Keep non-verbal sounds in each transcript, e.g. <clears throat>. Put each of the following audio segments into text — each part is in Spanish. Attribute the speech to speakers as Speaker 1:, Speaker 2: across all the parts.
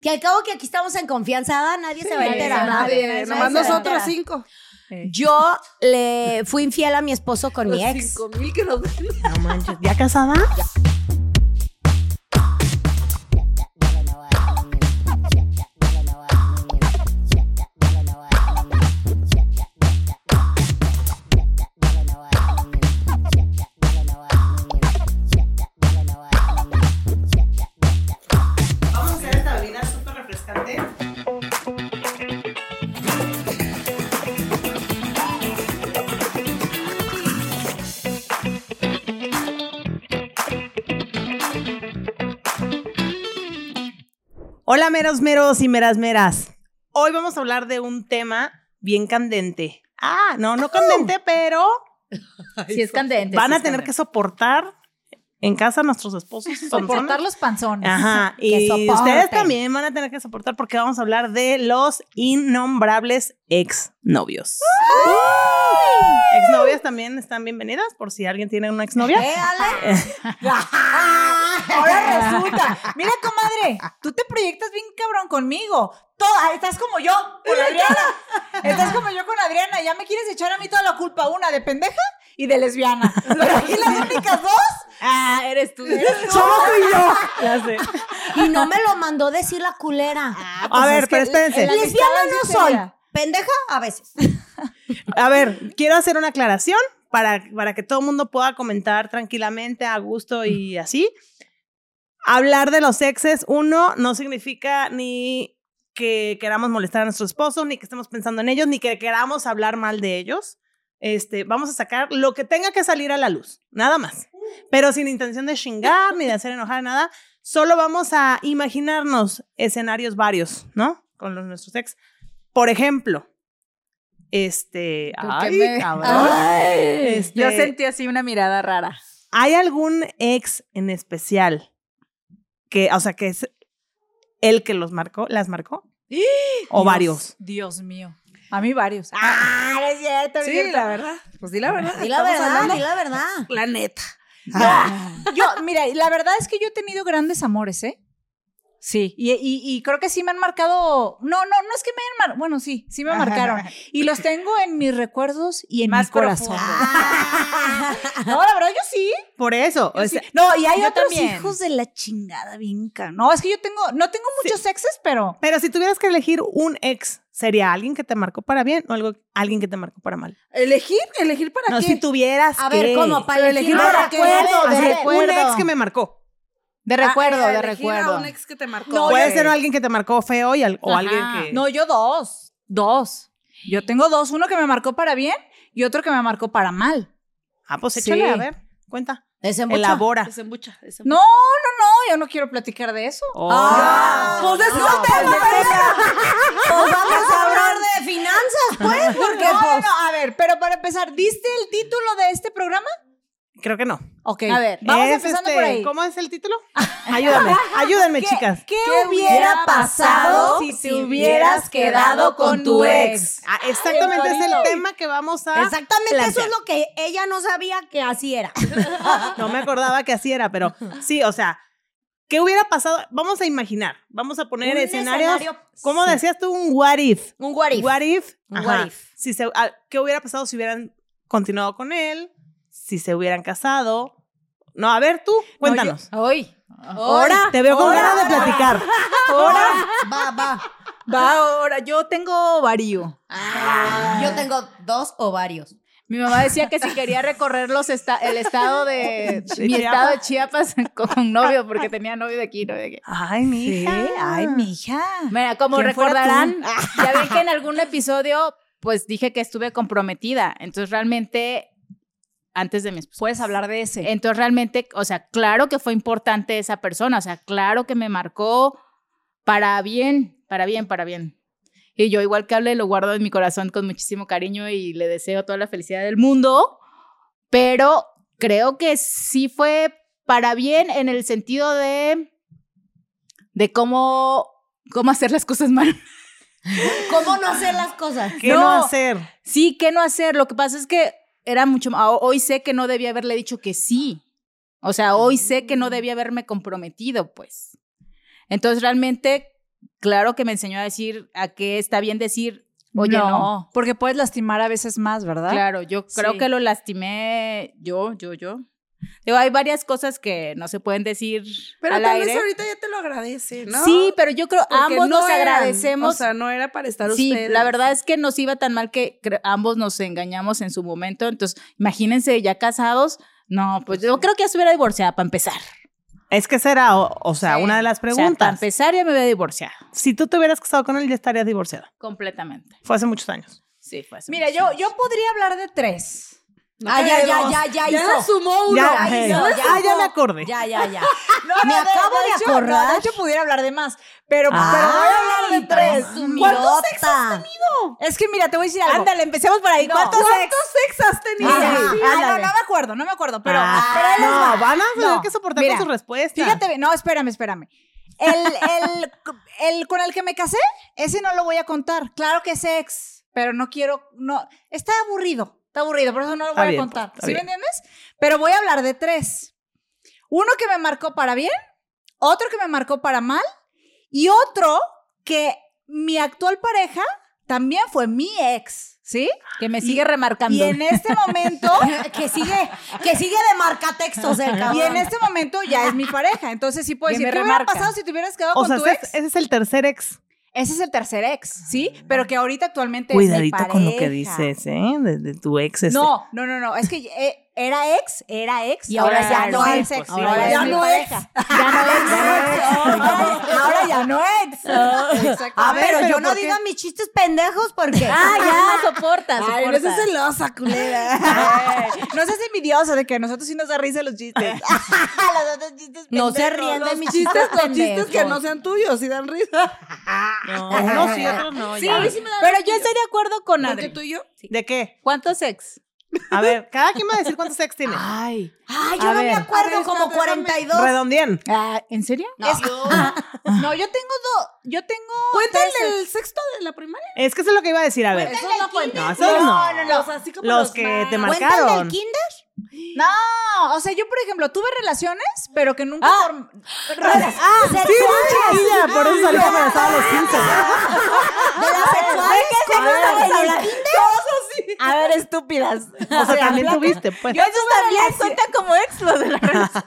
Speaker 1: Que al cabo que aquí estamos en confianza, ¿verdad? nadie se va a enterar.
Speaker 2: nadie,
Speaker 1: Nadie se
Speaker 2: nomás
Speaker 1: va a
Speaker 2: nosotros
Speaker 1: enterar.
Speaker 2: cinco.
Speaker 1: Yo le fui infiel a mi esposo con mi
Speaker 2: Los
Speaker 1: ex.
Speaker 2: cinco mil que nos <laughs> ven.
Speaker 3: No manches. ¿Ya casada?
Speaker 4: Vamos a hacer esta bebida súper refrescante.
Speaker 3: Hola, meros, meros y meras, meras. Hoy vamos a hablar de un tema bien candente. Ah, no, no candente,
Speaker 4: Uh-huh.
Speaker 3: pero
Speaker 5: Sí, es candente.
Speaker 3: van
Speaker 5: sí
Speaker 3: a
Speaker 5: es
Speaker 3: tener que
Speaker 5: candente.
Speaker 3: soportar en casa a nuestros esposos.
Speaker 5: soportar los panzones.
Speaker 3: Ajá,
Speaker 1: <laughs> Que
Speaker 3: y
Speaker 1: soporten.
Speaker 3: ustedes también van a tener que soportar porque vamos a hablar de los innombrables exnovios. Exnovias también están bienvenidas por si alguien tiene una exnovia.
Speaker 1: ¿Eh, Ale?
Speaker 5: Ahora <laughs> resulta. Mira, comadre, tú te proyectas bien cabrón conmigo. Toda, estás como yo con Adriana. Estás como yo con Adriana. Ya me quieres echar a mí toda la culpa, una de pendeja y de lesbiana. Pero aquí las únicas dos. <laughs> Ah, eres tú. eres tú.
Speaker 3: Somos tú y yo. <laughs> Ya sé.
Speaker 1: Y no me lo mandó decir la culera.
Speaker 3: A ver, pero espérense.
Speaker 5: la-
Speaker 1: Lesbiana
Speaker 5: amistad
Speaker 1: no
Speaker 5: así
Speaker 1: soy.
Speaker 5: sería.
Speaker 1: Pendeja a veces.
Speaker 3: A ver, quiero hacer una aclaración para, para que todo el mundo pueda comentar tranquilamente, a gusto y así. Hablar de los exes, uno, no significa ni que queramos molestar a nuestros esposos, ni que estemos pensando en ellos, ni que queramos hablar mal de ellos. Este, vamos a sacar lo que tenga que salir a la luz, nada más. Pero sin intención de chingar, ni de hacer enojar, nada. Solo vamos a imaginarnos escenarios varios, ¿no? Con los, nuestros ex. Por ejemplo, este.
Speaker 5: ¿Tú qué
Speaker 3: ay,
Speaker 5: me- <laughs> Ah.
Speaker 3: cabrón. Este,
Speaker 5: Yo sentí así una mirada rara.
Speaker 3: ¿Hay algún ex en especial que, o sea, que es el que los marcó, las marcó? ¿O
Speaker 5: Dios,
Speaker 3: varios?
Speaker 5: Dios mío. A mí varios.
Speaker 2: Ah, no es cierto, no es
Speaker 5: Sí,
Speaker 2: cierto.
Speaker 5: la verdad.
Speaker 2: Pues di la verdad.
Speaker 1: Di la
Speaker 2: estamos
Speaker 1: verdad,
Speaker 2: hablando
Speaker 1: di la verdad.
Speaker 2: La neta.
Speaker 5: Yo, mira, la verdad es que yo he tenido grandes amores, ¿eh? Sí, y, y- y creo que sí me han marcado. No, no, no es que me hayan marcado. Bueno, sí, sí me marcaron. Y los tengo en mis recuerdos y en
Speaker 2: Más
Speaker 5: mi corazón. <laughs> No, la verdad, yo sí.
Speaker 3: Por eso. o
Speaker 5: sí.
Speaker 3: sea,
Speaker 5: No, y hay
Speaker 1: Yo
Speaker 5: otros
Speaker 1: también.
Speaker 5: hijos de la chingada, vinca. No, es que yo tengo, no tengo muchos exes, pero.
Speaker 3: Pero si tuvieras que elegir un ex, ¿sería alguien que te marcó para bien o algo, alguien que te marcó para mal?
Speaker 2: Elegir, elegir para
Speaker 3: No,
Speaker 2: qué.
Speaker 3: si tuvieras
Speaker 1: A ver,
Speaker 3: que-
Speaker 1: ¿cómo? Para
Speaker 3: Pero
Speaker 1: elegir
Speaker 3: elegir
Speaker 1: para
Speaker 3: para
Speaker 1: qué,
Speaker 3: recuerdo,
Speaker 1: a
Speaker 3: así
Speaker 1: ver,
Speaker 3: de un
Speaker 1: recuerdo.
Speaker 3: ex que me marcó.
Speaker 5: De
Speaker 2: Ah,
Speaker 5: recuerdo,
Speaker 2: era
Speaker 5: de
Speaker 2: elegir a
Speaker 5: recuerdo.
Speaker 2: un ex que te marcó.
Speaker 5: No,
Speaker 3: Puede
Speaker 5: Oye.
Speaker 3: ser alguien que te marcó feo y al- o
Speaker 5: Ajá.
Speaker 3: alguien que...
Speaker 5: No, yo dos. Dos. Yo tengo dos. Uno que me marcó para bien y otro que me marcó para mal.
Speaker 3: ah, pues
Speaker 5: Sí.
Speaker 3: échale, a ver, cuenta.
Speaker 1: Desembucha.
Speaker 3: Elabora.
Speaker 2: Desembucha, desembucha.
Speaker 5: No, no, no. Yo no quiero platicar de eso.
Speaker 3: Oh.
Speaker 6: Ah.
Speaker 1: pues de eso tema, Pues vamos a hablar de finanzas, pues, porque
Speaker 5: no, no,
Speaker 1: pues,
Speaker 5: no, a ver, pero para empezar, ¿diste el título de este programa?
Speaker 3: Creo que no.
Speaker 5: Ok. A ver, vamos
Speaker 3: Es,
Speaker 5: empezando
Speaker 3: este,
Speaker 5: por ahí.
Speaker 3: ¿Cómo es
Speaker 1: <laughs>
Speaker 3: el título? Ayúdame, ayúdenme, chicas.
Speaker 5: ¿Qué
Speaker 1: ¿Qué hubiera pasado si te hubieras quedado con tu ex?
Speaker 3: Ah, exactamente
Speaker 5: Ay,
Speaker 3: es el
Speaker 5: bonito.
Speaker 3: tema que vamos a.
Speaker 1: Exactamente eso
Speaker 3: plantear.
Speaker 1: es lo que ella no sabía que así era.
Speaker 3: No me acordaba que así era, pero sí, o sea, ¿qué hubiera pasado? Vamos a imaginar, vamos a poner
Speaker 1: Un
Speaker 3: escenarios.
Speaker 1: escenario-
Speaker 3: ¿Cómo decías tú un what if?
Speaker 1: Un what if.
Speaker 3: What if?
Speaker 1: Un
Speaker 3: ajá.
Speaker 1: what if.
Speaker 3: Si se, ah, ¿Qué hubiera pasado si hubieran continuado con él? Si se hubieran casado. No, a ver tú, cuéntanos.
Speaker 5: Hoy.
Speaker 1: Ahora,
Speaker 3: Te veo con
Speaker 1: ahora,
Speaker 3: ganas
Speaker 1: <laughs>
Speaker 3: de platicar.
Speaker 1: ahora. Va, va.
Speaker 5: Va ahora, yo tengo varío.
Speaker 1: Yo tengo dos ovarios.
Speaker 5: Mi mamá decía que si quería recorrer los esta- el estado de
Speaker 3: <laughs> Sí,
Speaker 5: mi
Speaker 3: Chiapas.
Speaker 5: estado de Chiapas <laughs> con novio, porque tenía novio de aquí, novio de aquí.
Speaker 3: Ay, mi
Speaker 5: Ay, mija. Mira, como
Speaker 3: ¿Quién fuera
Speaker 5: recordarán, ya ven que en algún episodio, pues dije que estuve comprometida. Entonces, realmente, antes de mi esposo.
Speaker 2: Puedes hablar de ese.
Speaker 5: Entonces, realmente, o sea, claro que fue importante esa persona. O sea, claro que me marcó para bien, para bien, para bien. Y yo, igual que hable, lo guardo en mi corazón con muchísimo cariño y le deseo toda la felicidad del mundo. Pero creo que sí fue para bien en el sentido de. de cómo. cómo hacer las cosas mal.
Speaker 1: ¿Cómo no hacer las cosas?
Speaker 3: ¿Qué no,
Speaker 5: No.
Speaker 3: hacer?
Speaker 5: Sí, ¿qué no hacer? Lo que pasa es que era mucho. ah, Hoy sé que no debía haberle dicho que sí.
Speaker 2: Mm.
Speaker 5: O sea, hoy sé que no debía haberme comprometido, pues. Entonces, realmente claro que me enseñó a decir a qué está bien decir, oye, no.
Speaker 6: Porque puedes lastimar a veces más, ¿verdad?
Speaker 5: Claro, yo creo
Speaker 6: Sí.
Speaker 5: que lo lastimé yo, yo, yo. Digo, hay varias cosas que no se pueden decir
Speaker 2: Pero
Speaker 5: al
Speaker 2: tal
Speaker 5: aire.
Speaker 2: vez ahorita ya te lo agradece, ¿no?
Speaker 5: Sí, pero yo creo
Speaker 2: Porque
Speaker 5: ambos
Speaker 2: no
Speaker 5: nos
Speaker 2: eran,
Speaker 5: agradecemos.
Speaker 2: O sea, no era para estar
Speaker 5: Sí,
Speaker 2: ustedes.
Speaker 5: la verdad es que nos iba tan mal que cre- ambos nos engañamos en su momento. Entonces, imagínense ya casados. No, pues yo creo que ya se hubiera divorciado para empezar.
Speaker 3: Es que será, o, o sea,
Speaker 5: Sí.
Speaker 3: una de las
Speaker 5: O sea, para
Speaker 3: preguntas.
Speaker 5: empezar ya me hubiera divorciado.
Speaker 3: si tú te hubieras casado con él, ya estarías divorciada.
Speaker 5: Completamente.
Speaker 3: Fue hace muchos años.
Speaker 5: Sí, fue así.
Speaker 6: Mira, yo, yo podría hablar de tres.
Speaker 2: No
Speaker 6: ah, ya, ya,
Speaker 2: queremos.
Speaker 6: ya, ya,
Speaker 2: Ya la
Speaker 6: hizo.
Speaker 2: sumó uno.
Speaker 3: ya,
Speaker 6: ya
Speaker 3: hey.
Speaker 6: hizo, ya
Speaker 3: Ah, ya
Speaker 6: hizo.
Speaker 3: me acordé.
Speaker 6: Ya, ya, ya.
Speaker 1: Me acabo de
Speaker 6: hecho,
Speaker 1: acordar. Ah,
Speaker 6: no, de hecho, pudiera hablar de más. Pero, pero voy a hablar
Speaker 1: Ay,
Speaker 6: de tres.
Speaker 1: presumidota.
Speaker 6: Es que mira, te voy a decir algo.
Speaker 1: Ándale, empecemos por ahí.
Speaker 6: No.
Speaker 1: ¿Cuántos
Speaker 6: ¿Cuántos
Speaker 1: sex has tenido?
Speaker 6: Mira, ah, no, no
Speaker 1: Ándale.
Speaker 6: me acuerdo, no me acuerdo, pero,
Speaker 3: Ah,
Speaker 6: pero ahí les va.
Speaker 3: no, van a tener
Speaker 6: No,
Speaker 3: que soportar
Speaker 6: mira,
Speaker 3: con su respuesta.
Speaker 6: Fíjate, bien, no, espérame, espérame. El, el, el con el que me casé, ese no lo voy a contar. Claro que es ex, pero no quiero, no, está aburrido, está aburrido, por eso no lo
Speaker 3: Está
Speaker 6: voy
Speaker 3: bien,
Speaker 6: a contar.
Speaker 3: está
Speaker 6: ¿Sí
Speaker 3: bien.
Speaker 6: me entiendes? Pero voy a hablar de tres. Uno que me marcó para bien, otro que me marcó para mal y otro que mi actual pareja también fue mi ex, ¿sí?
Speaker 5: que me sigue remarcando.
Speaker 6: Y en este momento
Speaker 1: que sigue, que sigue de marca textos el cabrón.
Speaker 6: Y en este momento ya es mi pareja. Entonces sí puedo
Speaker 5: Que
Speaker 6: decir,
Speaker 5: me
Speaker 6: ¿qué hubiera
Speaker 5: remarca.
Speaker 6: pasado si te hubieras quedado
Speaker 3: o
Speaker 6: con
Speaker 3: sea,
Speaker 6: tu
Speaker 3: ese,
Speaker 6: ex?
Speaker 3: ese es el tercer ex.
Speaker 6: Ese es el tercer ex, ¿sí? Pero que ahorita actualmente es
Speaker 3: Cuidadito
Speaker 6: mi
Speaker 3: con lo que
Speaker 6: pareja.
Speaker 3: dices, ¿eh? De, de tu ex. ese.
Speaker 6: No, no, no, no. Es que eh, era ex, era ex.
Speaker 1: Y ahora
Speaker 5: ya no
Speaker 6: es
Speaker 1: es,
Speaker 6: ex.
Speaker 5: pues sí.
Speaker 6: ahora
Speaker 1: Ya
Speaker 6: es mi
Speaker 1: no
Speaker 6: pareja. Ya no es. Ahora ya no es.
Speaker 1: A ver,
Speaker 6: Ah, pero
Speaker 1: Ah, yo
Speaker 6: ¿por
Speaker 1: no
Speaker 6: qué?
Speaker 1: diga mis chistes pendejos porque.
Speaker 5: Ah, ya, soporta, soporta.
Speaker 2: Ay, no seas celosa, culera.
Speaker 6: Ay, No seas envidiosa de que a nosotros sí nos da risa los chistes. los otros chistes
Speaker 1: No se
Speaker 6: pendejos.
Speaker 1: ríen de
Speaker 2: Los
Speaker 1: mis
Speaker 2: chistes,
Speaker 1: chistes
Speaker 2: los chistes que no
Speaker 1: pendejos.
Speaker 2: sean tuyos y dan risa.
Speaker 3: no, unos y otros no.
Speaker 5: Sí,
Speaker 3: ya.
Speaker 5: pero yo estoy de acuerdo con
Speaker 2: Porque
Speaker 5: Adri.
Speaker 2: tú y yo.
Speaker 3: ¿De qué?
Speaker 5: ¿Cuántos ex?
Speaker 3: A ver, cada quien va a decir cuántos ex tiene.
Speaker 5: Ay.
Speaker 1: Ay, yo
Speaker 5: A
Speaker 1: no me
Speaker 5: ver.
Speaker 1: acuerdo,
Speaker 2: A ver,
Speaker 1: como
Speaker 2: espérate,
Speaker 1: 42.
Speaker 3: Redondien.
Speaker 5: Ah, ¿En serio? Ah.
Speaker 6: Es- No, yo tengo dos. Yo tengo.
Speaker 2: Cuenta el
Speaker 6: tres ex.
Speaker 2: del sexto de la primaria.
Speaker 3: Es que eso es lo que iba a decir. A ver,
Speaker 2: Eso no cuenta.
Speaker 3: no, esos no.
Speaker 2: no. O sea, así como
Speaker 3: Los que te
Speaker 2: más-
Speaker 3: mar-
Speaker 1: ¿Cuentan del
Speaker 3: marcaron.
Speaker 1: kinder?
Speaker 6: No, o sea, yo por ejemplo tuve relaciones, pero que nunca.
Speaker 1: Ah,
Speaker 6: form-
Speaker 3: Sí,
Speaker 1: sexual.
Speaker 3: no, chiquilla, por eso salí embarazada a los 15.
Speaker 1: ¿De las sexuales? ¿Cómo estamos hablando?
Speaker 6: A ver, estúpidas.
Speaker 3: O sea, también tuviste, pues.
Speaker 5: Yo esos también cuentan como ex los de
Speaker 6: <laughs>
Speaker 5: la relación.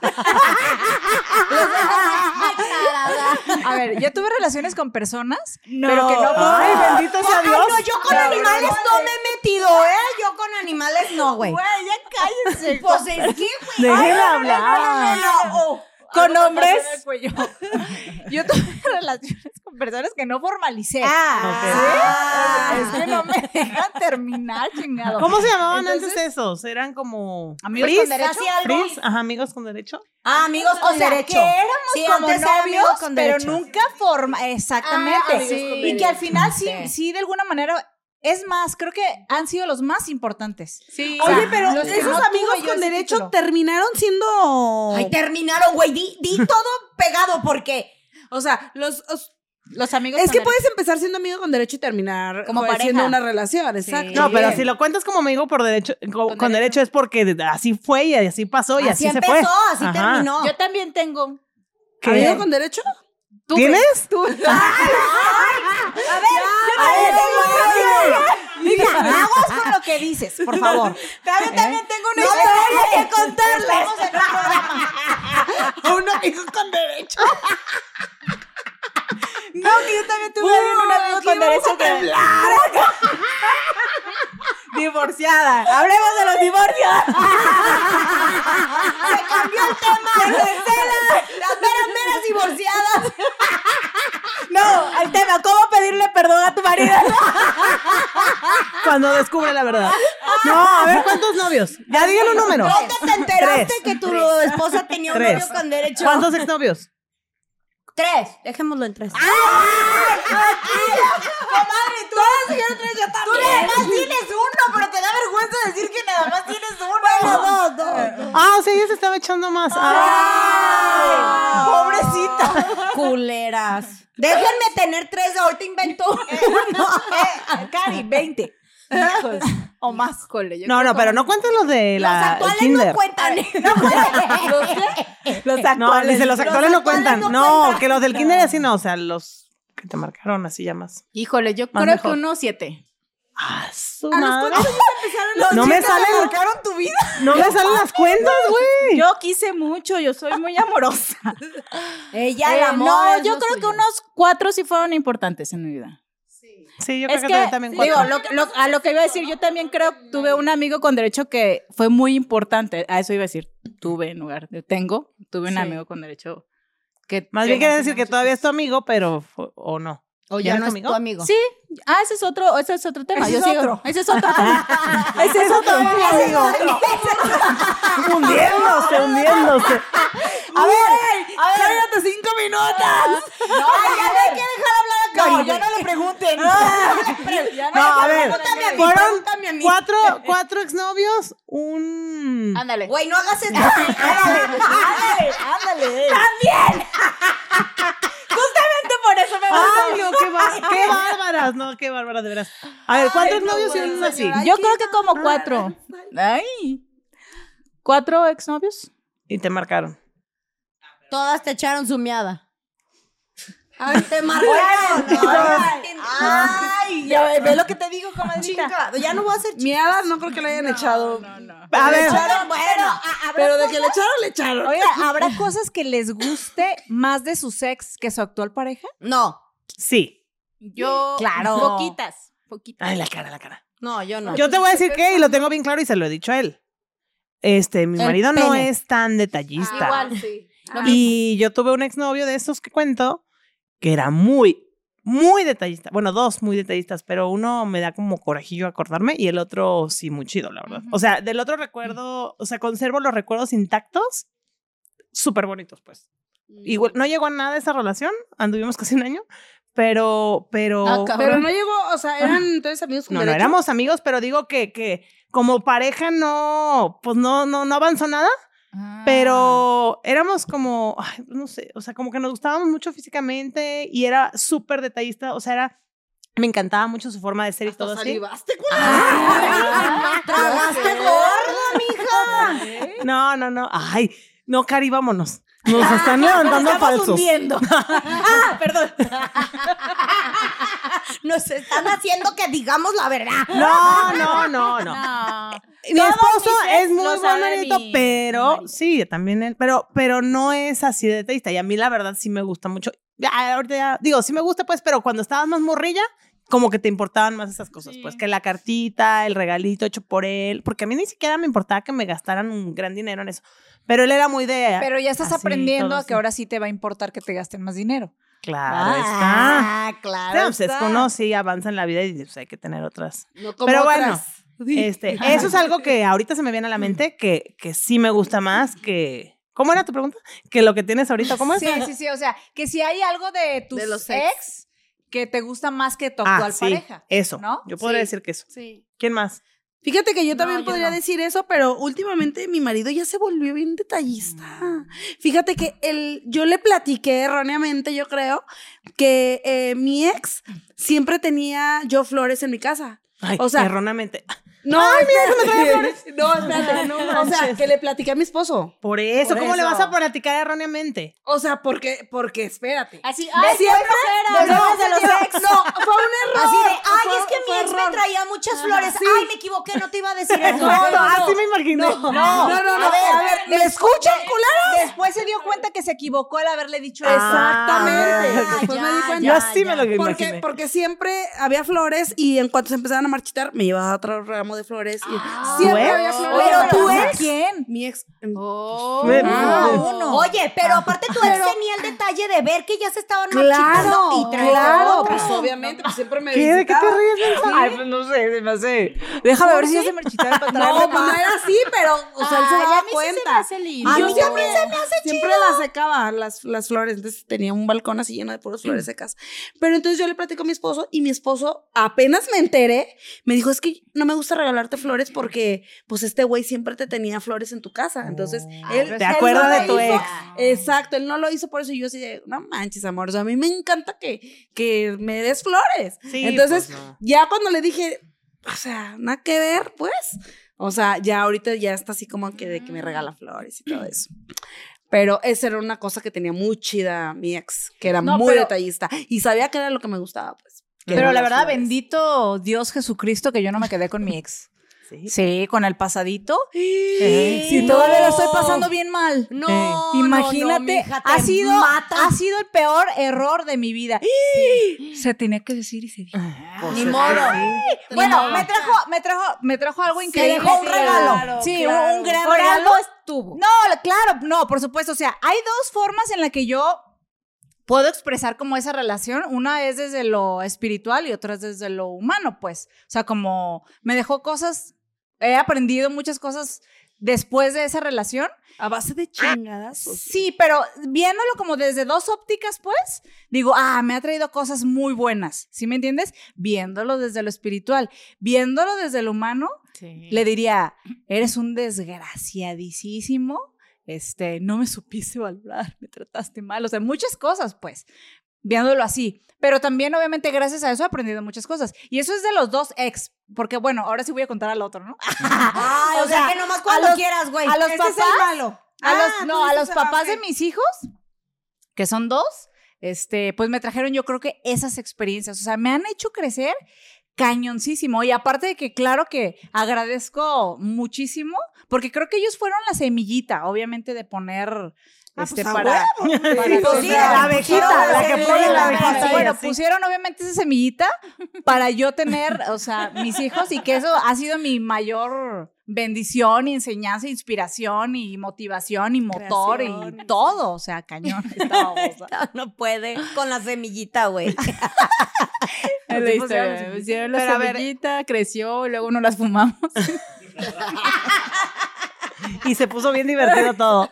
Speaker 6: A ver, yo tuve relaciones con personas, pero que no.
Speaker 3: Ay, bendito sea
Speaker 1: Ah. Ay,
Speaker 3: Dios.
Speaker 1: no, yo con animales no me he metido, ¿eh? Yo con animales no, güey.
Speaker 6: cállense.
Speaker 1: <laughs> Pues es que, güey.
Speaker 3: Déjela
Speaker 1: No,
Speaker 3: hablar.
Speaker 1: no, no. Oh.
Speaker 6: Con hombres. Yo tuve <laughs> relaciones con personas que no formalicé.
Speaker 1: Ah,
Speaker 6: Es que no me dejan terminar, chingado.
Speaker 3: ¿Cómo se llamaban
Speaker 6: Entonces-
Speaker 3: antes esos? Eran como.
Speaker 6: Amigos
Speaker 3: ¿Fris?
Speaker 6: con derecho.
Speaker 1: Así algo.
Speaker 3: ¿Fris? Ajá, amigos con derecho.
Speaker 1: Ah, amigos con
Speaker 6: o sea,
Speaker 1: derecho.
Speaker 6: que éramos
Speaker 1: Sí,
Speaker 6: como
Speaker 1: antes era amigos
Speaker 6: novios,
Speaker 1: con
Speaker 6: pero
Speaker 1: derecho.
Speaker 6: nunca forma, exactamente.
Speaker 2: Ah, amigos
Speaker 6: Sí.
Speaker 2: con
Speaker 6: Y que al final sí,
Speaker 5: Sí.
Speaker 6: sí, de alguna manera, es más, creo que han sido los más importantes.
Speaker 5: Sí.
Speaker 6: O sea,
Speaker 2: Oye, pero
Speaker 6: los que
Speaker 2: esos
Speaker 6: no tuve
Speaker 2: amigos
Speaker 6: yo
Speaker 2: con
Speaker 6: ese
Speaker 2: derecho
Speaker 6: título.
Speaker 2: terminaron siendo.
Speaker 1: Ay, terminaron, güey. Di, di todo pegado porque.
Speaker 2: o sea, los. os-
Speaker 5: los amigos
Speaker 2: es que
Speaker 5: con derecho.
Speaker 2: puedes empezar siendo amigo con derecho y terminar
Speaker 5: Como
Speaker 2: joder,
Speaker 5: pareja.
Speaker 2: siendo una relación, exacto.
Speaker 3: No, pero
Speaker 2: Bien.
Speaker 3: si lo cuentas como amigo por derecho, co- con,
Speaker 5: Con derecho.
Speaker 3: derecho. es porque de- así fue y así pasó y así,
Speaker 1: así,
Speaker 3: se fue.
Speaker 1: empezó, así
Speaker 3: Ajá.
Speaker 1: terminó.
Speaker 5: Yo también tengo.
Speaker 3: ¿Qué?
Speaker 2: ¿Amigo con derecho?
Speaker 5: Tú,
Speaker 3: ¿Tienes?
Speaker 1: A ver,
Speaker 3: <laughs>
Speaker 1: a ver, Mira, aguas con lo que dices, por favor. ¿Eh? Yo también tengo una historia que contarles. <laughs>
Speaker 2: A un amigo con derecho.
Speaker 6: No, que yo también tuve un amigo con derecho que...
Speaker 1: Divorciada. Hablemos de los divorcios. Se cambió el tema. Se cancela. Las meras, meras divorciadas. <laughs> No, el tema, ¿cómo pedirle perdón a tu marido?
Speaker 3: <laughs> Cuando descubre la verdad. No, a ver, ¿cuántos novios? Ya digan un número.
Speaker 1: ¿Dónde te enteraste
Speaker 3: Tres.
Speaker 1: que tu esposa tenía un
Speaker 3: Tres.
Speaker 1: novio con derecho?
Speaker 3: ¿Cuántos exnovios?
Speaker 1: Tres. ¡Ah! Dejémoslo en tres. Tú nada más tienes uno, pero te da vergüenza decir que nada más tienes uno. dos, dos.
Speaker 3: Ah, o sea, ella se estaba echando más. Ah.
Speaker 1: Pobrecita. Culeras. Déjenme tener tres, ahorita invento uno. eh,
Speaker 6: Cari, 20. Hijos. O más.
Speaker 3: No, no, pero no cuentes los de
Speaker 1: Los
Speaker 3: la
Speaker 1: actuales no
Speaker 3: Tinder.
Speaker 1: cuentan. <laughs> No cuentan.
Speaker 3: No, dice, los actuales no cuentan.
Speaker 1: no
Speaker 3: No,
Speaker 1: cuentan.
Speaker 3: que los del kinder así no, o sea, los que te marcaron así ya más.
Speaker 5: Híjole, yo
Speaker 3: Más
Speaker 5: creo
Speaker 3: mejor.
Speaker 5: que unos siete.
Speaker 3: Ah, su
Speaker 6: ¿A los
Speaker 3: madre.
Speaker 6: cuántos años empezaron las
Speaker 3: No me
Speaker 6: chicas que
Speaker 3: salen-
Speaker 6: marcaron tu vida?
Speaker 3: No me salen las cuentas, güey.
Speaker 5: Yo quise mucho, yo soy
Speaker 3: <laughs>
Speaker 5: muy amorosa.
Speaker 6: Ella,
Speaker 5: Eh,
Speaker 6: el amor.
Speaker 5: no,
Speaker 6: es
Speaker 5: yo
Speaker 6: lo
Speaker 5: creo que
Speaker 6: suyo.
Speaker 5: unos cuatro sí fueron importantes en mi vida.
Speaker 3: Sí, yo
Speaker 5: Es
Speaker 3: creo que,
Speaker 5: que,
Speaker 3: también cuatro.
Speaker 5: digo, lo que- lo- a lo que iba a decir, yo también creo, tuve un amigo con derecho que fue muy importante, a eso iba a decir, tuve en lugar de tengo, tuve un
Speaker 3: Sí.
Speaker 5: amigo con derecho que...
Speaker 3: Más bien quiere decir que todavía es tu amigo, pero fu- o no.
Speaker 1: O ya,
Speaker 3: ¿Ya eres
Speaker 1: no es
Speaker 3: amigo?
Speaker 1: tu amigo.
Speaker 5: Sí, ah, ese es otro, ese es otro tema,
Speaker 6: Ese
Speaker 5: yo
Speaker 6: es
Speaker 5: sigo-
Speaker 6: otro.
Speaker 5: ese es
Speaker 2: <laughs>
Speaker 5: otro tema.
Speaker 6: Ese es otro amigo.
Speaker 3: hundiéndose, hundiéndose.
Speaker 6: A ver, a ver, cinco minutos. No, ya no hay que dejar hablar a Cari.
Speaker 2: No, ya no
Speaker 6: le pregunten.
Speaker 3: No, a ver, fueron cuatro, cuatro exnovios, un...
Speaker 5: Ándale.
Speaker 1: Güey, no hagas <laughs> esto.
Speaker 3: ¡Ay, no, qué, <laughs> ba- qué bárbaras! No, qué bárbaras, de veras. A ver, cuatro exnovios y un así.
Speaker 5: Yo creo que como cuatro. Ay. ¿Cuatro exnovios?
Speaker 3: Y te marcaron.
Speaker 1: Todas te echaron su miada. Ay, te marcaron.
Speaker 6: Ay, ya ve, ve lo que te digo, comadrita.
Speaker 1: Chingado, ya no voy Ah, a hacer
Speaker 2: Miadas no creo que le hayan echado.
Speaker 3: A ver,
Speaker 6: Pero bueno,
Speaker 1: ah.
Speaker 2: Pero de que le echaron, le echaron.
Speaker 6: Oiga, ¿habrá cosas que les guste más de su sex que su actual pareja?
Speaker 1: No,
Speaker 3: sí.
Speaker 5: Yo.
Speaker 6: Claro.
Speaker 5: Poquitas. Poquitas.
Speaker 3: Ay, la cara, la cara.
Speaker 1: no, yo no.
Speaker 3: Yo te voy a decir que, y lo tengo bien claro y se lo he dicho a él. Este, mi
Speaker 1: El
Speaker 3: marido no
Speaker 1: pene. Ah.
Speaker 3: es tan detallista.
Speaker 5: Ah, Igual, sí. Lo mismo.
Speaker 3: Y yo tuve un exnovio de estos que cuento que era muy, muy detallista. Bueno, dos muy detallistas, pero uno me da como corajillo acordarme y el otro sí, muy chido, la verdad.
Speaker 5: Ujú.
Speaker 3: O sea, del otro recuerdo, o sea, conservo los recuerdos intactos, súper bonitos, pues.
Speaker 5: Mm.
Speaker 3: Igual, no llegó a nada esa relación, anduvimos casi un año, pero, pero...
Speaker 5: Ah, cabrón.
Speaker 2: Pero no llegó, o sea, eran entonces amigos
Speaker 3: Ah.
Speaker 2: con
Speaker 3: No, no
Speaker 2: derecho.
Speaker 3: éramos amigos, pero digo que, que como pareja no, pues no, no, no avanzó nada,
Speaker 5: Ah.
Speaker 3: pero éramos como, ay, no sé, o sea, como que nos gustábamos mucho físicamente y era súper detallista, o sea, era, me encantaba mucho su forma de ser y todo así.
Speaker 2: Salivaste,
Speaker 1: Tragaste gordo, Ah, mija.
Speaker 3: Eh, No, no, no, ay, no, Cari, vámonos. Nos están levantando a falsos.
Speaker 1: <laughs> Ah, perdón. <laughs> Nos están haciendo que digamos la verdad.
Speaker 3: No, no, no, no.
Speaker 5: No.
Speaker 3: mi
Speaker 5: Todos
Speaker 3: esposo
Speaker 5: mis ex
Speaker 3: es muy
Speaker 5: lo
Speaker 3: buen
Speaker 5: sabe
Speaker 3: marido,
Speaker 5: mi- mi
Speaker 3: pero
Speaker 5: marido.
Speaker 3: sí, también él, pero, pero no es así de detallista. Y a mí la verdad sí me gusta mucho. Ya, ahorita ya- digo, sí me gusta pues, pero cuando estabas más morrilla, como que te importaban más esas cosas, pues
Speaker 5: Sí.
Speaker 3: que la cartita, el regalito hecho por él, porque a mí ni siquiera me importaba que me gastaran un gran dinero en eso. Pero él era muy de...
Speaker 6: Pero ya estás
Speaker 3: así,
Speaker 6: aprendiendo
Speaker 3: todo
Speaker 6: a que
Speaker 3: así.
Speaker 6: ahora sí te va a importar que te gasten más dinero.
Speaker 3: Claro, está.
Speaker 1: Ah, claro.
Speaker 3: Claro, pues, es
Speaker 1: está.
Speaker 3: que uno sí avanza en la vida y pues, hay que tener otras.
Speaker 2: No como
Speaker 3: Pero bueno,
Speaker 2: otras.
Speaker 6: <laughs>
Speaker 3: Este, eso es algo que ahorita se me viene a la mente que, que sí me gusta más que. ¿Cómo era tu pregunta? Que lo que tienes ahorita, ¿cómo es?
Speaker 6: Sí, sí, sí. O sea, que si hay algo de tus
Speaker 2: De los
Speaker 6: ex.
Speaker 2: ex.
Speaker 6: que te gusta más que tu
Speaker 3: Ah,
Speaker 6: actual
Speaker 3: sí,
Speaker 6: pareja.
Speaker 3: Eso.
Speaker 6: ¿no?
Speaker 3: Yo podría
Speaker 6: Sí.
Speaker 3: decir que eso.
Speaker 5: Sí.
Speaker 3: ¿Quién más?
Speaker 2: Fíjate que yo
Speaker 5: No,
Speaker 2: también
Speaker 5: yo
Speaker 2: podría
Speaker 5: no.
Speaker 2: decir eso, pero últimamente mi marido ya se volvió bien detallista. Fíjate que él, yo le platiqué erróneamente, yo creo, que eh, mi ex siempre tenía yo flores en mi casa.
Speaker 3: Ay,
Speaker 2: O sea-
Speaker 3: erróneamente.
Speaker 2: No, Ay, mira, me trae flores. <laughs> No, espérate,
Speaker 3: <laughs>
Speaker 2: o sea, que le platiqué a mi esposo.
Speaker 3: Por eso,
Speaker 2: Por
Speaker 3: ¿cómo le
Speaker 2: eso.
Speaker 3: vas a platicar erróneamente?
Speaker 2: O sea, porque, porque, espérate.
Speaker 5: Así, ay,
Speaker 2: siempre,
Speaker 5: siempre,
Speaker 2: desde-
Speaker 1: de los ex.
Speaker 2: No, fue un error.
Speaker 1: Así de, ay,
Speaker 2: Fue-
Speaker 1: es que mi
Speaker 2: fue
Speaker 1: ex me
Speaker 2: error.
Speaker 1: traía muchas flores.
Speaker 2: sí.
Speaker 1: Ay, me equivoqué, no te iba a decir eso. Ah,
Speaker 3: No, no, así me imaginé. No,
Speaker 2: No, no, no,
Speaker 1: A ver,
Speaker 2: a ver, ¿me escuchan, culeros?
Speaker 6: Después se dio cuenta que se equivocó al haberle
Speaker 3: Ah,
Speaker 6: dicho
Speaker 2: Exactamente.
Speaker 1: Ah,
Speaker 2: Después me
Speaker 1: ya,
Speaker 2: di
Speaker 3: yo
Speaker 2: cuenta.
Speaker 3: así me lo
Speaker 2: Porque,
Speaker 3: imaginé.
Speaker 2: porque siempre había flores y en cuanto se empezaban a marchitar, me iba a otro ramo de flores. Y
Speaker 6: Ah,
Speaker 5: Ah.
Speaker 2: siempre
Speaker 3: ¿tu ex?
Speaker 2: había
Speaker 6: eso.
Speaker 2: flores.
Speaker 6: Pero tú eres
Speaker 2: eres
Speaker 6: quién? Pues,
Speaker 2: Mi ex.
Speaker 5: Oh.
Speaker 3: Me-
Speaker 2: Ah,
Speaker 3: me-
Speaker 6: uno.
Speaker 1: pues. Oye, pero aparte tú ex tenía el detalle de ver que ya se estaban marchitando
Speaker 2: Claro,
Speaker 1: y traer
Speaker 2: claro,
Speaker 1: otra.
Speaker 2: pues obviamente, pues siempre me
Speaker 3: ¿Qué? ¿De qué te
Speaker 2: visitaba.
Speaker 3: ríes, Benja?
Speaker 2: Ay, pues no sé, se me hace.
Speaker 6: Déjame ver si ya se marchitaron para
Speaker 2: No, pues no era así, pero, o sea, él se
Speaker 5: Ay,
Speaker 2: daba
Speaker 5: a mí sí se me
Speaker 2: cuenta.
Speaker 5: hace lindo.
Speaker 2: A
Speaker 1: A
Speaker 2: mí
Speaker 1: mí
Speaker 2: siempre-
Speaker 1: también se me hace
Speaker 2: Siempre
Speaker 1: chido.
Speaker 2: las secaba las, las flores, entonces tenía un balcón así lleno de puras
Speaker 5: Mm.
Speaker 2: flores secas. Pero entonces yo le platico a mi esposo y mi esposo apenas me enteré, me dijo, es que no me gusta regalarte flores porque pues este güey siempre te tenía flores en tu casa. Entonces,
Speaker 5: Oh,
Speaker 2: él...
Speaker 3: ¿Te
Speaker 2: él
Speaker 3: acuerdas
Speaker 2: no
Speaker 3: de
Speaker 2: lo
Speaker 3: tu
Speaker 2: hizo-
Speaker 3: ex?
Speaker 2: Exacto, él no lo hizo por eso y yo así de, no manches, amor, o sea, a mí me encanta que, que me des flores.
Speaker 3: Sí,
Speaker 2: entonces,
Speaker 3: pues, no.
Speaker 2: ya cuando le dije, o sea, nada que ver, pues. O sea, ya ahorita ya está así como que de que me regala flores y todo eso. Pero esa era una cosa que tenía muy chida mi ex, que era
Speaker 5: No,
Speaker 2: muy
Speaker 5: pero-
Speaker 2: detallista. Y sabía que era lo que me gustaba, pues. que
Speaker 6: Pero
Speaker 2: eran
Speaker 6: la
Speaker 2: las
Speaker 6: verdad,
Speaker 2: flores.
Speaker 6: bendito Dios Jesucristo que yo no me quedé con mi ex.
Speaker 3: Sí.
Speaker 6: Sí, con el pasadito.
Speaker 3: Sí.
Speaker 6: Sí, todavía lo estoy pasando bien mal.
Speaker 1: Eh,
Speaker 6: No,
Speaker 3: Sí.
Speaker 6: imagínate. ha sido, ha sido el peor error de mi vida. Se tenía que decir y se dijo.
Speaker 2: Pues,
Speaker 6: Ni
Speaker 2: es que
Speaker 6: modo.
Speaker 2: sí.
Speaker 6: Bueno, me trajo, me trajo, me trajo algo increíble.
Speaker 1: dejó un
Speaker 6: Sí,
Speaker 1: regalo.
Speaker 6: claro,
Speaker 1: Sí,
Speaker 6: claro.
Speaker 1: un gran
Speaker 6: Por
Speaker 1: regalo
Speaker 6: algo-
Speaker 1: estuvo.
Speaker 6: No, claro, no, por supuesto. O sea, hay dos formas en las que yo puedo expresar como esa relación. Una es desde lo espiritual y otra es desde lo humano, pues. O sea, como me dejó cosas, he aprendido muchas cosas después de esa relación.
Speaker 2: A base de chingadas. pues,
Speaker 6: Sí, pero viéndolo como desde dos ópticas, pues, digo, ah, me ha traído cosas muy buenas, ¿sí me entiendes? Viéndolo desde lo espiritual, viéndolo desde lo humano,
Speaker 5: Sí.
Speaker 6: le diría, eres un desgraciadísimo, este, no me supiste valorar, me trataste mal, o sea, muchas cosas, pues, viéndolo así. Pero también, obviamente, gracias a eso he aprendido muchas cosas. Y eso es de los dos ex, porque bueno, ahora sí voy a contar al otro, ¿no?
Speaker 1: Ay, o,
Speaker 6: O
Speaker 1: sea,
Speaker 6: sea,
Speaker 1: que nomás cuando
Speaker 6: a los-
Speaker 1: quieras, güey.
Speaker 6: a los
Speaker 1: Ese es el
Speaker 6: papás,
Speaker 1: malo.
Speaker 6: A
Speaker 1: Ah,
Speaker 6: los, no,
Speaker 1: tú
Speaker 6: a los
Speaker 1: dices, ah,
Speaker 6: papás de
Speaker 1: ok.
Speaker 6: mis hijos, que son dos, este, pues me trajeron yo creo que esas experiencias. O sea, me han hecho crecer cañoncísimo. Y aparte de que, claro que agradezco muchísimo, porque creo que ellos fueron la semillita, obviamente, de poner. este,
Speaker 2: pues, a
Speaker 6: para, para-
Speaker 1: Pues sí,
Speaker 6: para-
Speaker 1: la
Speaker 3: abejita, la que pone la abejita y
Speaker 6: Bueno,
Speaker 3: así.
Speaker 6: pusieron obviamente esa semillita para yo tener, o sea, mis hijos y que eso ha sido mi mayor bendición y enseñanza, inspiración y motivación y motor y
Speaker 2: Creación.
Speaker 6: todo, o sea, cañón. esta babosa.
Speaker 1: No puede con la semillita, güey.
Speaker 5: Es la
Speaker 6: Así
Speaker 5: historia,
Speaker 6: pusieron
Speaker 5: me
Speaker 6: así.
Speaker 5: Hicieron la
Speaker 3: Pero a ver-
Speaker 5: semillita, creció, y luego no las fumamos.
Speaker 3: Y se puso bien divertido
Speaker 2: <laughs>
Speaker 3: todo.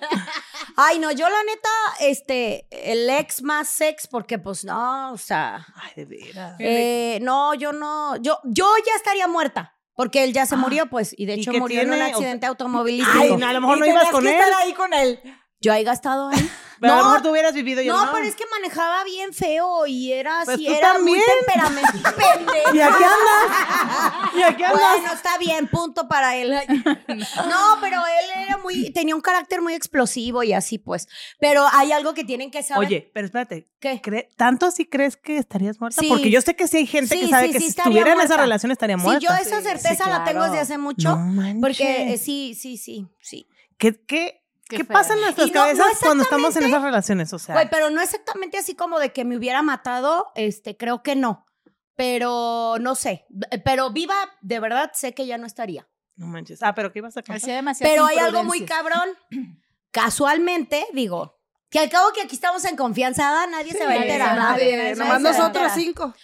Speaker 1: Ay, no, yo la neta, este, el ex más sex, porque pues no, o sea.
Speaker 3: Ay, de veras.
Speaker 1: eh, no, yo no, yo, yo ya estaría muerta. Porque él ya se murió, pues, y de
Speaker 3: Ah, ¿Y
Speaker 1: hecho
Speaker 3: qué
Speaker 1: murió en un
Speaker 3: tiene? O-
Speaker 1: accidente automovilístico.
Speaker 3: Ay, no, a lo mejor
Speaker 1: Y
Speaker 3: no ibas
Speaker 1: tenías
Speaker 3: con
Speaker 1: que
Speaker 3: él.
Speaker 1: estar ahí con él. Yo ahí gastado ahí.
Speaker 3: Pero a lo
Speaker 1: No,
Speaker 3: mejor tú hubieras vivido y <laughs> yo
Speaker 1: No,
Speaker 3: no.
Speaker 1: pero es que manejaba bien feo y era
Speaker 3: Pues
Speaker 1: así,
Speaker 3: tú
Speaker 1: era muy
Speaker 3: también. <laughs>
Speaker 1: temperamental.
Speaker 3: ¿Y aquí andas? ¿Y
Speaker 1: Pues,
Speaker 3: aquí andas?
Speaker 1: Bueno, está bien, punto para él. <laughs> No, pero él era muy, tenía un carácter muy explosivo y así pues. Pero hay algo que tienen que saber.
Speaker 3: Oye, pero espérate.
Speaker 1: ¿Qué?
Speaker 3: ¿cre- ¿Tanto así crees que estarías muerta?
Speaker 1: Sí.
Speaker 3: Porque yo sé que sí hay gente que
Speaker 1: Sí,
Speaker 3: sabe
Speaker 1: sí,
Speaker 3: que
Speaker 1: sí
Speaker 3: si
Speaker 1: estaría
Speaker 3: estuviera en esa
Speaker 1: muerta.
Speaker 3: relación estaría
Speaker 1: Sí,
Speaker 3: muerta.
Speaker 1: yo esa certeza la tengo desde hace mucho.
Speaker 3: No manches.
Speaker 1: porque eh, sí, sí, sí, sí.
Speaker 3: ¿Qué, qué,
Speaker 5: Qué
Speaker 3: qué,
Speaker 5: feo.
Speaker 3: pasa en nuestras
Speaker 1: Y no- no
Speaker 3: cabezas cuando estamos en esas relaciones? O sea,
Speaker 1: Güey, pero no exactamente así como de que me hubiera matado, este, creo que no. Pero no sé, B- pero viva, de verdad sé que ya no estaría.
Speaker 3: no manches. Ah, pero ¿qué ibas a
Speaker 1: pues,
Speaker 3: contar?
Speaker 5: Hacía demasiadas
Speaker 1: Pero hay algo muy
Speaker 5: imprudencias.
Speaker 1: cabrón. Casualmente, digo, que al cabo que aquí estamos en confianza, ¿verdad? nadie se va a
Speaker 5: Sí,
Speaker 1: enterar.
Speaker 5: nadie,
Speaker 1: se va a
Speaker 2: Nomás
Speaker 5: Eso era.
Speaker 2: nosotros
Speaker 1: enterar.
Speaker 2: cinco.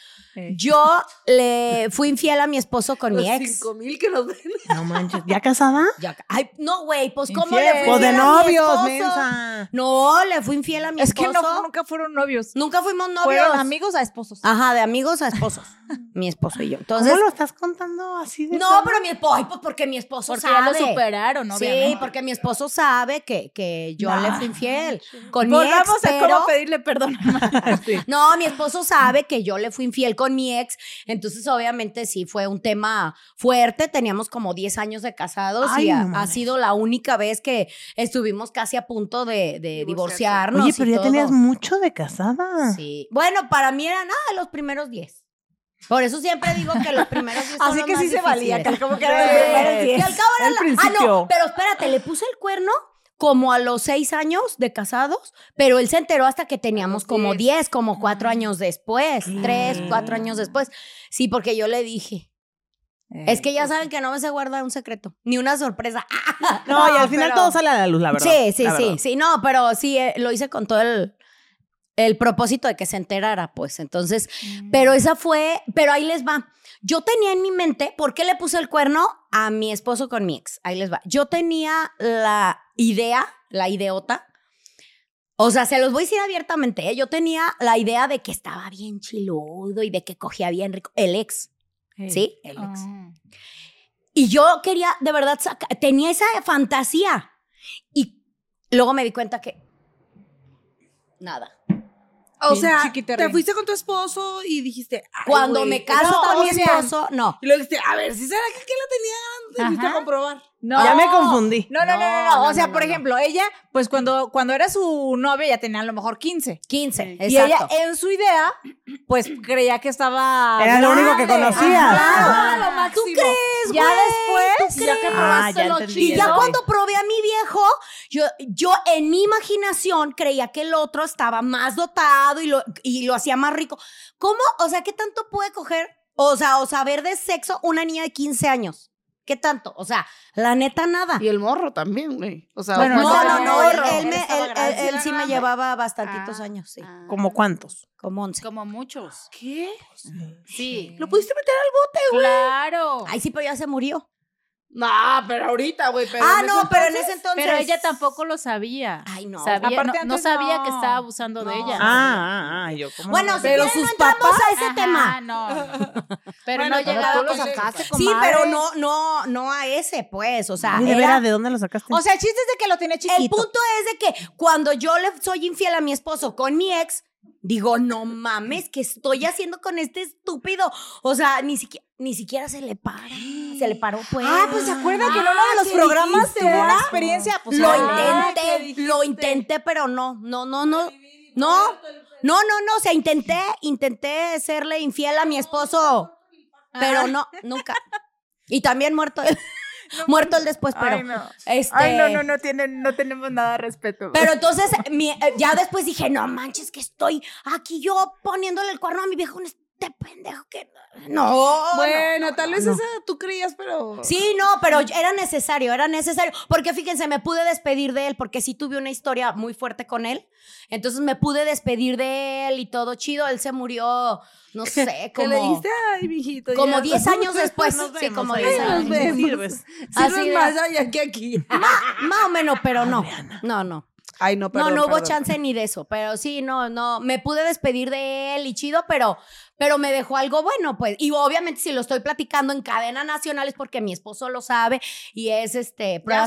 Speaker 1: Yo le fui infiel a mi esposo con
Speaker 2: Los
Speaker 1: mi ex.
Speaker 2: cinco mil que nos ven.
Speaker 3: No manches. ¿Ya casada?
Speaker 1: Ya- ay, no, güey, pues cómo
Speaker 5: Infiel.
Speaker 1: le fui
Speaker 3: Pues de
Speaker 1: infiel a mi
Speaker 3: novios,
Speaker 1: esposo?
Speaker 3: mensa.
Speaker 1: No, le fui infiel a mi
Speaker 6: Es que
Speaker 1: esposo.
Speaker 6: no, nunca fueron novios.
Speaker 1: Nunca fuimos novios.
Speaker 6: Fueron amigos a esposos.
Speaker 1: Ajá, de amigos a esposos. mi esposo y yo. Entonces,
Speaker 3: ¿Cómo lo estás contando así de
Speaker 1: no, pero mi esposo, ay, pues porque mi esposo
Speaker 5: Porque ya lo
Speaker 1: sabe.
Speaker 5: superaron, obviamente.
Speaker 1: sí, porque mi esposo sabe que, que yo le fui infiel con mi ex,
Speaker 5: Volvamos a
Speaker 1: pero-
Speaker 5: cómo pedirle perdón.
Speaker 1: No, mi esposo sabe que yo le fui infiel con mi ex, entonces obviamente sí fue un tema fuerte, teníamos como 10 años de casados
Speaker 3: Ay,
Speaker 1: y ha,
Speaker 3: no
Speaker 1: ha
Speaker 3: mames.
Speaker 1: sido la única vez que estuvimos casi a punto de, de divorciarnos.
Speaker 3: Oye,
Speaker 1: y
Speaker 3: pero ya
Speaker 1: todo.
Speaker 3: tenías mucho de
Speaker 6: Ah.
Speaker 3: casada.
Speaker 1: Sí. Bueno, para mí era nada, los primeros 10. Por eso siempre digo que los primeros
Speaker 6: <laughs>
Speaker 1: 10 son
Speaker 6: Así
Speaker 1: los
Speaker 6: que
Speaker 1: más
Speaker 6: sí se valía,
Speaker 1: difíciles.
Speaker 6: que como que
Speaker 1: Sí,
Speaker 6: era de primeros
Speaker 1: que
Speaker 6: diez.
Speaker 1: al cabo era
Speaker 3: Al
Speaker 1: la- Ah,
Speaker 3: principio.
Speaker 1: no, pero espérate, le puse el cuerno como a los seis años de casados, pero él se enteró hasta que teníamos como diez, como cuatro
Speaker 6: Mm.
Speaker 1: años después, tres, cuatro años después. Sí, porque yo le dije. Es que ya saben que no me se guarda un secreto, ni una sorpresa.
Speaker 3: No, y
Speaker 1: No,
Speaker 3: al final
Speaker 1: pero-
Speaker 3: todo sale a la luz, la verdad.
Speaker 1: sí, sí,
Speaker 3: la
Speaker 1: sí,
Speaker 3: verdad.
Speaker 1: sí, no, pero sí, eh, lo hice con todo el, el propósito de que se enterara, pues. Entonces, pero esa fue, pero ahí les va. Yo tenía en mi mente, ¿por qué le puse el cuerno a mi esposo con mi ex? Ahí les va. Yo tenía la idea, la ideota. O sea, se los voy a decir abiertamente. ¿eh? Yo tenía la idea de que estaba bien chiludo y de que cogía bien rico. El ex. ¿Sí? El ex.
Speaker 5: Ah.
Speaker 1: Y yo quería, de verdad, saca- tenía esa fantasía. Y luego me di cuenta que. Nada.
Speaker 2: O
Speaker 6: Bien
Speaker 2: sea,
Speaker 6: chiquiterrín.
Speaker 2: te fuiste con tu esposo y dijiste. ay,
Speaker 1: Cuando
Speaker 2: güey,
Speaker 1: me caso
Speaker 2: no,
Speaker 1: con mi
Speaker 2: o sea,
Speaker 1: esposo, no.
Speaker 2: Y luego dijiste, a ver, si será que, que la tenía te fuiste a
Speaker 5: Ajá.
Speaker 2: comprobar.
Speaker 6: No.
Speaker 3: Ya me confundí.
Speaker 6: No, no, no, no, no.
Speaker 5: No,
Speaker 6: O sea,
Speaker 5: no,
Speaker 6: por
Speaker 5: no, no.
Speaker 6: ejemplo, ella, pues cuando, cuando era su novia ya tenía a lo mejor 15.
Speaker 1: 15,
Speaker 6: Y
Speaker 1: exacto.
Speaker 6: ella en su idea, pues creía que estaba.
Speaker 3: Era lo único que
Speaker 6: grande.
Speaker 3: conocía.
Speaker 6: Ajá,
Speaker 1: Ajá.
Speaker 6: lo máximo.
Speaker 1: ¿Tú crees,
Speaker 6: Ya
Speaker 1: güey?
Speaker 6: después.
Speaker 1: ¿Tú crees?
Speaker 3: Ah, ya
Speaker 5: los
Speaker 3: entendí.
Speaker 1: Y ya
Speaker 5: Eso.
Speaker 1: cuando probé a mi viejo, yo, yo en mi imaginación creía que el otro estaba más dotado y lo, y lo hacía más rico. ¿Cómo? O sea, ¿qué tanto puede coger? O sea, o saber de sexo una niña de 15 años. ¿Qué tanto? O sea, la neta nada.
Speaker 2: Y el morro también, güey.
Speaker 6: Ah,
Speaker 2: O sea,
Speaker 5: Bueno,
Speaker 1: No,
Speaker 5: no,
Speaker 1: no,
Speaker 5: no,
Speaker 1: no. Él,
Speaker 5: no,
Speaker 6: eh,
Speaker 1: él me-
Speaker 2: él estaba
Speaker 1: él- él-
Speaker 2: grande.
Speaker 1: él sí me llevaba bastantitos
Speaker 5: Ah,
Speaker 1: años, sí.
Speaker 3: ¿Como cuántos?
Speaker 1: Como 11.
Speaker 5: Como muchos.
Speaker 2: ¿Qué?
Speaker 5: Sí.
Speaker 2: ¿Lo pudiste meter al bote?
Speaker 5: Claro.
Speaker 1: Ay, sí, pero ya se murió.
Speaker 2: No, pero ahorita, güey. pero
Speaker 1: ah,
Speaker 2: en
Speaker 1: no,
Speaker 2: ese
Speaker 1: pero en
Speaker 2: entonces-
Speaker 1: ese entonces.
Speaker 5: Pero ella tampoco lo sabía.
Speaker 1: Ay, no.
Speaker 5: Sabía-
Speaker 6: Aparte,
Speaker 5: no- no,
Speaker 6: antes
Speaker 5: sabía
Speaker 6: no.
Speaker 5: que estaba abusando de ella.
Speaker 3: Ah, ah, ah, yo como.
Speaker 1: Bueno,
Speaker 6: Pero
Speaker 1: si quieren,
Speaker 6: sus
Speaker 1: no entramos a ese
Speaker 5: Ajá,
Speaker 1: tema.
Speaker 6: <laughs>
Speaker 5: No. Pero
Speaker 2: Bueno,
Speaker 5: no
Speaker 2: pero
Speaker 5: llegaba
Speaker 2: tú lo
Speaker 5: con ese
Speaker 2: sacaste
Speaker 5: papá.
Speaker 1: Sí,
Speaker 6: comadre.
Speaker 1: pero no, no, no a ese, pues. O sea,
Speaker 3: ¿Y de
Speaker 1: era-
Speaker 3: veras de dónde lo sacaste?
Speaker 6: O sea, el chiste es de que lo tenía chiquito.
Speaker 1: El punto es de que cuando yo le soy infiel a mi esposo con mi ex, digo, no mames, ¿qué estoy haciendo con este estúpido? O sea, ni siquiera, ni siquiera se le para. Se le paró, pues.
Speaker 6: Ah, pues se acuerdan que en uno de los
Speaker 1: ¿qué
Speaker 6: programas
Speaker 1: dijiste?
Speaker 6: tuvo una experiencia. Pues,
Speaker 1: lo
Speaker 6: ah,
Speaker 2: ¿qué
Speaker 1: intenté,
Speaker 2: dijiste?
Speaker 1: lo intenté, pero no, no, no, no. No, no, no, no, o sea, intenté, intenté serle infiel a mi esposo, pero
Speaker 2: Ah.
Speaker 1: no, nunca. Y también muerto
Speaker 2: <laughs>
Speaker 1: él, muerto él después, pero este
Speaker 6: no, tienen, no tenemos nada de respeto.
Speaker 1: Pero entonces, mi- eh, ya después dije, no manches, que estoy aquí yo poniéndole el cuerno a mi viejo con este pendejo que... No. Oh.
Speaker 2: Bueno, tal vez esa tú creías, pero.
Speaker 1: Sí, no, pero era necesario, era necesario. Porque fíjense, me pude despedir de él porque sí tuve una historia muy fuerte con él. Entonces me pude despedir de él y todo chido. Él se murió, no sé,
Speaker 2: Que
Speaker 1: como...
Speaker 2: le dijiste, ay, mijito.
Speaker 1: Como
Speaker 2: ya".
Speaker 1: 10
Speaker 2: <laughs>
Speaker 1: años después.
Speaker 3: Pues Nos vemos,
Speaker 1: sí, como
Speaker 3: ahí
Speaker 1: 10
Speaker 2: nos
Speaker 1: años.
Speaker 2: vemos.
Speaker 3: Sirves.
Speaker 1: Así
Speaker 2: Sirven
Speaker 1: de-
Speaker 2: más allá que aquí.
Speaker 1: Más o menos, pero no. No, no.
Speaker 2: Ay, no, perdón.
Speaker 1: no, no hubo
Speaker 2: perdón.
Speaker 1: chance ni de eso, pero sí, no, no, me pude despedir de él y chido, pero, pero me dejó algo bueno, pues, y obviamente si lo estoy platicando en cadena nacional es porque mi esposo lo sabe y es, este, prueba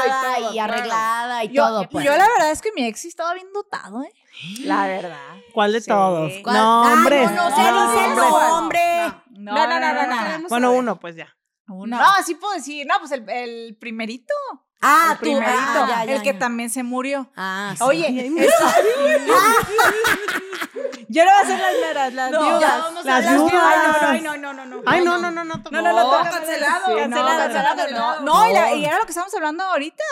Speaker 1: superada
Speaker 2: y
Speaker 1: y,
Speaker 2: todo, claro.
Speaker 1: arreglada y
Speaker 6: yo,
Speaker 1: todo, pues.
Speaker 6: yo la verdad es que mi ex sí estaba bien dotado, ¿eh?
Speaker 5: La verdad.
Speaker 3: ¿Cuál de todos?
Speaker 1: ¿Cuál?
Speaker 3: No,
Speaker 1: Ay,
Speaker 3: hombre.
Speaker 1: no, no sé,
Speaker 3: No,
Speaker 1: dice el
Speaker 3: hombre.
Speaker 1: nombre.
Speaker 6: No, no, no, no, no, no.
Speaker 2: queremos
Speaker 3: Bueno,
Speaker 2: saber.
Speaker 3: uno, pues ya.
Speaker 6: No, sí puedo decir. No, pues el, el primerito.
Speaker 1: Ah,
Speaker 6: el
Speaker 1: tú,
Speaker 6: primerito.
Speaker 1: ah, ya, ya,
Speaker 6: el que
Speaker 1: ya.
Speaker 6: también se murió.
Speaker 1: Ah, sí.
Speaker 6: Oye, eso- yo no voy a hacer las meras, las
Speaker 2: No,
Speaker 6: viudas.
Speaker 2: ya vamos
Speaker 3: a Las hablar. viudas.
Speaker 6: Ay, no, no, no, no, no, no.
Speaker 3: Ay, no, no, no, no.
Speaker 6: No, no, no,
Speaker 2: No,
Speaker 6: toca-
Speaker 2: cancelado,
Speaker 6: sí,
Speaker 2: no,
Speaker 6: cancelado, cancelado,
Speaker 2: cancelado.
Speaker 6: no. No, y, la- y era lo que estamos hablando ahorita.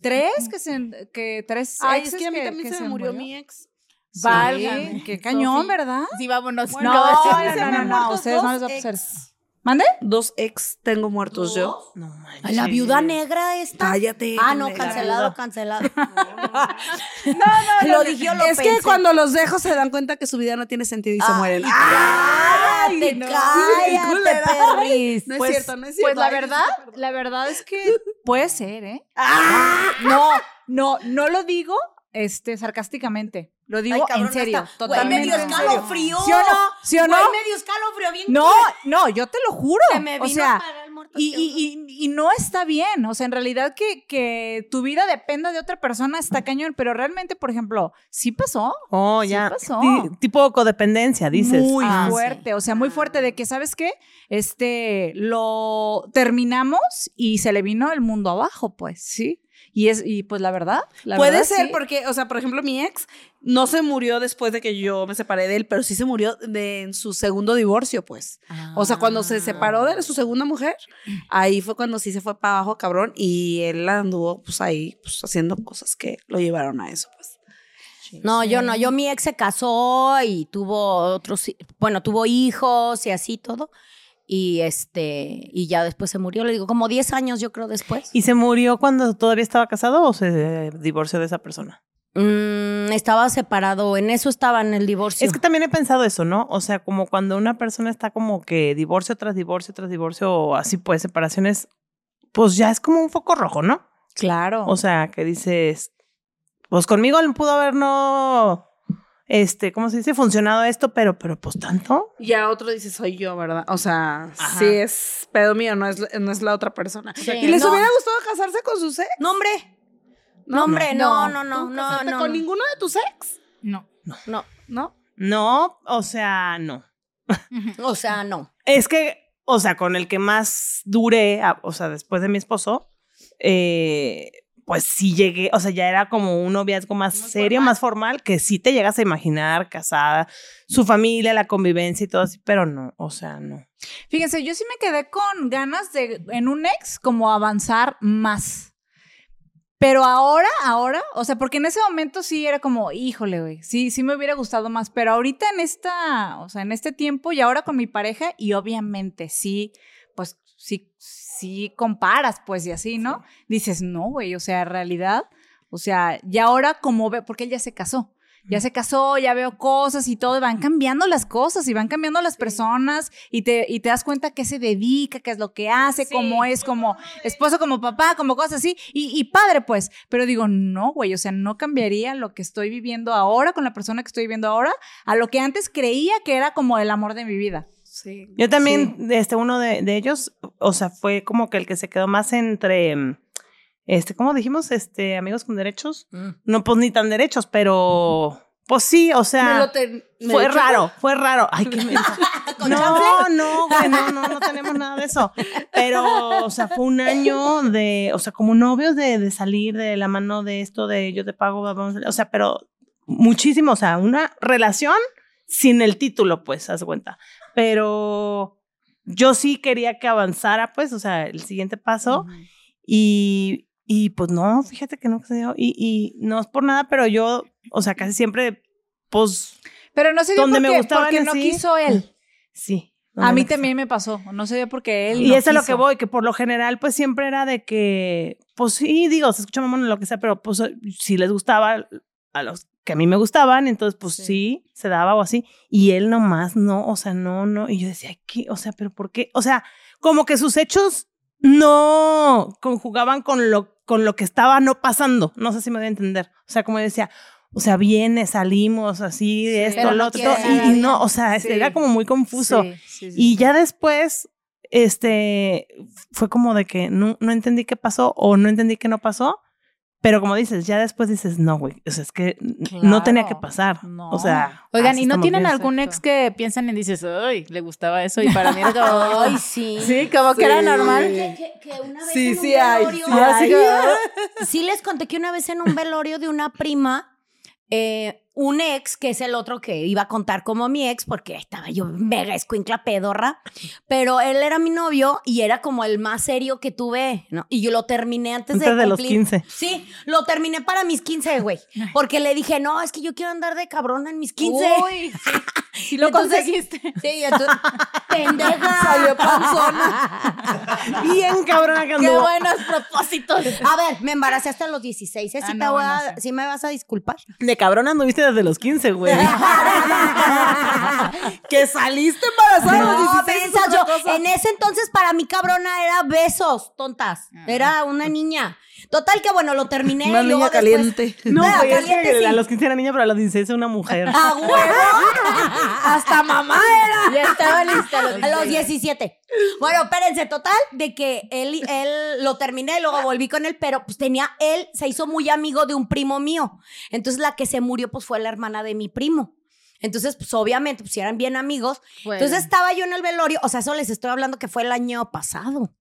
Speaker 6: Tres que se, que tres
Speaker 2: Ay, es
Speaker 6: exes
Speaker 2: que a mí también se, me murió, mi ex.
Speaker 6: Sí,
Speaker 5: Válgame,
Speaker 6: qué cañón,
Speaker 5: Sofi.
Speaker 6: ¿verdad?
Speaker 5: Sí, vámonos.
Speaker 6: No, no, no, no, no, ustedes no les va a pasar. ¿Mande?
Speaker 2: Dos ex tengo muertos yo.
Speaker 3: No manches.
Speaker 1: Ay, la viuda negra esta.
Speaker 2: Cállate.
Speaker 1: Ah, no,
Speaker 2: negra.
Speaker 1: cancelado, cancelado.
Speaker 6: <laughs> No,
Speaker 1: <laughs>
Speaker 6: no,
Speaker 1: Lo dije, yo lo
Speaker 2: Es que
Speaker 1: pensé.
Speaker 2: cuando los dejo se dan cuenta que su vida no tiene sentido y se
Speaker 1: Ay,
Speaker 2: mueren.
Speaker 1: ¡Cállate,
Speaker 2: no.
Speaker 1: cállate,
Speaker 2: Culera.
Speaker 1: perris!
Speaker 2: No es
Speaker 6: pues-
Speaker 2: cierto, no es cierto.
Speaker 6: Pues la
Speaker 2: Ay,
Speaker 6: verdad, la verdad es que puede ser, ¿eh? No, no, no lo digo este sarcásticamente. Lo digo
Speaker 1: Ay, cabrón,
Speaker 6: en serio,
Speaker 1: hasta- güey,
Speaker 6: totalmente.
Speaker 1: me dio
Speaker 6: en serio.
Speaker 1: escalofrío.
Speaker 6: ¿Sí o no? ¿Sí o no?
Speaker 1: Güey, me dio escalofrío bien
Speaker 6: No,
Speaker 1: culero.
Speaker 6: no, yo te lo juro.
Speaker 1: Se me vino
Speaker 6: o sea,
Speaker 1: para el muerto.
Speaker 6: y, y- y- y no está bien. O sea, en realidad que, que tu vida dependa de otra persona está cañón. Pero realmente, por ejemplo, sí pasó.
Speaker 3: Oh,
Speaker 6: Sí
Speaker 3: ya.
Speaker 6: pasó.
Speaker 3: Ti- tipo codependencia, dices.
Speaker 6: Muy
Speaker 1: Ah,
Speaker 6: fuerte, o sea, muy fuerte de que, ¿sabes qué? Este, lo terminamos y se le vino el mundo abajo, pues, ¿sí? Y es, y pues la verdad, la
Speaker 2: Puede
Speaker 6: verdad,
Speaker 2: ser
Speaker 6: sí.
Speaker 2: porque, o sea, por ejemplo, mi ex no se murió después de que yo me separé de él, pero sí se murió de, en su segundo divorcio, pues. O sea, cuando se separó de su segunda mujer, ahí fue cuando sí se fue para abajo, cabrón, y él anduvo, pues, ahí, pues, haciendo cosas que lo llevaron a eso, pues.
Speaker 1: No, yo no, yo mi ex se casó y tuvo otros, hi- bueno, tuvo hijos y así todo. Y este, y ya después se murió, le digo, como 10 años yo creo después.
Speaker 3: ¿Y se murió cuando todavía estaba casado o se eh, divorció de esa persona?
Speaker 1: Mm, estaba separado, en eso estaba en el divorcio.
Speaker 3: Es que también he pensado eso, ¿no? O sea, como cuando una persona está como que divorcio tras divorcio tras divorcio o así pues separaciones, pues ya es como un foco rojo, ¿no?
Speaker 6: Claro.
Speaker 3: O sea, que dices, pues conmigo pudo haber no, este, ¿cómo se dice? Funcionado esto, pero, pero pues tanto.
Speaker 2: Y a otro dice, soy yo, ¿verdad? O sea,
Speaker 3: Ajá.
Speaker 2: sí es pedo mío, no es, la- no es la otra persona.
Speaker 1: Sí,
Speaker 2: ¿Y les
Speaker 1: no.
Speaker 2: hubiera gustado casarse con sus ex?
Speaker 1: No, hombre. No, hombre, no, no, no,
Speaker 2: ¿Tú
Speaker 1: no,
Speaker 2: casaste
Speaker 1: no.
Speaker 2: ¿Con
Speaker 1: no.
Speaker 2: ninguno de tus ex?
Speaker 5: No.
Speaker 2: ¿No?
Speaker 3: No, o sea, no.
Speaker 1: O sea, no.
Speaker 3: Es que o sea, con el que más duré, a- o sea, después de mi esposo, eh, pues sí llegué, o sea, ya era como un noviazgo más
Speaker 5: Muy
Speaker 3: serio,
Speaker 5: formal.
Speaker 3: más formal, que sí te llegas a imaginar casada, su familia, la convivencia y todo así, pero no, o sea, no.
Speaker 6: Fíjense, yo sí me quedé con ganas de en un ex como avanzar más. Pero ahora, ahora, o sea, porque en ese momento sí era como, híjole, güey, sí, sí me hubiera gustado más, pero ahorita en esta, o sea, en este tiempo y ahora con mi pareja y obviamente sí, pues sí, sí comparas, pues y así, ¿no? Dices, no, güey, o sea, en realidad, o sea, y ahora como ve, porque él ya se casó, ya se casó, ya veo cosas y todo, y van cambiando las cosas y van cambiando las personas y te, y te das cuenta qué se dedica, qué es lo que hace,
Speaker 5: Sí.
Speaker 6: cómo es, como esposo, como papá, como cosas así, y, y padre pues, pero digo, no, güey, o sea, no cambiaría lo que estoy viviendo ahora con la persona que estoy viviendo ahora a lo que antes creía que era como el amor de mi vida.
Speaker 5: Sí.
Speaker 3: Yo también, este, uno de, de ellos, o sea, fue como que el que se quedó más entre, mm, este, ¿cómo dijimos? Este, amigos con derechos.
Speaker 2: Mm.
Speaker 3: No, pues ni tan derechos, pero, pues sí, o sea.
Speaker 2: Me lo ten- me
Speaker 3: Fue
Speaker 2: lo-
Speaker 3: raro, fue raro. Ay,
Speaker 2: <laughs>
Speaker 3: qué mensa. No, no, güey, no, no, no tenemos nada de eso. Pero, o sea, fue un año de, o sea, como novios de, de salir de la mano de esto, de yo te pago, vamos, a- o sea, pero muchísimo, o sea, una relación sin el título, pues, haz de cuenta. Pero yo sí quería que avanzara, pues, o sea, el siguiente paso. Y, y pues no, fíjate que no se dio. Y, y no es por nada, pero yo, o sea, casi siempre, pues,
Speaker 6: Pero no sé dio
Speaker 3: Donde me
Speaker 6: porque,
Speaker 3: gustaban
Speaker 6: porque no
Speaker 3: así.
Speaker 6: quiso él.
Speaker 3: sí. no
Speaker 6: A
Speaker 3: me
Speaker 6: mí
Speaker 3: lo-
Speaker 6: también me pasó, no sé porque él
Speaker 3: Y
Speaker 6: no
Speaker 3: eso es lo que
Speaker 6: quiso.
Speaker 3: voy, que por lo general, pues siempre era de que, pues sí, digo, se escucha mamón o lo que sea, pero pues si les gustaba a los que a mí me gustaban, entonces pues sí, se daba o así. Y él nomás no, o sea, no, no. Y yo decía, ¿qué? O sea, ¿pero por qué? O sea, como que sus hechos no conjugaban con lo, con lo que estaba no pasando. No sé si me voy a entender. O sea, como yo decía, o sea, viene, salimos, así, esto,
Speaker 5: pero
Speaker 3: lo
Speaker 5: no
Speaker 3: otro.
Speaker 5: quiere
Speaker 3: Y,
Speaker 5: nada
Speaker 3: y no, o sea,
Speaker 6: Sí.
Speaker 3: era como muy confuso.
Speaker 6: Sí, sí, sí,
Speaker 3: Y
Speaker 6: sí.
Speaker 3: ya después, este, fue como de que no, no entendí qué pasó o no entendí qué no pasó. Pero como dices, ya después dices, no, güey, o sea, es que n- no tenía que
Speaker 6: Claro,
Speaker 3: pasar.
Speaker 6: no.
Speaker 3: O sea.
Speaker 5: Oigan,
Speaker 3: así
Speaker 5: ¿y no
Speaker 3: estamos
Speaker 5: tienen
Speaker 3: bien.
Speaker 5: algún
Speaker 6: Exacto.
Speaker 5: ex que piensan en dices, ay, le gustaba eso? Y para mí
Speaker 6: <laughs>
Speaker 5: era como,
Speaker 1: Ay, sí.
Speaker 5: sí, como que era normal.
Speaker 1: Que, que- que una vez
Speaker 2: Sí,
Speaker 1: en un
Speaker 2: sí hay,
Speaker 1: velorio-
Speaker 2: sí hay.
Speaker 1: <laughs> Sí les conté que una vez en un velorio de una prima, eh, un ex, que es el otro que iba a contar como mi ex, porque estaba yo mega escuincla pedorra, pero él era mi novio y era como el más serio que tuve, ¿no? Y yo lo terminé antes,
Speaker 3: Antes de los
Speaker 1: cumplir- <laughs>
Speaker 3: 15.
Speaker 1: Sí, lo terminé para mis 15, güey. Porque le dije, no, es que yo quiero andar de cabrona en mis 15.
Speaker 6: Uy, sí.
Speaker 1: <laughs> sí,
Speaker 6: lo conseguiste.
Speaker 1: Sí, entonces, pendeja.
Speaker 6: Salió
Speaker 1: <laughs>
Speaker 3: Bien cabrona que anduvo.
Speaker 1: buenos propósitos. A ver, me embaracé hasta los 16. ¿eh?
Speaker 5: Ah,
Speaker 1: ¿Sí, te
Speaker 5: no,
Speaker 1: voy
Speaker 5: bueno,
Speaker 1: a- sí me vas a disculpar?
Speaker 3: De cabrona anduviste desde los 15, güey.
Speaker 2: Que saliste embarazada a
Speaker 1: No,
Speaker 2: los 16 es
Speaker 1: piensa
Speaker 2: otra
Speaker 1: yo,
Speaker 2: cosa.
Speaker 1: en ese entonces para mi cabrona era besos, tontas. Era una niña. Total que bueno, lo terminé.
Speaker 2: Una
Speaker 1: y luego
Speaker 2: niña
Speaker 1: después-
Speaker 2: caliente.
Speaker 3: No,
Speaker 1: Ah,
Speaker 3: güey, es que
Speaker 1: caliente sí.
Speaker 3: a los 15 era niña, pero a los 16 era
Speaker 1: <laughs>
Speaker 3: una mujer.
Speaker 1: ¡A huevo! Hasta mamá era.
Speaker 5: Ya estaba lista.
Speaker 1: A los 17. Bueno, espérense, total, de que él, él lo terminé, luego volví con él, pero pues tenía él, se hizo muy amigo de un primo mío. Entonces la que se murió pues fue la hermana de mi primo. Entonces, pues obviamente, pues si eran bien amigos. Entonces estaba yo en el velorio, o sea, eso les estoy hablando que fue el año pasado.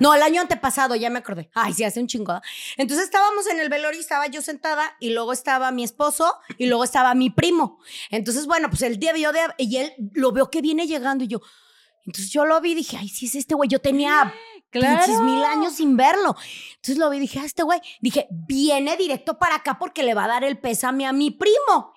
Speaker 1: No, el año antepasado, ya me acordé. Ay, sí, hace un chingo. ¿ah? Entonces estábamos en el velorio y estaba yo sentada y luego estaba mi esposo y luego estaba mi primo. Entonces, bueno, pues el día vio de... Y él lo veo que viene llegando y yo... Entonces yo lo vi y dije, ay, sí es este güey. Yo tenía pinches mil años sin verlo. Entonces lo vi y dije, ah, este güey. Dije, viene directo para acá porque le va a dar el pésame a mi primo.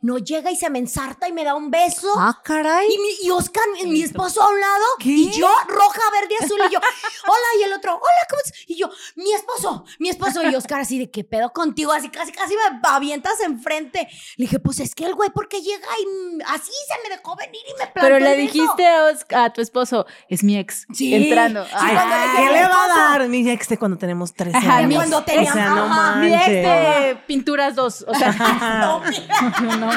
Speaker 1: No llega y se me ensarta y me da un beso.
Speaker 6: Ah, caray.
Speaker 1: Y, mi, y Oscar, mi- mi esposo a un lado, y yo roja, verde, azul, y yo, hola, y el otro, hola, ¿cómo estás? Y yo, mi esposo, mi esposo, y Oscar así de, ¿qué pedo contigo? Así casi, casi me avientas enfrente. Le dije, pues es que el güey, porque llega y mm, así se me dejó venir y me plantó
Speaker 5: Pero
Speaker 1: el
Speaker 5: le
Speaker 1: beso.
Speaker 5: dijiste a, Os- a tu esposo, es mi ex,
Speaker 1: Sí.
Speaker 5: entrando.
Speaker 1: Sí,
Speaker 5: Ay,
Speaker 1: cuando le dije,
Speaker 3: ¿Qué le va
Speaker 1: esposo.
Speaker 3: a dar mi ex de cuando tenemos 13
Speaker 5: Ajá,
Speaker 3: años?
Speaker 5: mi-
Speaker 1: cuando tenía-
Speaker 3: o sea, no
Speaker 1: ajá,
Speaker 5: mi ex
Speaker 3: manches.
Speaker 6: este,
Speaker 5: de pinturas 2, o sea,
Speaker 1: No, mira,
Speaker 5: no,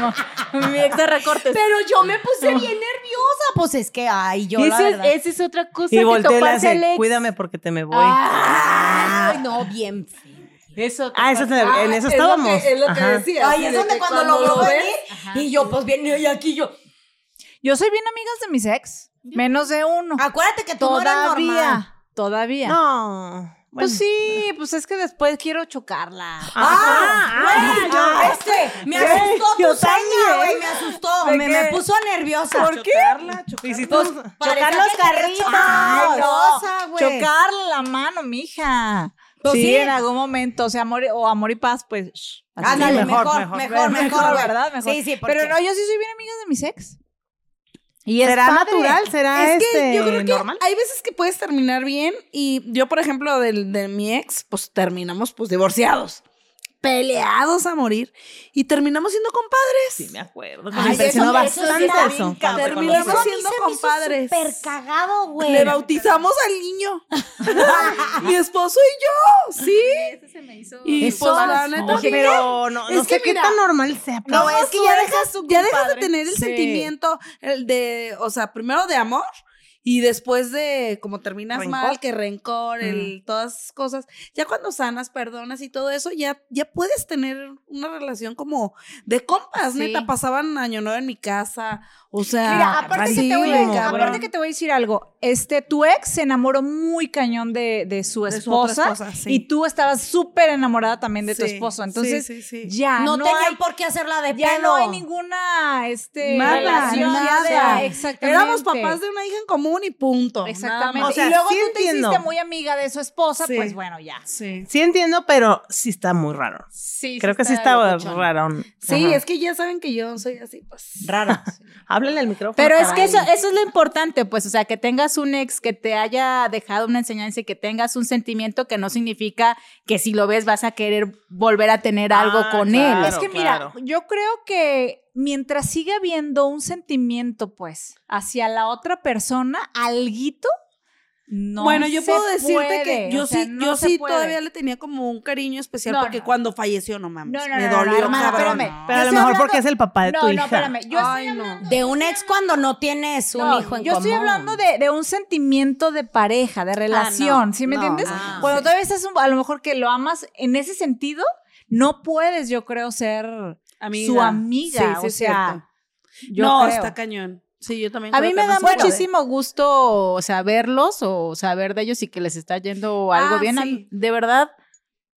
Speaker 5: no, mi ex de recortes.
Speaker 1: pero yo me puse bien nerviosa. Pues es que, ay, yo la
Speaker 5: Esa es,
Speaker 1: verdad.
Speaker 5: esa es otra cosa
Speaker 3: Y
Speaker 5: que
Speaker 3: volteé y le
Speaker 5: toparse
Speaker 3: hace,
Speaker 5: al ex.
Speaker 3: cuídame porque te me voy.
Speaker 1: Ah, Ay, no, bien feo.
Speaker 5: Eso.
Speaker 3: Ah, eso es en,
Speaker 2: Ah,
Speaker 3: en eso
Speaker 2: es lo que-
Speaker 3: estábamos.
Speaker 2: Es <laughs> lo que,
Speaker 3: Ajá.
Speaker 2: decía.
Speaker 1: Ay, es donde cuando, lo veo
Speaker 2: ves,
Speaker 1: venir, y yo, pues viene y aquí yo.
Speaker 6: Yo soy bien amigas de mis ex, menos de uno.
Speaker 1: Acuérdate que tú no eras normal.
Speaker 6: Todavía, todavía.
Speaker 3: No. bueno.
Speaker 6: Pues sí, pues es que después quiero chocarla.
Speaker 1: ¡Ah! güey,
Speaker 3: ah,
Speaker 1: este, me
Speaker 3: ¿qué?
Speaker 1: asustó
Speaker 3: Yo
Speaker 1: tu seña,
Speaker 3: también.
Speaker 1: güey, me asustó,
Speaker 3: ¿De
Speaker 1: me,
Speaker 3: qué?
Speaker 1: me puso nerviosa.
Speaker 3: ¿Por qué? Chocarla, pues, Y si tú-
Speaker 1: Parecía
Speaker 6: los
Speaker 1: que quería
Speaker 6: carritos.
Speaker 1: chocar
Speaker 6: Ay,
Speaker 1: la
Speaker 6: no.
Speaker 1: rosa, güey.
Speaker 6: Chocarle la mano, mija.
Speaker 1: Pues
Speaker 6: sí,
Speaker 1: sí.
Speaker 6: en algún momento, o sea, amor, o amor y paz, pues. shh, así.
Speaker 1: Ándale,
Speaker 3: mejor,
Speaker 1: mejor,
Speaker 3: mejor,
Speaker 1: mejor, mejor, güey.
Speaker 6: ¿verdad? Mejor.
Speaker 1: Sí, sí, porque
Speaker 6: Pero no, yo sí soy bien amiga de mis ex.
Speaker 5: Y es
Speaker 3: ¿Será
Speaker 5: padre.
Speaker 3: natural? ¿Será
Speaker 2: Es que
Speaker 3: este,
Speaker 2: yo creo que
Speaker 3: normal?
Speaker 2: hay veces que puedes terminar bien y yo, por ejemplo, del- de, mi ex, pues terminamos pues divorciados, peleados a morir y terminamos siendo compadres.
Speaker 3: Sí, me acuerdo.
Speaker 1: Ay,
Speaker 3: Me impresionó
Speaker 1: eso- eso sí
Speaker 3: bastante
Speaker 1: está
Speaker 3: eso.
Speaker 1: bien
Speaker 3: cuando
Speaker 1: cabrón.
Speaker 2: Terminamos
Speaker 1: Eso a mí
Speaker 2: siendo
Speaker 1: se me hizo
Speaker 2: compadres.
Speaker 1: súper cagado, güey.
Speaker 2: Le bautizamos al
Speaker 3: <laughs>
Speaker 2: niño. mi esposo y yo, sí. Y
Speaker 1: Eso-
Speaker 2: pues la neta,
Speaker 3: No,
Speaker 2: ¿qué?
Speaker 3: pero no, no
Speaker 2: Es
Speaker 3: sé
Speaker 2: que
Speaker 3: qué
Speaker 2: mira,
Speaker 3: tan normal sea. pero-
Speaker 2: No, es que ya dejas, ya dejas de tener el
Speaker 6: Sí.
Speaker 2: sentimiento el de, o sea, primero de amor y después de como terminas
Speaker 3: Rencor.
Speaker 2: mal, que rencor, el, todas esas cosas. Ya cuando sanas, perdonas y todo eso, ya, ya puedes tener una relación como de compas,
Speaker 5: Sí.
Speaker 2: neta. Pasaban año nuevo en mi casa, o sea.
Speaker 6: Mira, aparte, que
Speaker 2: sí,
Speaker 6: te voy a,
Speaker 2: cabrón.
Speaker 6: aparte que te voy a decir algo. Este, tu ex se enamoró muy cañón de, de su
Speaker 2: De su otra
Speaker 6: esposa.
Speaker 2: esposa, sí.
Speaker 6: Y tú estabas súper enamorada también de tu
Speaker 2: Sí,
Speaker 6: esposo.
Speaker 2: sí,
Speaker 6: Entonces,
Speaker 2: sí, sí.
Speaker 6: ya
Speaker 1: no,
Speaker 6: no,
Speaker 1: tenían
Speaker 6: hay,
Speaker 1: por qué hacerla de
Speaker 6: ya
Speaker 1: pelo.
Speaker 6: no hay ninguna este,
Speaker 2: Nada,
Speaker 6: relación.
Speaker 2: nada.
Speaker 6: ya de- exactamente.
Speaker 2: Éramos papás de una hija en común y punto.
Speaker 6: Exactamente.
Speaker 3: más. O sea,
Speaker 6: y luego
Speaker 3: sí
Speaker 6: tú
Speaker 3: entiendo.
Speaker 6: te hiciste muy amiga de su esposa,
Speaker 2: Sí.
Speaker 6: pues bueno, ya.
Speaker 2: Sí.
Speaker 3: Sí entiendo, pero sí está muy raro.
Speaker 5: Sí,
Speaker 3: Creo que sí está
Speaker 5: locochón.
Speaker 3: raro.
Speaker 2: Sí, es que ya saben que yo soy así, pues.
Speaker 1: Rara.
Speaker 3: Háblale al micrófono.
Speaker 5: Pero es que
Speaker 3: caray.
Speaker 5: eso, eso es lo importante, pues, o sea, que tengas un ex que te haya dejado una enseñanza y que tengas un sentimiento que no significa que si lo ves vas a querer volver a tener algo
Speaker 3: Ah,
Speaker 5: con
Speaker 3: claro.
Speaker 5: él.
Speaker 6: es que mira,
Speaker 3: claro.
Speaker 6: yo creo que mientras siga habiendo un sentimiento, pues, hacia la otra persona, alguito, no.
Speaker 2: bueno, yo
Speaker 6: se
Speaker 2: puedo decirte
Speaker 6: puede,
Speaker 2: que yo
Speaker 6: o sea,
Speaker 2: sí,
Speaker 6: no
Speaker 2: yo
Speaker 6: se
Speaker 2: sí
Speaker 6: puede.
Speaker 2: todavía le tenía como un cariño especial
Speaker 6: No,
Speaker 2: porque
Speaker 6: no.
Speaker 2: cuando falleció, no mames,
Speaker 6: No, no,
Speaker 2: me
Speaker 6: no, no,
Speaker 2: dolió,
Speaker 6: no, hermana,
Speaker 2: cabrón.
Speaker 6: espérame.
Speaker 3: Pero
Speaker 6: Yo
Speaker 3: a lo
Speaker 6: estoy
Speaker 3: mejor
Speaker 6: hablando-
Speaker 3: porque es el papá de tu
Speaker 6: No,
Speaker 3: hija.
Speaker 6: no, espérame. Yo
Speaker 2: Ay,
Speaker 6: estoy
Speaker 2: no.
Speaker 6: hablando.
Speaker 1: De un ex cuando no tienes un
Speaker 6: No,
Speaker 1: hijo en
Speaker 6: yo estoy
Speaker 1: común.
Speaker 6: hablando de, de un sentimiento de pareja, de relación, ¿sí me
Speaker 2: no,
Speaker 6: entiendes?
Speaker 1: ah,
Speaker 6: Cuando todavía estás un- a lo mejor que lo amas en ese sentido, no puedes, yo creo, ser su amiga, o
Speaker 2: es
Speaker 6: sea,
Speaker 2: cierto.
Speaker 6: yo
Speaker 2: no,
Speaker 6: creo.
Speaker 2: está cañón. Sí, yo también.
Speaker 5: A
Speaker 2: creo
Speaker 5: mí me
Speaker 2: que no
Speaker 5: da
Speaker 2: se puede.
Speaker 5: muchísimo gusto saberlos o saber de ellos y que les está yendo algo
Speaker 2: Ah,
Speaker 5: bien. A
Speaker 2: sí.
Speaker 5: mí, De verdad,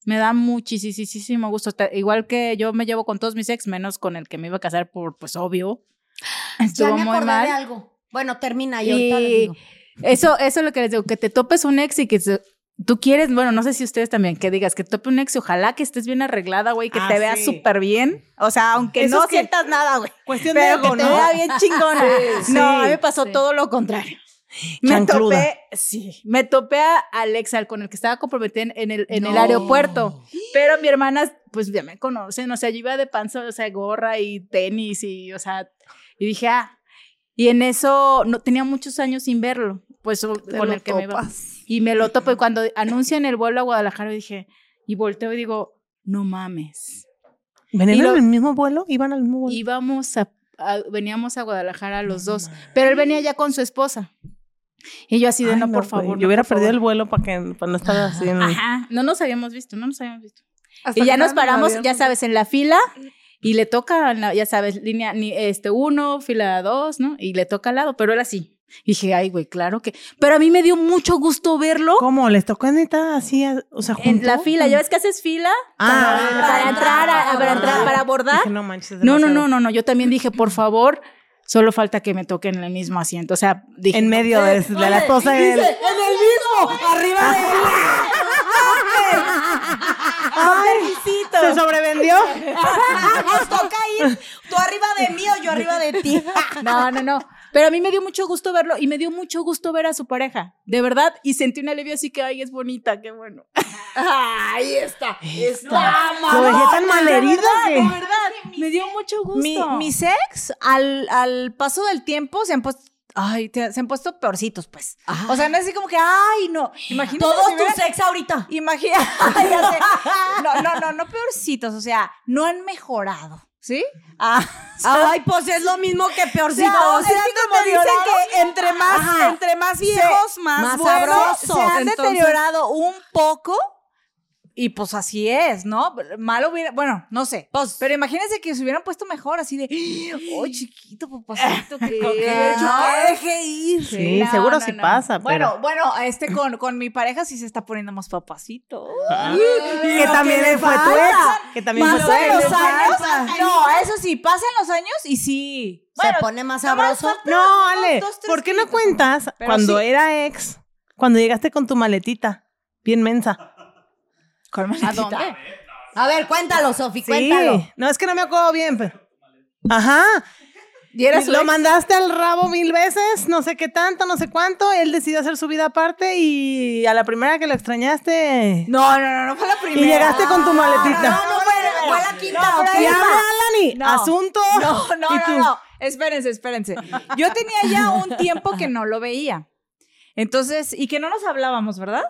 Speaker 5: me da muchísimo gusto. Te- Igual que yo me llevo con todos mis ex, menos con el que me iba a casar por, pues, obvio.
Speaker 1: Ya
Speaker 5: Estuvo
Speaker 1: me
Speaker 5: muy
Speaker 1: acordé
Speaker 5: mal.
Speaker 1: de algo. Bueno, termina y ahorita les
Speaker 5: Y
Speaker 1: digo.
Speaker 5: eso, eso es lo que les digo, que te topes un ex y que se- tú quieres, bueno, no sé si ustedes también, que digas que tope un ex y ojalá que estés bien arreglada, güey, que
Speaker 3: Ah,
Speaker 5: te veas
Speaker 3: sí.
Speaker 5: súper bien. O sea, aunque
Speaker 3: Eso
Speaker 5: no
Speaker 3: es que-
Speaker 5: sientas nada, güey.
Speaker 3: Cuestión de
Speaker 5: Pero que
Speaker 3: ego,
Speaker 5: te
Speaker 3: ¿no?
Speaker 5: vea bien chingona. No, a mí me pasó
Speaker 6: Sí.
Speaker 5: todo lo contrario. Me
Speaker 3: Chancluda.
Speaker 5: topé, sí, me topé a Alex, al con el que estaba comprometida en- en el, en el
Speaker 1: No.
Speaker 5: aeropuerto. Pero mi hermana, pues ya me conocen, o sea, yo iba de panza, o sea, gorra y tenis y, o sea, y dije, ah, y en eso no tenía muchos años sin verlo, pues o-
Speaker 2: Te
Speaker 5: con
Speaker 2: lo
Speaker 5: el que me iba.
Speaker 2: topas.
Speaker 5: Y me lo topo y cuando anuncian el vuelo a Guadalajara dije, y volteo y digo, no mames.
Speaker 3: ¿Venían
Speaker 5: Y lo-
Speaker 3: en el mismo vuelo? ¿Iban al mismo vuelo?
Speaker 5: Íbamos a, a- veníamos a Guadalajara los dos, pero él venía ya con su esposa. Y yo así de,
Speaker 3: Ay,
Speaker 5: no, por
Speaker 3: güey.
Speaker 5: favor.
Speaker 3: Yo hubiera
Speaker 5: por
Speaker 3: perdido
Speaker 5: favor".
Speaker 3: el vuelo para, que, para no estar así en...
Speaker 5: Ajá, no nos habíamos visto, no nos habíamos visto.
Speaker 2: Hasta
Speaker 5: Y ya
Speaker 2: que
Speaker 5: nos
Speaker 2: nada,
Speaker 5: paramos,
Speaker 2: había-
Speaker 5: ya sabes, en la fila y le toca, en la- ya sabes, línea ni- este uno, fila dos, ¿no? Y le toca al lado, pero él así. Dije, ay, güey, claro que. Pero a mí me dio mucho gusto verlo
Speaker 3: ¿Cómo? ¿Les tocó neta así? a- O sea,
Speaker 5: en la
Speaker 3: juntos?
Speaker 5: fila. Ya ves que haces fila
Speaker 3: Ah.
Speaker 5: para, para entrar, a- a- para entrar, para abordar.
Speaker 3: Dije, no manches. es
Speaker 5: No, no, no,
Speaker 3: demasiado.
Speaker 5: no, no. Yo también dije, por favor, solo falta que me toquen en el mismo asiento. O sea, dije.
Speaker 3: En medio de, de la esposa y él.
Speaker 2: En el mismo, arriba de él.
Speaker 3: ¿Se sobrevendió?
Speaker 1: Nos toca ir tú arriba de mí o yo arriba de ti.
Speaker 5: No, no, no. Pero a mí me dio mucho gusto verlo y me dio mucho gusto ver a su pareja, de verdad. Y sentí un alivio así que, ay, es bonita, qué bueno.
Speaker 2: Ahí está.
Speaker 3: Lo dejé tan malherido que...
Speaker 5: Me dio mucho gusto.
Speaker 6: Mi- mis ex, al, al paso del tiempo, se han puesto. Ay, te- se han puesto peorcitos, pues.
Speaker 1: Ay.
Speaker 6: O sea, no es así como que, ay, no. Imagínate. si
Speaker 1: Todos
Speaker 6: hubieran-
Speaker 1: tus ex ahorita.
Speaker 6: Imagina. <laughs> ya sé. No, no, no, no peorcitos. O sea, no han mejorado. ¿Sí? Ah,
Speaker 1: Ay, pues es lo mismo que peorcito.
Speaker 6: O
Speaker 2: O sea,
Speaker 6: Sí,
Speaker 2: como
Speaker 6: te
Speaker 2: dicen
Speaker 6: violaron.
Speaker 2: que entre más,
Speaker 6: Ajá.
Speaker 2: entre más viejos, más,
Speaker 1: más
Speaker 2: buenos.
Speaker 1: sabrosos.
Speaker 6: se han
Speaker 2: Entonces,
Speaker 6: deteriorado un poco, Y pues así es, ¿no? Malo hubiera, bueno, no sé. pero imagínense que se hubieran puesto mejor, así de, <gasps> oh, chiquito, <laughs> papacito, que no deje ir.
Speaker 3: Sí, seguro sí pasa,
Speaker 6: Bueno,
Speaker 3: pero-
Speaker 6: bueno, este con, con mi pareja sí se está poniendo más papacito.
Speaker 3: que también
Speaker 6: le
Speaker 3: fue tu
Speaker 6: pasa?
Speaker 3: ex. Que también fue tu
Speaker 6: ¿Pasan
Speaker 3: ex.
Speaker 6: los años? No, eso sí, pasan los años y sí. Bueno,
Speaker 1: se pone más sabroso.
Speaker 3: No, Ale,
Speaker 6: dos, tres
Speaker 3: ¿por qué no
Speaker 6: minutos.
Speaker 3: cuentas
Speaker 6: Pero
Speaker 3: cuando
Speaker 6: sí.
Speaker 3: era ex, cuando llegaste con tu maletita? Bien mensa.
Speaker 6: ¿Cuál
Speaker 5: ¿A
Speaker 6: maletita?
Speaker 5: dónde?
Speaker 1: A ver, cuéntalo, Sofi,
Speaker 3: Sí.
Speaker 1: cuéntalo.
Speaker 3: No, es que no me acuerdo bien, pero. Ajá.
Speaker 6: ¿Y era su
Speaker 3: Lo
Speaker 6: ex?
Speaker 3: mandaste al rabo mil veces, no sé qué tanto, no sé cuánto. Él decidió hacer su vida aparte y a la primera que lo extrañaste.
Speaker 6: No, no, no, no fue la primera.
Speaker 3: llegaste con
Speaker 1: Ah,
Speaker 3: tu maletita.
Speaker 6: No, no, no, fue, fue la quinta.
Speaker 1: No,
Speaker 6: fue la
Speaker 3: ¿Qué
Speaker 6: quinta.
Speaker 3: habla, Lani?
Speaker 6: No.
Speaker 3: Asunto.
Speaker 6: <laughs>
Speaker 3: <laughs>
Speaker 6: No, no,
Speaker 3: ¿Y
Speaker 6: no,
Speaker 3: tú?
Speaker 6: no. Espérense, espérense. Yo tenía
Speaker 3: <laughs>
Speaker 6: ya un tiempo que no lo veía. Entonces, y que no nos hablábamos, ¿verdad?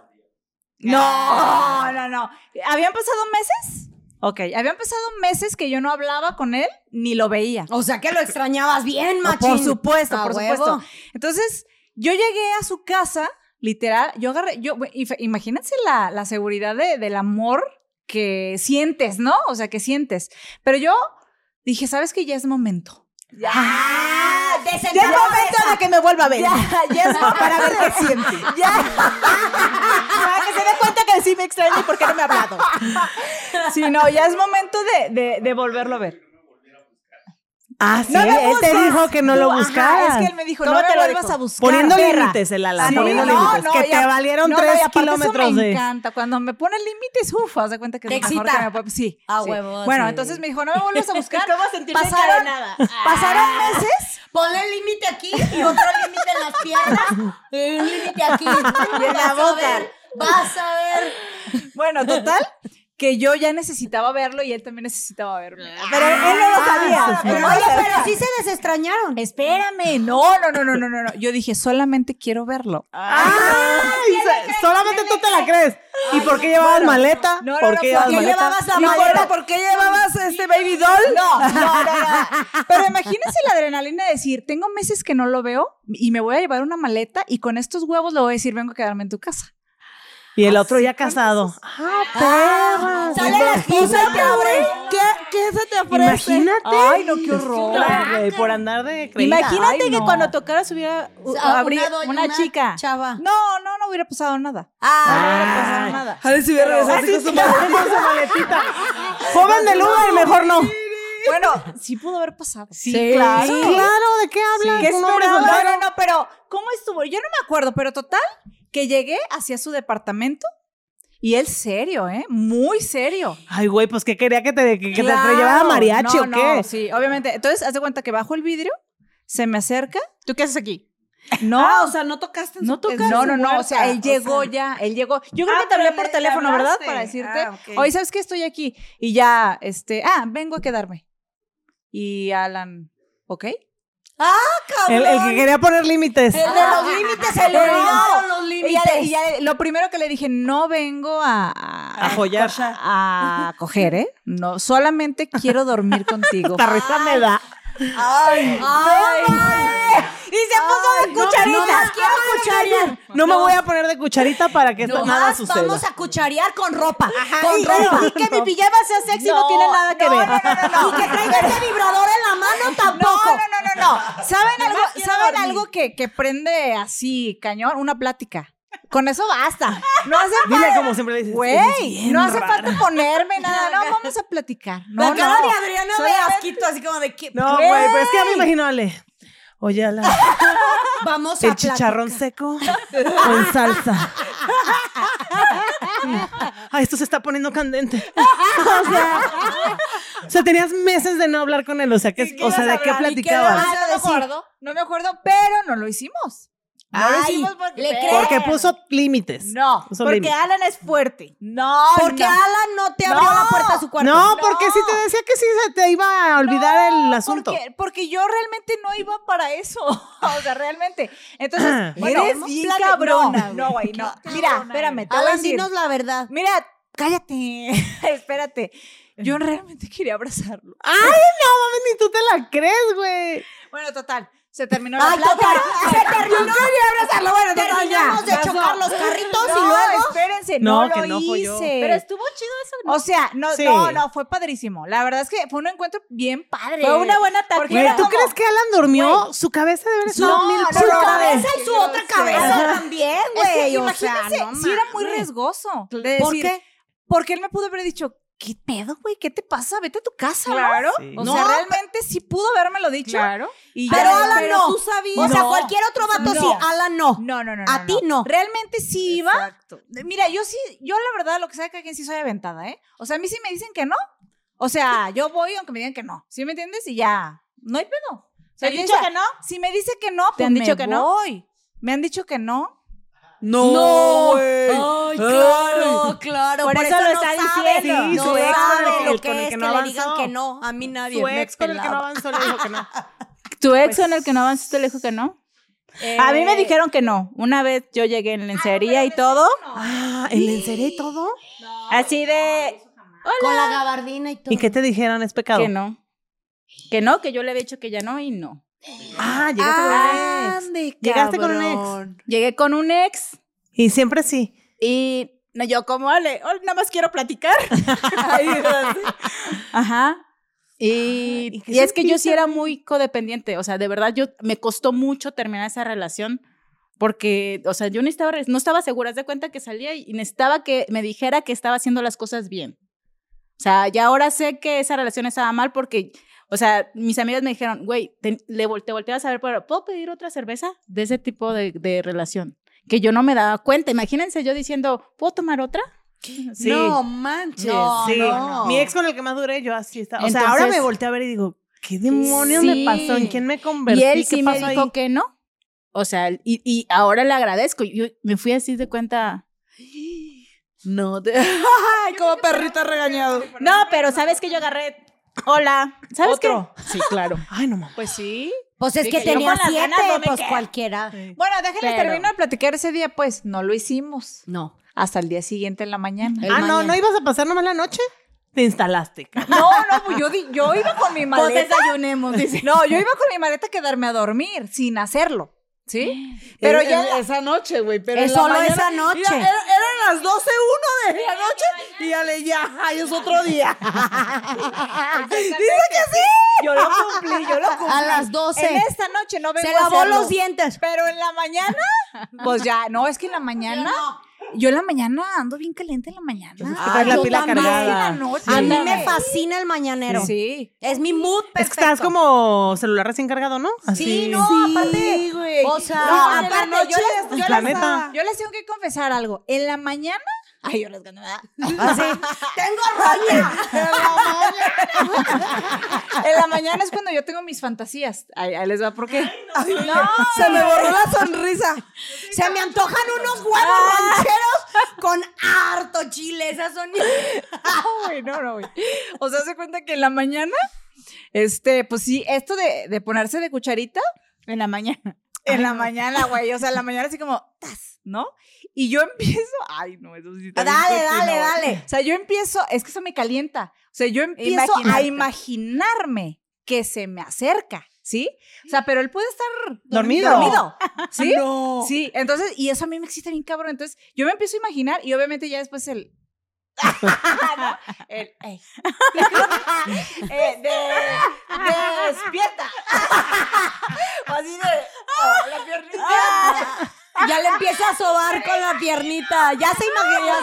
Speaker 6: No, no, no. ¿Habían pasado meses? Ok, habían pasado meses que yo no hablaba con él ni lo veía.
Speaker 1: O sea que lo extrañabas bien,
Speaker 6: Ah,
Speaker 1: machín.
Speaker 6: Por supuesto,
Speaker 1: A
Speaker 6: por
Speaker 1: huevo.
Speaker 6: supuesto. Entonces, yo llegué a su casa, literal, yo agarré, yo, güey, if- imagínense la, la seguridad de- del amor que sientes, ¿no? O sea, que sientes. Pero yo dije, ¿sabes que Ya es momento. Ya,
Speaker 1: Ah,
Speaker 6: ya
Speaker 1: desenterró
Speaker 6: es momento de que me vuelva a ver. Ya, ya es momento.
Speaker 4: Para ver qué
Speaker 6: <laughs>
Speaker 4: siente.
Speaker 6: Para que se dé cuenta que sí me extraña y por qué no me ha hablado. Sí, no, ya es momento de, de- de volverlo a ver.
Speaker 3: Ah, sí,
Speaker 6: No me
Speaker 3: él te
Speaker 6: busques.
Speaker 3: dijo que no
Speaker 6: Tú,
Speaker 3: lo
Speaker 6: ajá,
Speaker 3: buscaras.
Speaker 6: es que él me dijo,
Speaker 1: ¿Cómo
Speaker 6: no me
Speaker 1: te lo
Speaker 6: vuelvas
Speaker 1: dijo?
Speaker 6: a buscar.
Speaker 3: Poniendo
Speaker 6: perra".
Speaker 3: límites, el ala,
Speaker 6: Sí,
Speaker 3: poniendo
Speaker 6: Ah, no,
Speaker 3: límites.
Speaker 6: no,
Speaker 3: que
Speaker 6: ya-
Speaker 3: te valieron
Speaker 6: no, no, y
Speaker 3: tres
Speaker 6: aparte
Speaker 3: kilómetros
Speaker 6: eso me
Speaker 3: de.
Speaker 6: encanta. Cuando me pone límites, uf, haz de cuenta que es
Speaker 1: Te
Speaker 6: lo mejor
Speaker 1: excita.
Speaker 6: que me puede- Sí.
Speaker 1: A
Speaker 6: sí.
Speaker 1: huevo,
Speaker 6: Bueno,
Speaker 1: sí.
Speaker 6: entonces me dijo, no me
Speaker 1: <laughs>
Speaker 6: vuelvas a buscar.
Speaker 4: sentirme
Speaker 6: Pasaron-
Speaker 4: encadenada.
Speaker 6: Ah. Pasaron
Speaker 1: <laughs>
Speaker 6: meses
Speaker 1: Ponle el límite aquí y otro límite en las piernas. y Un límite aquí. Y
Speaker 6: en la boca.
Speaker 1: vas a ver.
Speaker 6: Bueno, total, que yo ya necesitaba verlo y él también necesitaba verme.
Speaker 1: Ah.
Speaker 4: Pero él no lo sabía.
Speaker 6: Pero
Speaker 1: Oye, pero sí se desextrañaron.
Speaker 6: Espérame, no, no, no, no, no, no, no. Yo dije, solamente quiero verlo.
Speaker 3: Ah, Ay, se- solamente tú te la crees. ¿Y por qué llevabas maleta?
Speaker 6: No, no,
Speaker 3: ¿Por
Speaker 6: no,
Speaker 3: qué llevabas
Speaker 6: porque
Speaker 3: maleta?
Speaker 1: llevabas la
Speaker 6: No,
Speaker 1: maleta?
Speaker 6: bueno, ¿Por qué llevabas este baby doll? No, no, no, no. Pero imagínense la adrenalina de decir, tengo meses que no lo veo y me voy a llevar una maleta y con estos huevos le voy a decir, vengo a quedarme en tu casa.
Speaker 3: Y el otro ya casado. Ah, perra.
Speaker 1: Sale la esposa y te abre.
Speaker 2: ¿Qué, ¿Qué se te ofrece?
Speaker 3: Imagínate.
Speaker 6: Ay, no, qué horror.
Speaker 3: Claro, güey, por andar de creída.
Speaker 6: Imagínate
Speaker 3: Ay,
Speaker 6: que
Speaker 3: no.
Speaker 6: cuando tocaras hubiera u-
Speaker 1: Ah,
Speaker 6: abrir
Speaker 1: doña,
Speaker 6: una, chica.
Speaker 1: Chava.
Speaker 6: No, no, no hubiera pasado nada. No
Speaker 1: Ah,
Speaker 6: hubiera pasado nada.
Speaker 2: A ver si
Speaker 6: Ah,
Speaker 2: hubiera regresado así con su madre.
Speaker 3: Con su maletita. Joven del Uber, mejor no.
Speaker 6: Bueno, sí pudo haber pasado. Sí,
Speaker 3: Sí, claro, ¿de qué hablas?
Speaker 6: ¿Qué
Speaker 3: Un hombre
Speaker 6: esperaba?
Speaker 3: soltero.
Speaker 6: No, no, no, pero ¿cómo estuvo? Yo no me acuerdo, pero total, que llegué hacia su departamento y él serio, ¿eh? Muy serio.
Speaker 3: Ay, güey, pues que quería que te, que
Speaker 6: Claro.
Speaker 3: te llevara mariachi
Speaker 6: No,
Speaker 3: o qué.
Speaker 6: No, sí, obviamente. Entonces, haz de cuenta que bajo el vidrio, se me acerca.
Speaker 5: ¿Tú qué haces aquí?
Speaker 6: No,
Speaker 2: Ah, o sea, no tocaste.
Speaker 5: No tocaste.
Speaker 6: no, no, no. O sea, él
Speaker 2: o
Speaker 6: llegó
Speaker 2: sea.
Speaker 6: ya, él llegó. Yo creo
Speaker 2: Ah,
Speaker 6: que te hablé
Speaker 2: pero
Speaker 6: por
Speaker 2: le- le
Speaker 6: teléfono, ¿verdad?
Speaker 2: hablaste.
Speaker 6: Para decirte,
Speaker 2: Ah, ok.
Speaker 6: oye, ¿sabes qué? Estoy aquí. Y ya, este, ah, vengo a quedarme. Y Alan, ¿ok?
Speaker 3: El, el que quería poner límites.
Speaker 1: el de los límites <laughs> se le
Speaker 6: No.
Speaker 1: olvidaron los
Speaker 6: Y ya,
Speaker 1: límites.
Speaker 6: le- y ya le- lo primero que le dije, no vengo a, a,
Speaker 3: A joyar.
Speaker 6: Ah, a coger, ¿eh? No, solamente quiero
Speaker 1: <laughs>
Speaker 6: dormir contigo.
Speaker 3: Hasta risa me da.
Speaker 1: Ay, ay.
Speaker 6: Y se puso de cucharita.
Speaker 1: No más quiero cucharear.
Speaker 3: No me voy a poner de cucharita para que esto-
Speaker 1: No
Speaker 3: nada
Speaker 1: más
Speaker 3: suceda.
Speaker 1: vamos a cucharear con ropa. con
Speaker 3: y-
Speaker 1: ropa.
Speaker 3: y que mi
Speaker 1: pijama sea sexy
Speaker 6: no tiene nada que ver.
Speaker 1: Y que traiga ese vibrador en la mano
Speaker 6: No,
Speaker 1: tampoco.
Speaker 6: no, no, no, no. ¿Saben algo,
Speaker 1: quiero
Speaker 6: ¿saben
Speaker 1: dormir.
Speaker 6: algo que, que prende así, cañón? Una plática. Con eso basta.
Speaker 1: <laughs>
Speaker 6: No hace
Speaker 3: Dile
Speaker 6: falta.
Speaker 3: como siempre le dices. eres
Speaker 6: Güey,
Speaker 3: bien
Speaker 6: no hace
Speaker 3: rara.
Speaker 6: falta ponerme nada.
Speaker 1: <laughs>
Speaker 6: No, vamos a platicar. No,
Speaker 1: la cara
Speaker 6: no.
Speaker 1: de Adriana de
Speaker 6: Solamente-
Speaker 1: asquito, así como de que
Speaker 3: No, güey, pero es que ya me imagino, Ale. Oye, Ala,
Speaker 1: vamos a
Speaker 3: el chicharrón seco con salsa. Mm. Ay, esto se está poniendo candente. O sea, o sea, tenías meses de no hablar con él. O sea, que,
Speaker 6: ¿Y qué
Speaker 3: o sea
Speaker 6: ibas a
Speaker 3: ¿de qué
Speaker 6: hablar? ¿Y qué ibas
Speaker 3: platicabas?
Speaker 1: Ah,
Speaker 6: a
Speaker 1: no me
Speaker 6: decir? No me acuerdo, pero no lo hicimos. No lo
Speaker 1: Ay,
Speaker 6: hicimos porque.
Speaker 1: ¿le crees?
Speaker 3: Porque puso límites.
Speaker 6: No,
Speaker 3: Puso
Speaker 6: porque
Speaker 3: límites.
Speaker 6: Alan es fuerte. No,
Speaker 1: Porque
Speaker 6: no.
Speaker 1: Alan no te abrió
Speaker 6: No.
Speaker 1: la puerta a su cuarto.
Speaker 3: No, porque si te decía que sí se te iba a olvidar el asunto.
Speaker 6: Porque, porque yo realmente no iba para eso. <laughs> o sea, realmente. <clears throat> Entonces,
Speaker 1: Eres bien
Speaker 6: plati-
Speaker 1: cabrona,
Speaker 6: No,
Speaker 1: güey.
Speaker 6: No, güey, no. Mira, espérame, te voy a
Speaker 1: Alan,
Speaker 6: decir.
Speaker 1: dinos la verdad.
Speaker 6: Mira, cállate. <laughs> Espérate. Yo realmente quería abrazarlo.
Speaker 3: Ay, no, mames, ni tú te la crees, güey.
Speaker 6: Bueno, total. Se terminó la
Speaker 1: Ay,
Speaker 6: plática.
Speaker 1: total, se terminó.
Speaker 6: abrazarlo. Bueno, total, ya.
Speaker 1: Terminamos de
Speaker 6: Pasó.
Speaker 1: chocar los carritos y
Speaker 6: No,
Speaker 1: luego
Speaker 6: espérense, hice, no,
Speaker 3: No, que
Speaker 6: lo
Speaker 3: no fue
Speaker 6: hice.
Speaker 3: yo.
Speaker 5: Pero estuvo chido eso, ¿no?
Speaker 6: o sea, no,
Speaker 3: Sí.
Speaker 6: no, no, fue padrísimo. La verdad es que fue un encuentro bien padre.
Speaker 5: Fue una buena
Speaker 6: Porque
Speaker 5: táctica.
Speaker 3: Güey,
Speaker 6: era
Speaker 3: ¿tú
Speaker 6: como-
Speaker 3: crees que Alan durmió? Su cabeza debe ser
Speaker 6: No,
Speaker 3: mil
Speaker 6: no,
Speaker 3: por
Speaker 6: no,
Speaker 3: hora.
Speaker 6: no,
Speaker 1: Esa y su otra cabeza también,
Speaker 6: Es que
Speaker 1: güey. o sea,
Speaker 6: imagínense,
Speaker 1: no
Speaker 6: sí era muy
Speaker 1: mames.
Speaker 6: riesgoso. de
Speaker 1: ¿Por
Speaker 6: decir,
Speaker 1: qué?
Speaker 6: Porque él me pudo haber dicho, ¿qué pedo, güey? ¿Qué te pasa? Vete a tu casa, ¿no?".
Speaker 5: Claro.
Speaker 3: Sí.
Speaker 6: O
Speaker 3: No,
Speaker 6: sea, realmente sí pudo habérmelo dicho.
Speaker 5: Claro.
Speaker 6: Y
Speaker 1: Pero
Speaker 6: ya-
Speaker 1: Alan no.
Speaker 6: tú sabías.
Speaker 1: O sea,
Speaker 6: No.
Speaker 1: cualquier otro vato
Speaker 6: No.
Speaker 1: sí, Alan no.
Speaker 6: No, no, no.
Speaker 1: A ti no.
Speaker 6: Realmente sí iba. Mira, yo sí, yo la verdad, lo que sea que alguien sí soy aventada, ¿eh? O sea, a mí sí me dicen que no. O sea, yo voy aunque me digan que no. ¿Sí me entiendes? Y ya, no hay pedo. O sea,
Speaker 5: ¿Te han
Speaker 6: yo
Speaker 5: dicho
Speaker 6: esa-
Speaker 5: que no?
Speaker 6: Si me dice que no, pues
Speaker 5: han
Speaker 6: me
Speaker 5: dicho que no?
Speaker 6: voy. Me han dicho que no.
Speaker 2: No, güey.
Speaker 1: Ay, claro, claro.
Speaker 5: Por eso lo está
Speaker 1: saben,
Speaker 5: diciendo.
Speaker 3: Sí,
Speaker 1: no
Speaker 3: su ex
Speaker 1: saben
Speaker 3: con el
Speaker 1: lo
Speaker 3: que- con el
Speaker 1: que es que
Speaker 3: que
Speaker 1: le
Speaker 3: no
Speaker 1: digan
Speaker 3: avanzó.
Speaker 1: que no. A mí nadie este
Speaker 3: Su
Speaker 1: me
Speaker 3: ex con el que no
Speaker 1: pelaba.
Speaker 3: avanzó le dijo que no.
Speaker 5: Tu
Speaker 6: pues
Speaker 5: ex con el que no avanzaste le dijo que no. A mí
Speaker 6: Eh,
Speaker 5: me dijeron que no. Una vez yo llegué
Speaker 6: Ah,
Speaker 5: en lencería y todo,
Speaker 3: Ah, ¿el lencería y todo?
Speaker 5: así de
Speaker 1: Con la gabardina y todo.
Speaker 3: ¿Y qué te dijeron? ¿Es pecado?
Speaker 5: que no. Que no, que yo le había dicho que ya no y no.
Speaker 3: Ah, llegaste con un ex.
Speaker 2: Ande,
Speaker 3: Llegaste con un ex.
Speaker 2: cabrón.
Speaker 5: Llegué con un ex
Speaker 3: Y siempre sí.
Speaker 5: y no, yo como, "Ole, ole, nada más quiero platicar. <laughs> Ahí, así. Ajá. Ah, Y, y es que yo sí era muy codependiente, o sea, de verdad yo me costó mucho terminar esa relación porque, o sea, yo no estaba, no estaba segura, haz de cuenta que salía y necesitaba que me dijera que estaba haciendo las cosas bien. O sea, ya ahora sé que esa relación estaba mal porque, o sea, mis amigas me dijeron, güey, te, le vol- te volteabas a ver, pero ¿puedo pedir otra cerveza? De ese tipo de, de relación, que yo no me daba cuenta. Imagínense yo diciendo, ¿puedo tomar otra?
Speaker 3: Sí.
Speaker 2: No manches.
Speaker 1: No,
Speaker 3: sí.
Speaker 1: no.
Speaker 3: Mi ex con el que más duré, yo así estaba. O sea,
Speaker 5: Entonces-
Speaker 3: ahora me volteé a ver y digo, ¿qué demonios
Speaker 5: Sí.
Speaker 3: me pasó? ¿En quién me convertí?
Speaker 5: Y él
Speaker 3: ¿Qué
Speaker 5: sí me
Speaker 3: pasó
Speaker 5: dijo
Speaker 3: ahí?
Speaker 5: que no. O sea, y, y ahora le agradezco. Yo me fui así de cuenta.
Speaker 2: No, te... Ay, como perrito regañado.
Speaker 5: No, pero sabes que yo agarré. Hola. ¿Sabes
Speaker 3: Otro.
Speaker 5: qué? Sí, claro.
Speaker 3: Ay, no
Speaker 5: <laughs>
Speaker 3: mames.
Speaker 5: Pues sí.
Speaker 1: Pues es
Speaker 5: Sí,
Speaker 1: que
Speaker 5: que yo
Speaker 1: tenía
Speaker 5: con las
Speaker 1: siete,
Speaker 5: ganas no me
Speaker 1: pues
Speaker 5: quedo.
Speaker 1: cualquiera.
Speaker 6: Bueno, déjenles
Speaker 5: Pero-
Speaker 6: terminar de platicar ese día, pues no lo hicimos.
Speaker 1: No. Eh.
Speaker 6: Hasta el día siguiente en la mañana.
Speaker 1: El
Speaker 3: Ah, no,
Speaker 1: mañana.
Speaker 3: ¿no ibas a pasar nomás la noche? Te instalaste. cabrón.
Speaker 6: No, no, pues yo, di- yo iba con
Speaker 1: <laughs>
Speaker 6: mi
Speaker 5: Pues
Speaker 6: maleta.
Speaker 5: desayunemos, dice.
Speaker 6: No, yo iba con mi maleta a quedarme a dormir sin hacerlo.
Speaker 1: <gasps>
Speaker 6: ¿Sí? Pero
Speaker 2: Es-
Speaker 6: ya.
Speaker 2: es- Eh, esa noche, güey. Pero
Speaker 1: Es
Speaker 2: en la
Speaker 1: solo
Speaker 2: mañana-
Speaker 1: esa noche.
Speaker 2: Mira, era- eran las 12.01 de la noche y ya le ya, ay, es otro
Speaker 6: <laughs>
Speaker 2: día.
Speaker 6: Yo lo cumplí, yo lo cumplí.
Speaker 1: A las 12.
Speaker 6: En esta noche no vengo
Speaker 1: Se
Speaker 6: a
Speaker 1: lavó
Speaker 6: hacerlo.
Speaker 1: los dientes.
Speaker 6: Pero en
Speaker 1: <laughs>
Speaker 6: la mañana, pues ya, no, es que en la mañana. Yo en la mañana ando bien caliente en la mañana.
Speaker 3: Ah, la
Speaker 1: yo
Speaker 3: pila
Speaker 1: también.
Speaker 3: cargada.
Speaker 6: En la noche.
Speaker 1: A mí me
Speaker 6: Ándale.
Speaker 1: fascina el mañanero.
Speaker 6: Sí.
Speaker 1: Es mi mood
Speaker 3: Es que
Speaker 1: perfecto.
Speaker 3: estabas como celular recién cargado, ¿no? Así.
Speaker 1: Sí, no, aparte.
Speaker 2: güey.
Speaker 1: O sea,
Speaker 6: No,
Speaker 1: aparte,
Speaker 6: en la noche,
Speaker 1: yo
Speaker 6: yo,
Speaker 1: <laughs>
Speaker 3: pues,
Speaker 6: les, yo
Speaker 3: la
Speaker 6: les-
Speaker 3: neta.
Speaker 6: yo les tengo que confesar algo. En la mañana. Ay, yo les gano. ¿verdad?
Speaker 1: Ah, tengo roña.
Speaker 6: En la mañana es cuando yo tengo mis fantasías. Ahí, ahí les va, ¿por qué?
Speaker 5: <laughs>
Speaker 1: Se me borró la sonrisa. Se me antojan unos huevos
Speaker 6: Ah.
Speaker 1: rancheros con harto chile. Esas son mis-
Speaker 6: No, güey, no, no, güey. O sea, se cuenta que en la mañana, este, pues sí, esto de, de ponerse de cucharita,
Speaker 5: En la mañana.
Speaker 6: en la mañana, güey. O sea, en la mañana así como, tas, ¿no? Y yo empiezo, ay, no, eso sí. está bien
Speaker 1: Dale,
Speaker 6: cochino,
Speaker 1: dale,
Speaker 6: güey.
Speaker 1: dale.
Speaker 6: O sea, yo empiezo, es que eso me calienta. O sea, yo em, empiezo a
Speaker 5: Imaginarte.
Speaker 6: imaginarme que se me acerca, ¿sí? O sea, pero él puede estar
Speaker 3: Dormido.
Speaker 6: dormido, ¿sí?
Speaker 2: No.
Speaker 6: <laughs> Sí,
Speaker 5: <laughs>
Speaker 6: entonces, y eso a mí me excita bien cabrón. Entonces, yo me empiezo a imaginar y obviamente ya después el. ¿no? El. ey. Eh, de- despierta. Así de. oh, la piernita.
Speaker 1: Ah, Ya le empiezo a sobar con la piernita. Ya se imagina. ya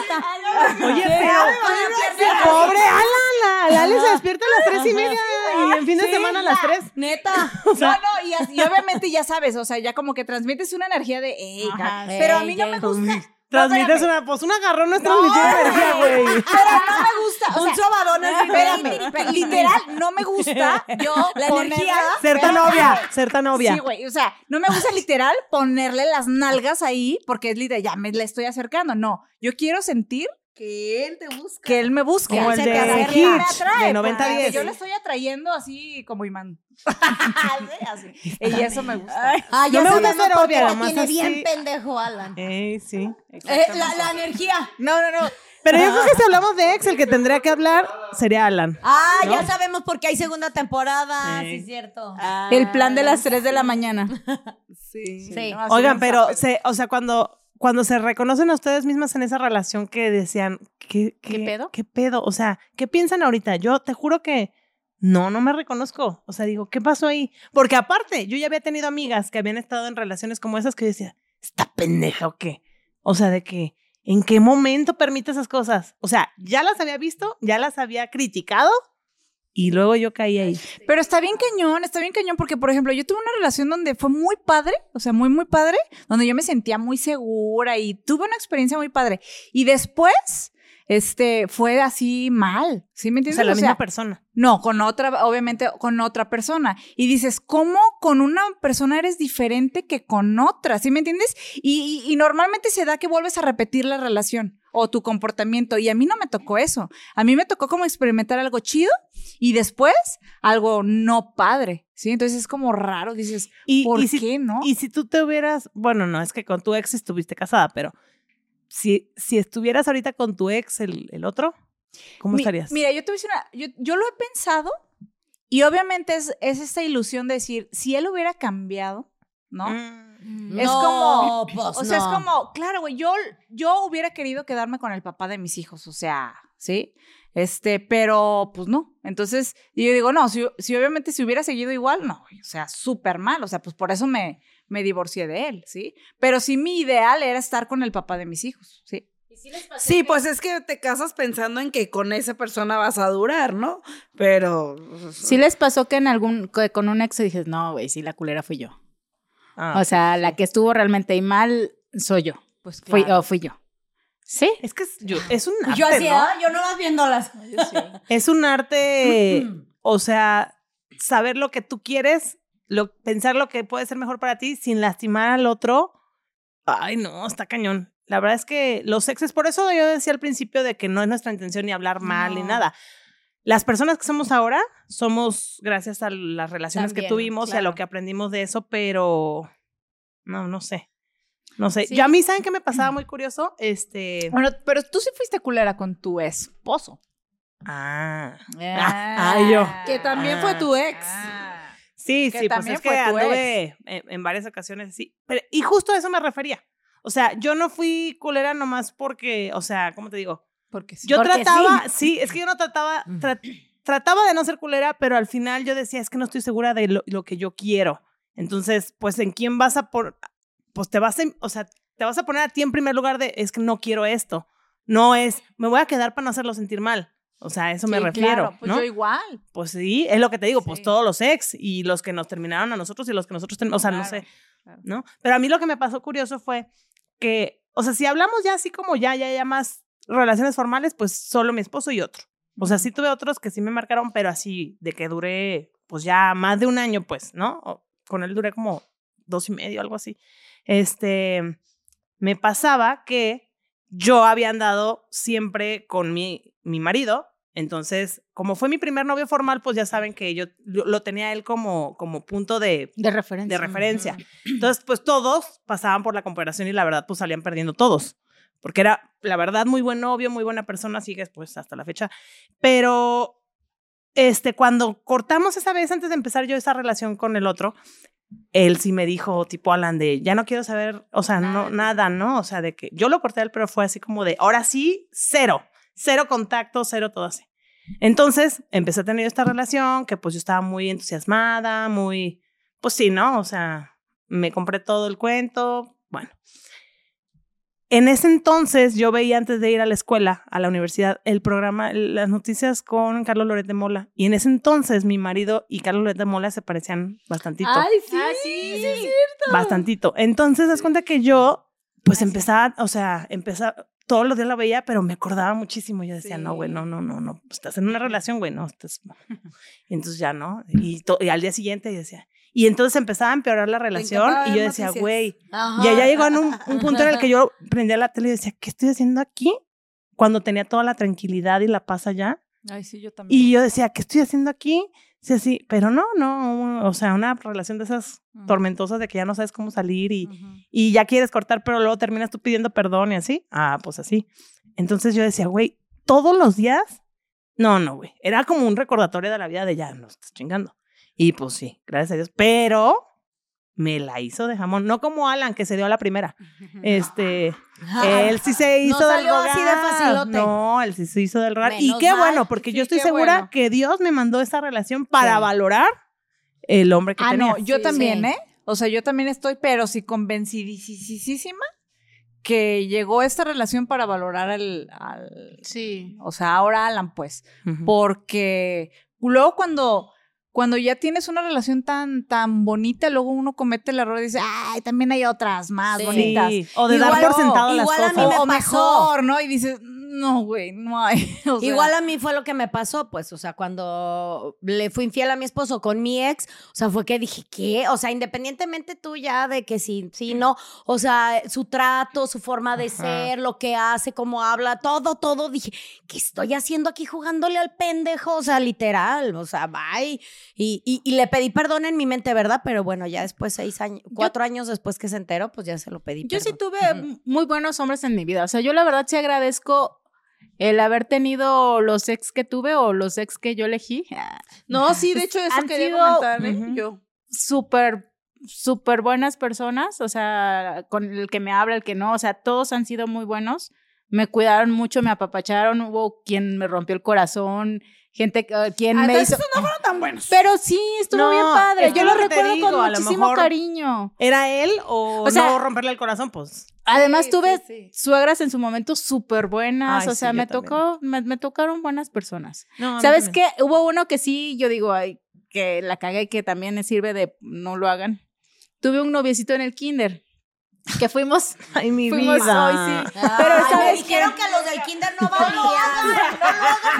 Speaker 1: está.
Speaker 3: Oye, pero. Pobre Alan, la, la Ale se despierta a las tres y media y en fin de semana a las tres.
Speaker 6: <laughs>
Speaker 1: Neta.
Speaker 3: O sea,
Speaker 6: no, no, y, as- y obviamente ya sabes, o sea, ya como que transmites una energía de. "Ey,
Speaker 5: Ajá,
Speaker 6: ca-". pero a
Speaker 1: sí,
Speaker 6: mí no
Speaker 1: ya.
Speaker 6: me
Speaker 1: <laughs>
Speaker 6: gusta.
Speaker 3: transmites una. Pues un agarrón no es transmitir energía,
Speaker 6: <laughs>
Speaker 3: güey.
Speaker 6: Pero no me gusta. O sea,
Speaker 1: Un sobadón así.
Speaker 6: espérame, pe- literal, no me gusta yo
Speaker 1: La
Speaker 6: ponerle-
Speaker 1: energía.
Speaker 3: Ser tan obvia, ser tan obvia.
Speaker 6: Sí, güey, o sea, no me gusta literal ponerle las nalgas ahí porque es literal, ya me le estoy acercando. No, yo quiero sentir
Speaker 2: Que él te busca.
Speaker 6: que él me busque.
Speaker 3: Como
Speaker 6: él
Speaker 3: el
Speaker 6: se
Speaker 3: de
Speaker 6: acerca,
Speaker 3: Hitch,
Speaker 6: me atrae,
Speaker 3: de 90
Speaker 6: porque
Speaker 3: días.
Speaker 6: Yo le estoy atrayendo así como imán. Así, así. Y eso me gusta.
Speaker 1: Ah, ya
Speaker 3: No me gusta
Speaker 1: sabemos
Speaker 3: ser
Speaker 1: por qué
Speaker 3: obvia,
Speaker 1: la
Speaker 3: nomás
Speaker 1: tiene
Speaker 3: así.
Speaker 1: bien pendejo, Alan.
Speaker 3: Ey, sí.
Speaker 1: Eh, la, la energía.
Speaker 6: No, no, no.
Speaker 3: Pero yo creo que si hablamos de ex, el que tendría que hablar sería Alan.
Speaker 1: Ah, ya sabemos por qué hay segunda temporada.
Speaker 3: Sí.
Speaker 1: Sí, es cierto.
Speaker 5: El plan de las 3 de la mañana.
Speaker 2: Sí.
Speaker 1: sí.
Speaker 6: Ah, No, así
Speaker 3: Oigan,
Speaker 6: me
Speaker 3: pero,
Speaker 6: zapa.
Speaker 3: se, o sea, cuando cuando se reconocen a ustedes mismas en esa relación que decían, ¿qué,
Speaker 5: ¿Qué pedo?
Speaker 3: ¿Qué pedo? O sea, ¿qué piensan ahorita? Yo te juro que no, no me reconozco. O sea, digo, ¿qué pasó ahí? Porque aparte, yo ya había tenido amigas que habían estado en relaciones como esas que yo decía, ¿esta pendeja o qué? O sea, de que, ¿en qué momento permite esas cosas? O sea, ya las había visto, ya las había criticado y luego yo caí ahí.
Speaker 6: Pero está bien cañón, está bien cañón, porque por ejemplo, yo tuve una relación donde fue muy padre, o sea, muy, muy padre, donde yo me sentía muy segura y tuve una experiencia muy padre. Y después, este, fue así mal, ¿sí me
Speaker 3: O
Speaker 6: entiendes?
Speaker 3: sea, la
Speaker 6: O sea,
Speaker 3: misma persona.
Speaker 6: no, con otra, obviamente con otra persona. Y dices, ¿cómo con una persona eres diferente que con otra? ¿Sí me entiendes? Y, y- y normalmente se da que vuelves a repetir la relación o tu comportamiento. Y a mí no me tocó eso. A mí me tocó como experimentar algo chido y después algo no padre. ¿Sí? Entonces es como raro. Dices,
Speaker 3: Y,
Speaker 6: ¿por
Speaker 3: y si-
Speaker 6: qué no?
Speaker 3: Y si tú te hubieras, bueno, no, es que con tu ex estuviste casada, pero si, si estuvieras ahorita con tu ex, el, el otro, ¿cómo
Speaker 6: Mi-
Speaker 3: estarías?
Speaker 6: Mira, yo te voy a decir una. Yo, yo lo he pensado y obviamente es, es esta ilusión de decir, si él hubiera cambiado, ¿no?
Speaker 3: Mm.
Speaker 6: Es como-
Speaker 1: pues,
Speaker 6: O sea,
Speaker 1: no.
Speaker 6: es como, claro, güey, yo, yo hubiera querido quedarme con el papá de mis hijos, o sea, ¿sí? Este, pero pues no. Entonces, y yo digo, no, si, si obviamente si hubiera seguido igual, no, güey, o sea, súper mal, o sea, pues por eso me, me divorcié de él, ¿sí? Pero sí mi ideal era estar con el papá de mis hijos, ¿sí?
Speaker 2: Sí, pues es que te casas pensando en que con esa persona vas a durar, ¿no? Pero. pues,
Speaker 5: Sí les pasó que en algún, que con un ex dices, no, güey, sí, la culera fui yo.
Speaker 3: Ah.
Speaker 5: O sea, la que estuvo realmente ahí mal soy yo.
Speaker 6: Pues
Speaker 5: Fui, o fui yo. Sí.
Speaker 3: es que es, yo- es un arte,
Speaker 1: Yo así,
Speaker 3: ¿no?
Speaker 1: ah, yo no vas viéndolas. Mm.
Speaker 3: Es un arte, o sea, saber lo que tú quieres, lo, pensar lo que puede ser mejor para ti sin lastimar al otro. Ay, no, está cañón. La verdad es que los exes, por eso yo decía al principio de que no es nuestra intención ni hablar mal ni
Speaker 5: No.
Speaker 3: nada. Las personas que somos ahora somos gracias a las relaciones que
Speaker 5: También,
Speaker 3: tuvimos y a lo
Speaker 5: claro.
Speaker 3: que aprendimos de eso, pero no, no sé. No sé.
Speaker 5: Sí.
Speaker 3: Yo a mí, ¿saben qué me pasaba muy curioso? Este.
Speaker 6: Bueno, pero tú sí fuiste culera con tu esposo.
Speaker 3: Ah.
Speaker 5: Ah,
Speaker 3: ay, yo.
Speaker 2: Que también
Speaker 3: Ah.
Speaker 2: fue tu ex.
Speaker 5: Ah.
Speaker 3: Sí,
Speaker 6: Que
Speaker 3: sí, pues
Speaker 6: también
Speaker 3: es que
Speaker 6: fue tu
Speaker 3: anduve en, en varias ocasiones sí. Pero, y justo a eso me refería. O sea, yo no fui culera nomás porque, o sea, ¿cómo te digo?
Speaker 6: Porque sí.
Speaker 3: Yo
Speaker 1: Porque
Speaker 3: trataba, sí. es que yo no trataba, tra- trataba de no ser culera, pero al final yo decía, es que no estoy segura de lo, lo que yo quiero. Entonces, pues, ¿en quién vas a por, pues te vas a, o sea, te vas a poner a ti en primer lugar de, es que no quiero esto. No es, me voy a quedar para no hacerlo sentir mal. O sea, a eso me
Speaker 6: Sí,
Speaker 3: refiero,
Speaker 6: claro, pues
Speaker 3: ¿no?
Speaker 6: yo igual.
Speaker 3: Pues sí, es lo que te digo, pues
Speaker 6: Sí.
Speaker 3: todos los ex y los que nos terminaron a nosotros y los que nosotros terminamos, o sea, no
Speaker 6: Claro,
Speaker 3: sé,
Speaker 6: claro.
Speaker 3: ¿no? Pero a mí lo que me pasó curioso fue que, o sea, si hablamos ya así como ya, ya, ya más relaciones formales, pues solo mi esposo y otro. O sea, sí tuve otros que sí me marcaron, pero así de que duré, pues ya más de un año, pues, ¿no? O- con él duré como dos y medio, algo así. Este, me pasaba que yo había andado siempre con mi, mi marido. Entonces, como fue mi primer novio formal, pues ya saben que yo lo lo tenía él como, como punto de,
Speaker 5: De referencia.
Speaker 3: de referencia. Entonces, pues todos pasaban por la comparación y la verdad, pues salían perdiendo todos. Porque era, la verdad, muy buen novio, muy buena persona, sigue pues hasta la fecha. Pero, este, cuando cortamos esa vez, antes de empezar yo esa relación con el otro, él sí me dijo, tipo, Alan, de, ya no quiero saber, o sea, no, nada, ¿no? O sea, de que yo lo corté a él, pero fue así como de, ahora sí, cero, cero contacto, cero todo así. Entonces, empecé a tener esta relación, que pues yo estaba muy entusiasmada, muy, pues sí, ¿no? O sea, me compré todo el cuento, bueno. En ese entonces yo veía antes de ir a la escuela, a la universidad, el programa el- Las Noticias con Carlos Loret de Mola. Y en ese entonces mi marido y Carlos Loret de Mola se parecían bastantito.
Speaker 6: sí. sí, sí.
Speaker 3: Bastantito. Entonces, das cuenta que yo, pues empezaba, o sea, empezaba, todos los días la veía, pero me acordaba muchísimo. Yo decía, no, güey, no, no, no, no, pues, estás en una relación, güey,
Speaker 6: <laughs>
Speaker 3: no, estás. Y entonces ya, ¿no? Y, to- y al día siguiente yo decía, y entonces empezaba a empeorar la relación
Speaker 2: encantaba
Speaker 3: y yo
Speaker 2: ver
Speaker 3: decía,
Speaker 2: noticias.
Speaker 3: güey, y allá llegó en un, un punto en el que yo prendía la tele y decía, ¿qué estoy haciendo aquí? Cuando tenía toda la tranquilidad y la paz allá.
Speaker 6: Ay, sí, yo también.
Speaker 3: Y yo decía, ¿qué estoy haciendo aquí? Sí, así, pero no, no, o sea, una relación de esas
Speaker 6: Ujú.
Speaker 3: tormentosas de que ya no sabes cómo salir y,
Speaker 6: Ujú.
Speaker 3: y ya quieres cortar, pero luego terminas tú pidiendo perdón y así. Ah, pues así. Entonces yo decía, güey, todos los días, no, no, güey. Era como un recordatorio de la vida de ya, no estás chingando. Y pues sí, gracias a Dios. Pero me la hizo de jamón. No como Alan, que se dio a la
Speaker 6: <laughs>
Speaker 3: primera. Este, él sí se hizo del
Speaker 6: salió
Speaker 3: rogar.
Speaker 6: así de facilote.
Speaker 3: No, él sí se hizo del rogar. y
Speaker 1: Menos
Speaker 3: qué
Speaker 1: mal.
Speaker 3: bueno, porque
Speaker 5: Sí,
Speaker 3: yo estoy
Speaker 5: qué
Speaker 3: segura
Speaker 5: bueno.
Speaker 3: que Dios me mandó esa relación para valorar el hombre que
Speaker 6: Ah,
Speaker 3: tenía.
Speaker 6: no, yo
Speaker 1: Sí,
Speaker 6: también,
Speaker 1: sí.
Speaker 6: ¿eh? O sea, yo también estoy, pero sí convencidísima que llegó esta relación para valorar al, al-
Speaker 5: Sí.
Speaker 6: o sea, ahora Alan, pues,
Speaker 3: Ujú.
Speaker 6: porque luego cuando, cuando ya tienes una relación tan, tan bonita, luego uno comete el error y dice, ay, también hay otras más
Speaker 1: Sí.
Speaker 6: bonitas.
Speaker 3: Sí, O de dar
Speaker 6: Igual-
Speaker 3: por sentado las
Speaker 1: igual a
Speaker 3: cosas.
Speaker 1: mí me
Speaker 6: o,
Speaker 1: pasó.
Speaker 6: o mejor, ¿no? Y dices, no, güey, no hay. <laughs> O sea,
Speaker 1: Igual a mí fue lo que me pasó, pues, o sea, cuando le fui infiel a mi esposo con mi ex, o sea, fue que dije, ¿qué? O sea, independientemente tú ya de que sí, sí, no, o sea, su trato, su forma de
Speaker 3: Ajá.
Speaker 1: ser, lo que hace, cómo habla, todo, todo, dije, ¿qué estoy haciendo aquí jugándole al pendejo? O sea, literal, o sea, bye. Y, y, y le pedí perdón en mi mente, ¿verdad? Pero bueno, ya después, seis años, cuatro años después que se enteró, pues ya se lo pedí.
Speaker 5: Yo sí
Speaker 1: perdón.
Speaker 5: tuve
Speaker 1: Ujú.
Speaker 5: m- muy buenos hombres en mi vida. O sea, yo la verdad sí agradezco el haber tenido los ex que tuve o los ex que yo elegí.
Speaker 2: No, sí, de hecho, eso
Speaker 5: Han
Speaker 2: quería
Speaker 5: sido-
Speaker 2: comentar ¿eh?
Speaker 3: Ujú.
Speaker 2: yo.
Speaker 5: Súper, súper buenas personas. O sea, con el que me habla, el que no. O sea, todos han sido muy buenos. Me cuidaron mucho, me apapacharon. Hubo quien me rompió el corazón, gente, que- quien
Speaker 3: Ah,
Speaker 5: me hizo.
Speaker 2: tan buenos.
Speaker 5: Pero sí, estuvo
Speaker 3: No,
Speaker 5: bien
Speaker 3: es
Speaker 5: padre.
Speaker 3: que
Speaker 5: Yo lo
Speaker 3: lo que te
Speaker 5: recuerdo
Speaker 3: digo, a
Speaker 5: con
Speaker 3: lo
Speaker 5: muchísimo
Speaker 3: mejor-
Speaker 5: cariño.
Speaker 3: ¿Era él o,
Speaker 5: O sea-
Speaker 3: no romperle el corazón? Pues
Speaker 5: Además
Speaker 2: Sí,
Speaker 5: tuve
Speaker 2: sí, sí.
Speaker 5: suegras en su momento súper buenas,
Speaker 3: Ay,
Speaker 5: o
Speaker 3: sí,
Speaker 5: sea,
Speaker 3: yo
Speaker 5: me
Speaker 3: también.
Speaker 5: tocó, me, me tocaron buenas personas.
Speaker 3: no, a mí
Speaker 5: ¿Sabes
Speaker 3: también.
Speaker 5: qué? Hubo uno que sí, yo digo, ay, que la cagué, que también sirve de no lo hagan. Tuve un noviecito en el kinder, que fuimos,
Speaker 3: Ay, mi
Speaker 5: fuimos
Speaker 3: vida.
Speaker 5: hoy, sí.
Speaker 1: Pero
Speaker 5: Pero
Speaker 1: me
Speaker 5: ¿sabes qué?
Speaker 1: dijeron que los del kinder no valían.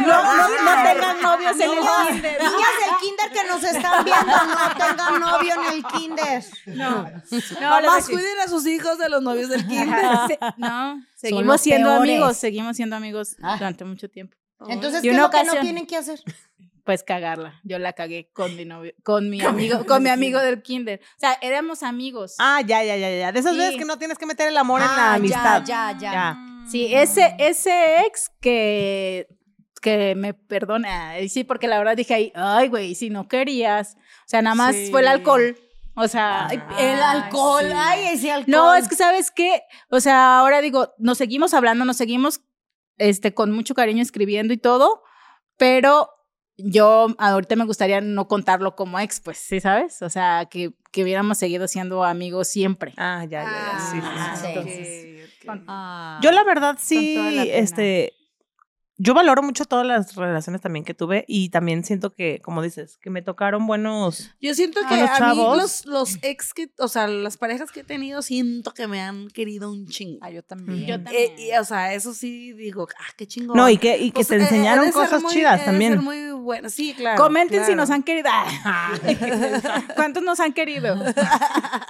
Speaker 3: No, no, no
Speaker 5: <laughs>
Speaker 3: tengan novios en el
Speaker 1: Niñas, niñas del kinder que nos están viendo, no tengan novio en el kinder.
Speaker 5: No, la
Speaker 2: Mamás,
Speaker 5: verdad que-
Speaker 2: cuiden a sus hijos de los novios del kinder.
Speaker 5: Ajá, se- no,
Speaker 1: los
Speaker 5: seguimos siendo
Speaker 1: peores.
Speaker 5: amigos, seguimos siendo amigos durante mucho tiempo.
Speaker 1: Entonces,
Speaker 5: Y
Speaker 1: ¿qué es
Speaker 5: una
Speaker 1: lo que no
Speaker 5: ocasión.
Speaker 1: tienen que hacer?
Speaker 5: <laughs> pues cagarla. Yo la cagué con mi novio, con mi amigo, con mi amigo del kinder. O sea, éramos amigos.
Speaker 3: Ah, ya, ya, ya, ya. De esas
Speaker 5: Sí.
Speaker 3: veces que no tienes que meter el amor en la
Speaker 1: Ah,
Speaker 3: amistad.
Speaker 1: Ya, ya, ya.
Speaker 5: Sí, ese, ese ex que, que me perdona. Y Sí, porque la verdad dije ahí, ay, güey, si no querías. O sea, nada más
Speaker 3: Sí.
Speaker 5: fue el alcohol. O sea, ay,
Speaker 1: El alcohol, ay, ese Ah, alcohol.
Speaker 5: No, es que sabes qué, o sea, ahora digo, nos seguimos hablando, nos seguimos este con mucho cariño escribiendo y todo, pero yo ahorita me gustaría no contarlo como ex, pues, ¿sí sabes? O sea, que, que hubiéramos seguido siendo amigos siempre.
Speaker 3: Ah, ya, ya, ya. Sí, sí,
Speaker 1: Ah,
Speaker 3: sí.
Speaker 1: sí.
Speaker 5: entonces, con-
Speaker 1: Ah.
Speaker 3: Yo la verdad sí,
Speaker 5: toda la pena.
Speaker 3: este, yo valoro mucho todas las relaciones también que tuve y también siento que, como dices, que me tocaron buenos.
Speaker 2: Yo siento
Speaker 3: A
Speaker 2: que
Speaker 3: los
Speaker 2: a, mí
Speaker 3: chavos.
Speaker 2: los, los ex que, o sea, las parejas que he tenido, siento que me han querido un chingo.
Speaker 6: Ah, yo también.
Speaker 5: Yo
Speaker 2: Eh,
Speaker 5: también.
Speaker 2: y, o sea, eso sí digo, ah, qué chingón.
Speaker 3: No, y que, y que
Speaker 2: Pues,
Speaker 3: te
Speaker 2: eh,
Speaker 3: enseñaron
Speaker 2: eh, debe ser
Speaker 3: cosas
Speaker 2: muy-
Speaker 3: chidas
Speaker 2: debe
Speaker 3: también.
Speaker 2: ser muy bueno. Sí, claro.
Speaker 5: Comenten si
Speaker 2: claro.
Speaker 5: nos han querido. ¿Cuántos nos han querido?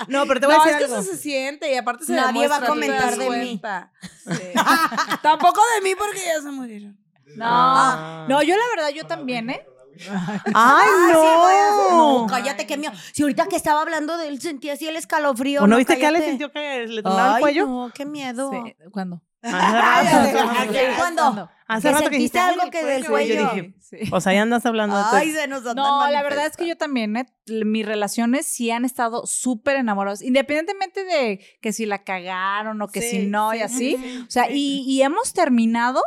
Speaker 3: No, pero te voy
Speaker 2: No,
Speaker 3: a
Speaker 2: es
Speaker 3: decir
Speaker 2: que
Speaker 3: algo.
Speaker 2: eso se siente y aparte se
Speaker 1: Nadie va a
Speaker 2: demuestra, tú te
Speaker 1: comentar
Speaker 2: das
Speaker 1: de mí.
Speaker 2: cuenta. Sí. Tampoco de mí porque ya se murieron.
Speaker 3: Ah.
Speaker 6: No, yo la verdad, yo también, ¿eh?
Speaker 3: Ay, no.
Speaker 1: No, cállate que mío. Si ahorita que estaba hablando de él sentía así el escalofrío.
Speaker 3: ¿O no viste que Ale
Speaker 1: cállate.
Speaker 3: sintió que le tronaba el cuello?
Speaker 1: Ay, no, qué miedo.
Speaker 6: ¿Cuándo?
Speaker 3: Hace rato,
Speaker 1: ¿Cuándo?
Speaker 3: hace
Speaker 1: ¿Que
Speaker 3: rato
Speaker 1: sentiste
Speaker 3: que dijiste,
Speaker 1: algo
Speaker 3: "Ay,
Speaker 1: que
Speaker 3: el
Speaker 1: del
Speaker 3: cuello". Yo
Speaker 1: cuello?
Speaker 3: dije, pues ahí andas hablando. de
Speaker 1: Ay,
Speaker 3: tu-
Speaker 1: se nos
Speaker 6: No, la verdad es que yo también, ¿eh? L- mis relaciones sí han estado súper enamorados, independientemente de que si la cagaron o que si
Speaker 3: Sí,
Speaker 6: no y así. O sea, y, y hemos terminado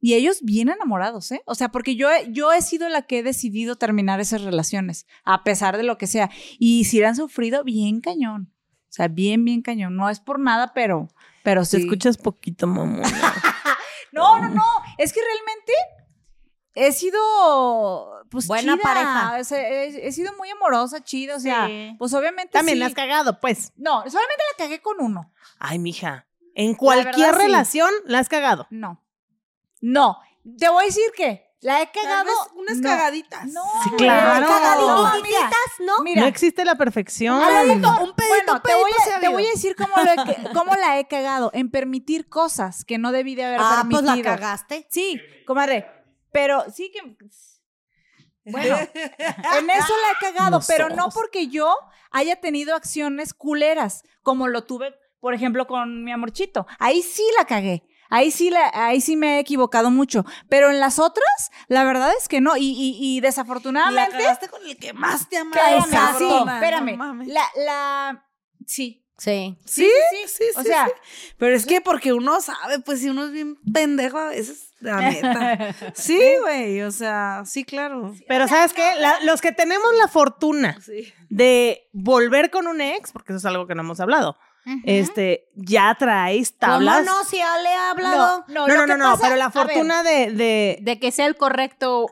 Speaker 6: y ellos bien enamorados, ¿eh? O sea, porque yo, he- yo he sido la que he decidido terminar esas relaciones, a pesar de lo que sea. Y si la han sufrido, bien cañón. O sea, bien, bien cañón. No es por nada, pero, pero sí.
Speaker 3: Te escuchas poquito, mamón.
Speaker 6: No, no, no. Es que realmente he sido, pues,
Speaker 1: Buena
Speaker 6: chida.
Speaker 1: pareja.
Speaker 6: O sea, he, he sido muy amorosa, chida. O sea,
Speaker 5: Sí.
Speaker 6: pues obviamente.
Speaker 3: También
Speaker 6: sí.
Speaker 3: la has cagado, pues.
Speaker 6: No, solamente la cagué con uno.
Speaker 3: Ay, mija. En
Speaker 6: verdad,
Speaker 3: cualquier
Speaker 6: sí.
Speaker 3: relación la has cagado.
Speaker 6: No. No. Te voy a decir que la he
Speaker 2: Tal
Speaker 6: cagado.
Speaker 2: vez unas
Speaker 6: no.
Speaker 2: cagaditas.
Speaker 6: No.
Speaker 3: Sí,
Speaker 6: No,
Speaker 3: claro.
Speaker 6: mira,
Speaker 1: Cagadititas, ¿no?
Speaker 6: mira.
Speaker 3: No existe la perfección.
Speaker 1: Un pedito,
Speaker 6: Bueno, te
Speaker 1: pedito
Speaker 6: voy,
Speaker 1: se ha
Speaker 6: a, te
Speaker 1: habido.
Speaker 6: voy a decir cómo, lo he que- cómo la he cagado. En permitir cosas que no debí de haber
Speaker 1: Ah, pues
Speaker 6: permitido.
Speaker 1: la cagaste.
Speaker 6: Sí, comadre. Pero sí que. pues,
Speaker 2: <laughs>
Speaker 6: Bueno, en eso la he cagado,
Speaker 3: Los
Speaker 6: pero no
Speaker 3: ojos.
Speaker 6: porque yo haya tenido acciones culeras, como lo tuve, por ejemplo, con mi amorchito. Ahí sí la cagué. Ahí sí, la- ahí sí me he equivocado mucho. Pero en las otras, la verdad es que no. Y, y- y
Speaker 2: La
Speaker 6: desafortunadamente.
Speaker 2: cagaste con el que más te amaba.
Speaker 6: Espérame,
Speaker 1: Exacto.
Speaker 6: sí,
Speaker 1: cabrón.
Speaker 6: espérame.
Speaker 2: No mames.
Speaker 6: la, la. Sí.
Speaker 1: Sí.
Speaker 2: Sí, sí, sí,
Speaker 6: O
Speaker 2: sí,
Speaker 6: sea,
Speaker 2: sí. Pero es que porque uno sabe, pues si uno es bien pendejo a veces,
Speaker 6: <laughs>
Speaker 2: la neta. Sí, güey, o sea, sí, claro.
Speaker 3: Pero ¿sabes qué? La- los que tenemos la fortuna
Speaker 2: Sí.
Speaker 3: de volver con un ex, porque eso es algo que no hemos hablado, este, ya traes tablas.
Speaker 1: ¿Cómo no? Si ya le he hablado.
Speaker 6: no, no,
Speaker 3: No,
Speaker 6: lo
Speaker 3: no,
Speaker 6: que
Speaker 3: no, no,
Speaker 6: pasa-
Speaker 3: pero la
Speaker 6: a ver,
Speaker 3: fortuna de, de,
Speaker 5: De que sea el correcto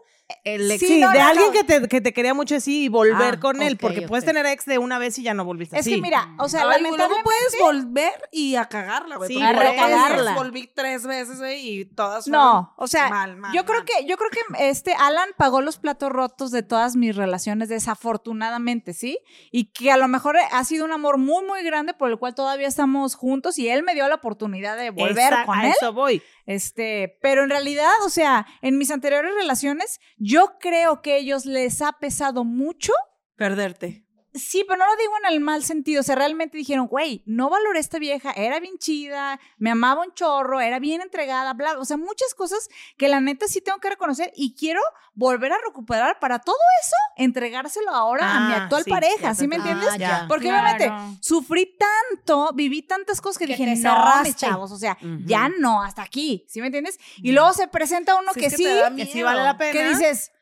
Speaker 5: el ex.
Speaker 3: sí,
Speaker 6: no,
Speaker 3: de
Speaker 6: no,
Speaker 3: alguien
Speaker 6: no.
Speaker 3: que te, que te quería mucho así y volver
Speaker 1: Ah,
Speaker 3: con él,
Speaker 1: ok,
Speaker 3: porque puedes
Speaker 1: ok.
Speaker 3: tener ex de una vez y ya no volviste
Speaker 6: Es
Speaker 3: así.
Speaker 6: que mira, o sea,
Speaker 2: Ay, güey, luego
Speaker 6: lamentablemente.
Speaker 2: puedes volver y a cagarla, güey.
Speaker 3: Sí,
Speaker 2: porque
Speaker 5: a
Speaker 2: yo varias
Speaker 5: recagarla.
Speaker 2: veces Volví tres veces, güey, y todas fueron
Speaker 6: No, o sea,
Speaker 2: mal, mal,
Speaker 6: yo creo
Speaker 2: mal.
Speaker 6: que yo creo que este Alan pagó los platos rotos de todas mis relaciones desafortunadamente, ¿sí? Y que a lo mejor ha sido un amor muy muy grande por el cual todavía estamos juntos y él me dio la oportunidad de volver
Speaker 3: Exacto,
Speaker 6: con
Speaker 3: a
Speaker 6: él.
Speaker 3: eso voy.
Speaker 6: Este, pero en realidad, o sea, en mis anteriores relaciones yo creo que a ellos les ha pesado mucho
Speaker 2: Perderte.
Speaker 6: Sí, pero no lo digo en el mal sentido. O sea, realmente dijeron, güey, no valoré a esta vieja, era bien chida, me amaba un chorro, era bien entregada, bla. O sea, muchas cosas que la neta sí tengo que reconocer y quiero volver a recuperar para todo eso, entregárselo ahora a mi
Speaker 3: Ah,
Speaker 6: actual
Speaker 3: sí, ya
Speaker 6: pareja.
Speaker 3: te
Speaker 6: ¿Sí me
Speaker 3: entendí.
Speaker 6: entiendes?
Speaker 1: Ah, ya.
Speaker 6: Porque obviamente sufrí tanto, viví tantas cosas que,
Speaker 1: Que
Speaker 6: dije,
Speaker 1: te
Speaker 6: no, mis
Speaker 1: cerraste".
Speaker 6: chavos, o sea,
Speaker 2: Ujú.
Speaker 6: ya no, hasta aquí. ¿Sí me entiendes? Y luego se presenta uno
Speaker 2: Sí,
Speaker 6: que,
Speaker 2: es que
Speaker 6: sí,
Speaker 2: te da
Speaker 3: Que sí
Speaker 2: miedo.
Speaker 3: vale la pena.
Speaker 6: que dices,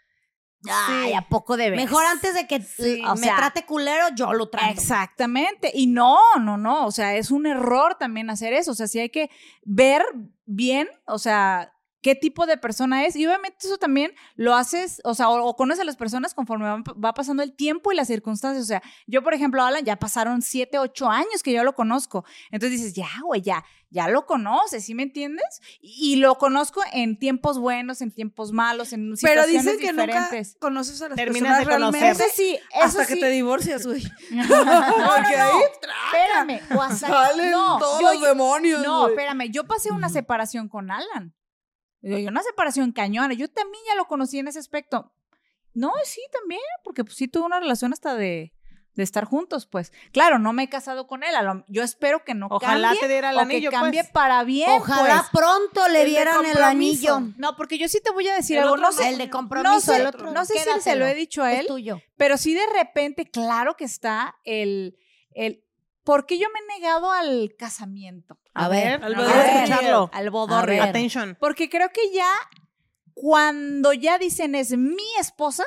Speaker 1: Ay, ¿a poco de veras? Mejor antes de que l-
Speaker 6: o
Speaker 1: me
Speaker 6: sea,
Speaker 1: trate culero, yo lo trato.
Speaker 6: Exactamente. Y no, no, no. O sea, es un error también hacer eso. O sea, sí hay que ver bien, o sea, qué tipo de persona es. Y obviamente eso también lo haces, o sea, o, o conoces a las personas conforme van- va pasando el tiempo y las circunstancias. O sea, yo, por ejemplo, Alan, ya pasaron siete, ocho años que yo lo conozco. Entonces dices, ya, güey, ya, ya lo conoces, ¿sí me entiendes? Y, y lo conozco en tiempos buenos, en tiempos malos, en
Speaker 2: Pero
Speaker 6: situaciones
Speaker 2: dicen que
Speaker 6: diferentes.
Speaker 2: nunca conoces a las
Speaker 3: Terminas de
Speaker 2: personas realmente
Speaker 3: conocer.
Speaker 6: Eso sí, eso
Speaker 2: hasta
Speaker 6: sí.
Speaker 2: que te
Speaker 6: <laughs>
Speaker 2: divorcias, güey.
Speaker 6: no,
Speaker 2: Porque
Speaker 6: no.
Speaker 2: ahí
Speaker 6: Espérame, o hasta
Speaker 2: salen
Speaker 6: no,
Speaker 2: todos
Speaker 6: yo-
Speaker 2: los demonios,
Speaker 6: no,
Speaker 2: güey.
Speaker 6: espérame, yo pasé una separación con Alan. Yo, yo una separación cañona. Yo también ya lo conocí en ese aspecto. No, sí, también, porque pues, sí tuve una relación hasta de, de estar juntos, pues. Claro, no me he casado con él. a lo- yo espero que no
Speaker 3: Ojalá
Speaker 6: cambie.
Speaker 3: te diera el
Speaker 6: o
Speaker 3: anillo,
Speaker 6: que cambie
Speaker 3: pues.
Speaker 6: para bien,
Speaker 1: Ojalá
Speaker 6: pues.
Speaker 1: pronto le
Speaker 2: El de
Speaker 1: dieran el
Speaker 2: compromiso.
Speaker 1: anillo.
Speaker 6: No, porque yo sí te voy a decir
Speaker 2: El
Speaker 6: algo.
Speaker 2: otro
Speaker 6: No sé,
Speaker 1: el de compromiso,
Speaker 6: no sé,
Speaker 1: el otro.
Speaker 6: no sé si se lo
Speaker 1: Quédatelo.
Speaker 6: he dicho a
Speaker 1: Es
Speaker 6: él,
Speaker 1: tuyo.
Speaker 6: pero sí de repente, claro que está el, el ¿por qué yo me he negado al casamiento?
Speaker 1: A ver.
Speaker 3: Al
Speaker 2: A
Speaker 3: poder
Speaker 1: ver.
Speaker 3: escucharlo.
Speaker 6: Al
Speaker 1: A
Speaker 6: bodorrio.
Speaker 1: ver.
Speaker 3: Attention.
Speaker 6: Porque creo que ya cuando ya dicen es mi esposa,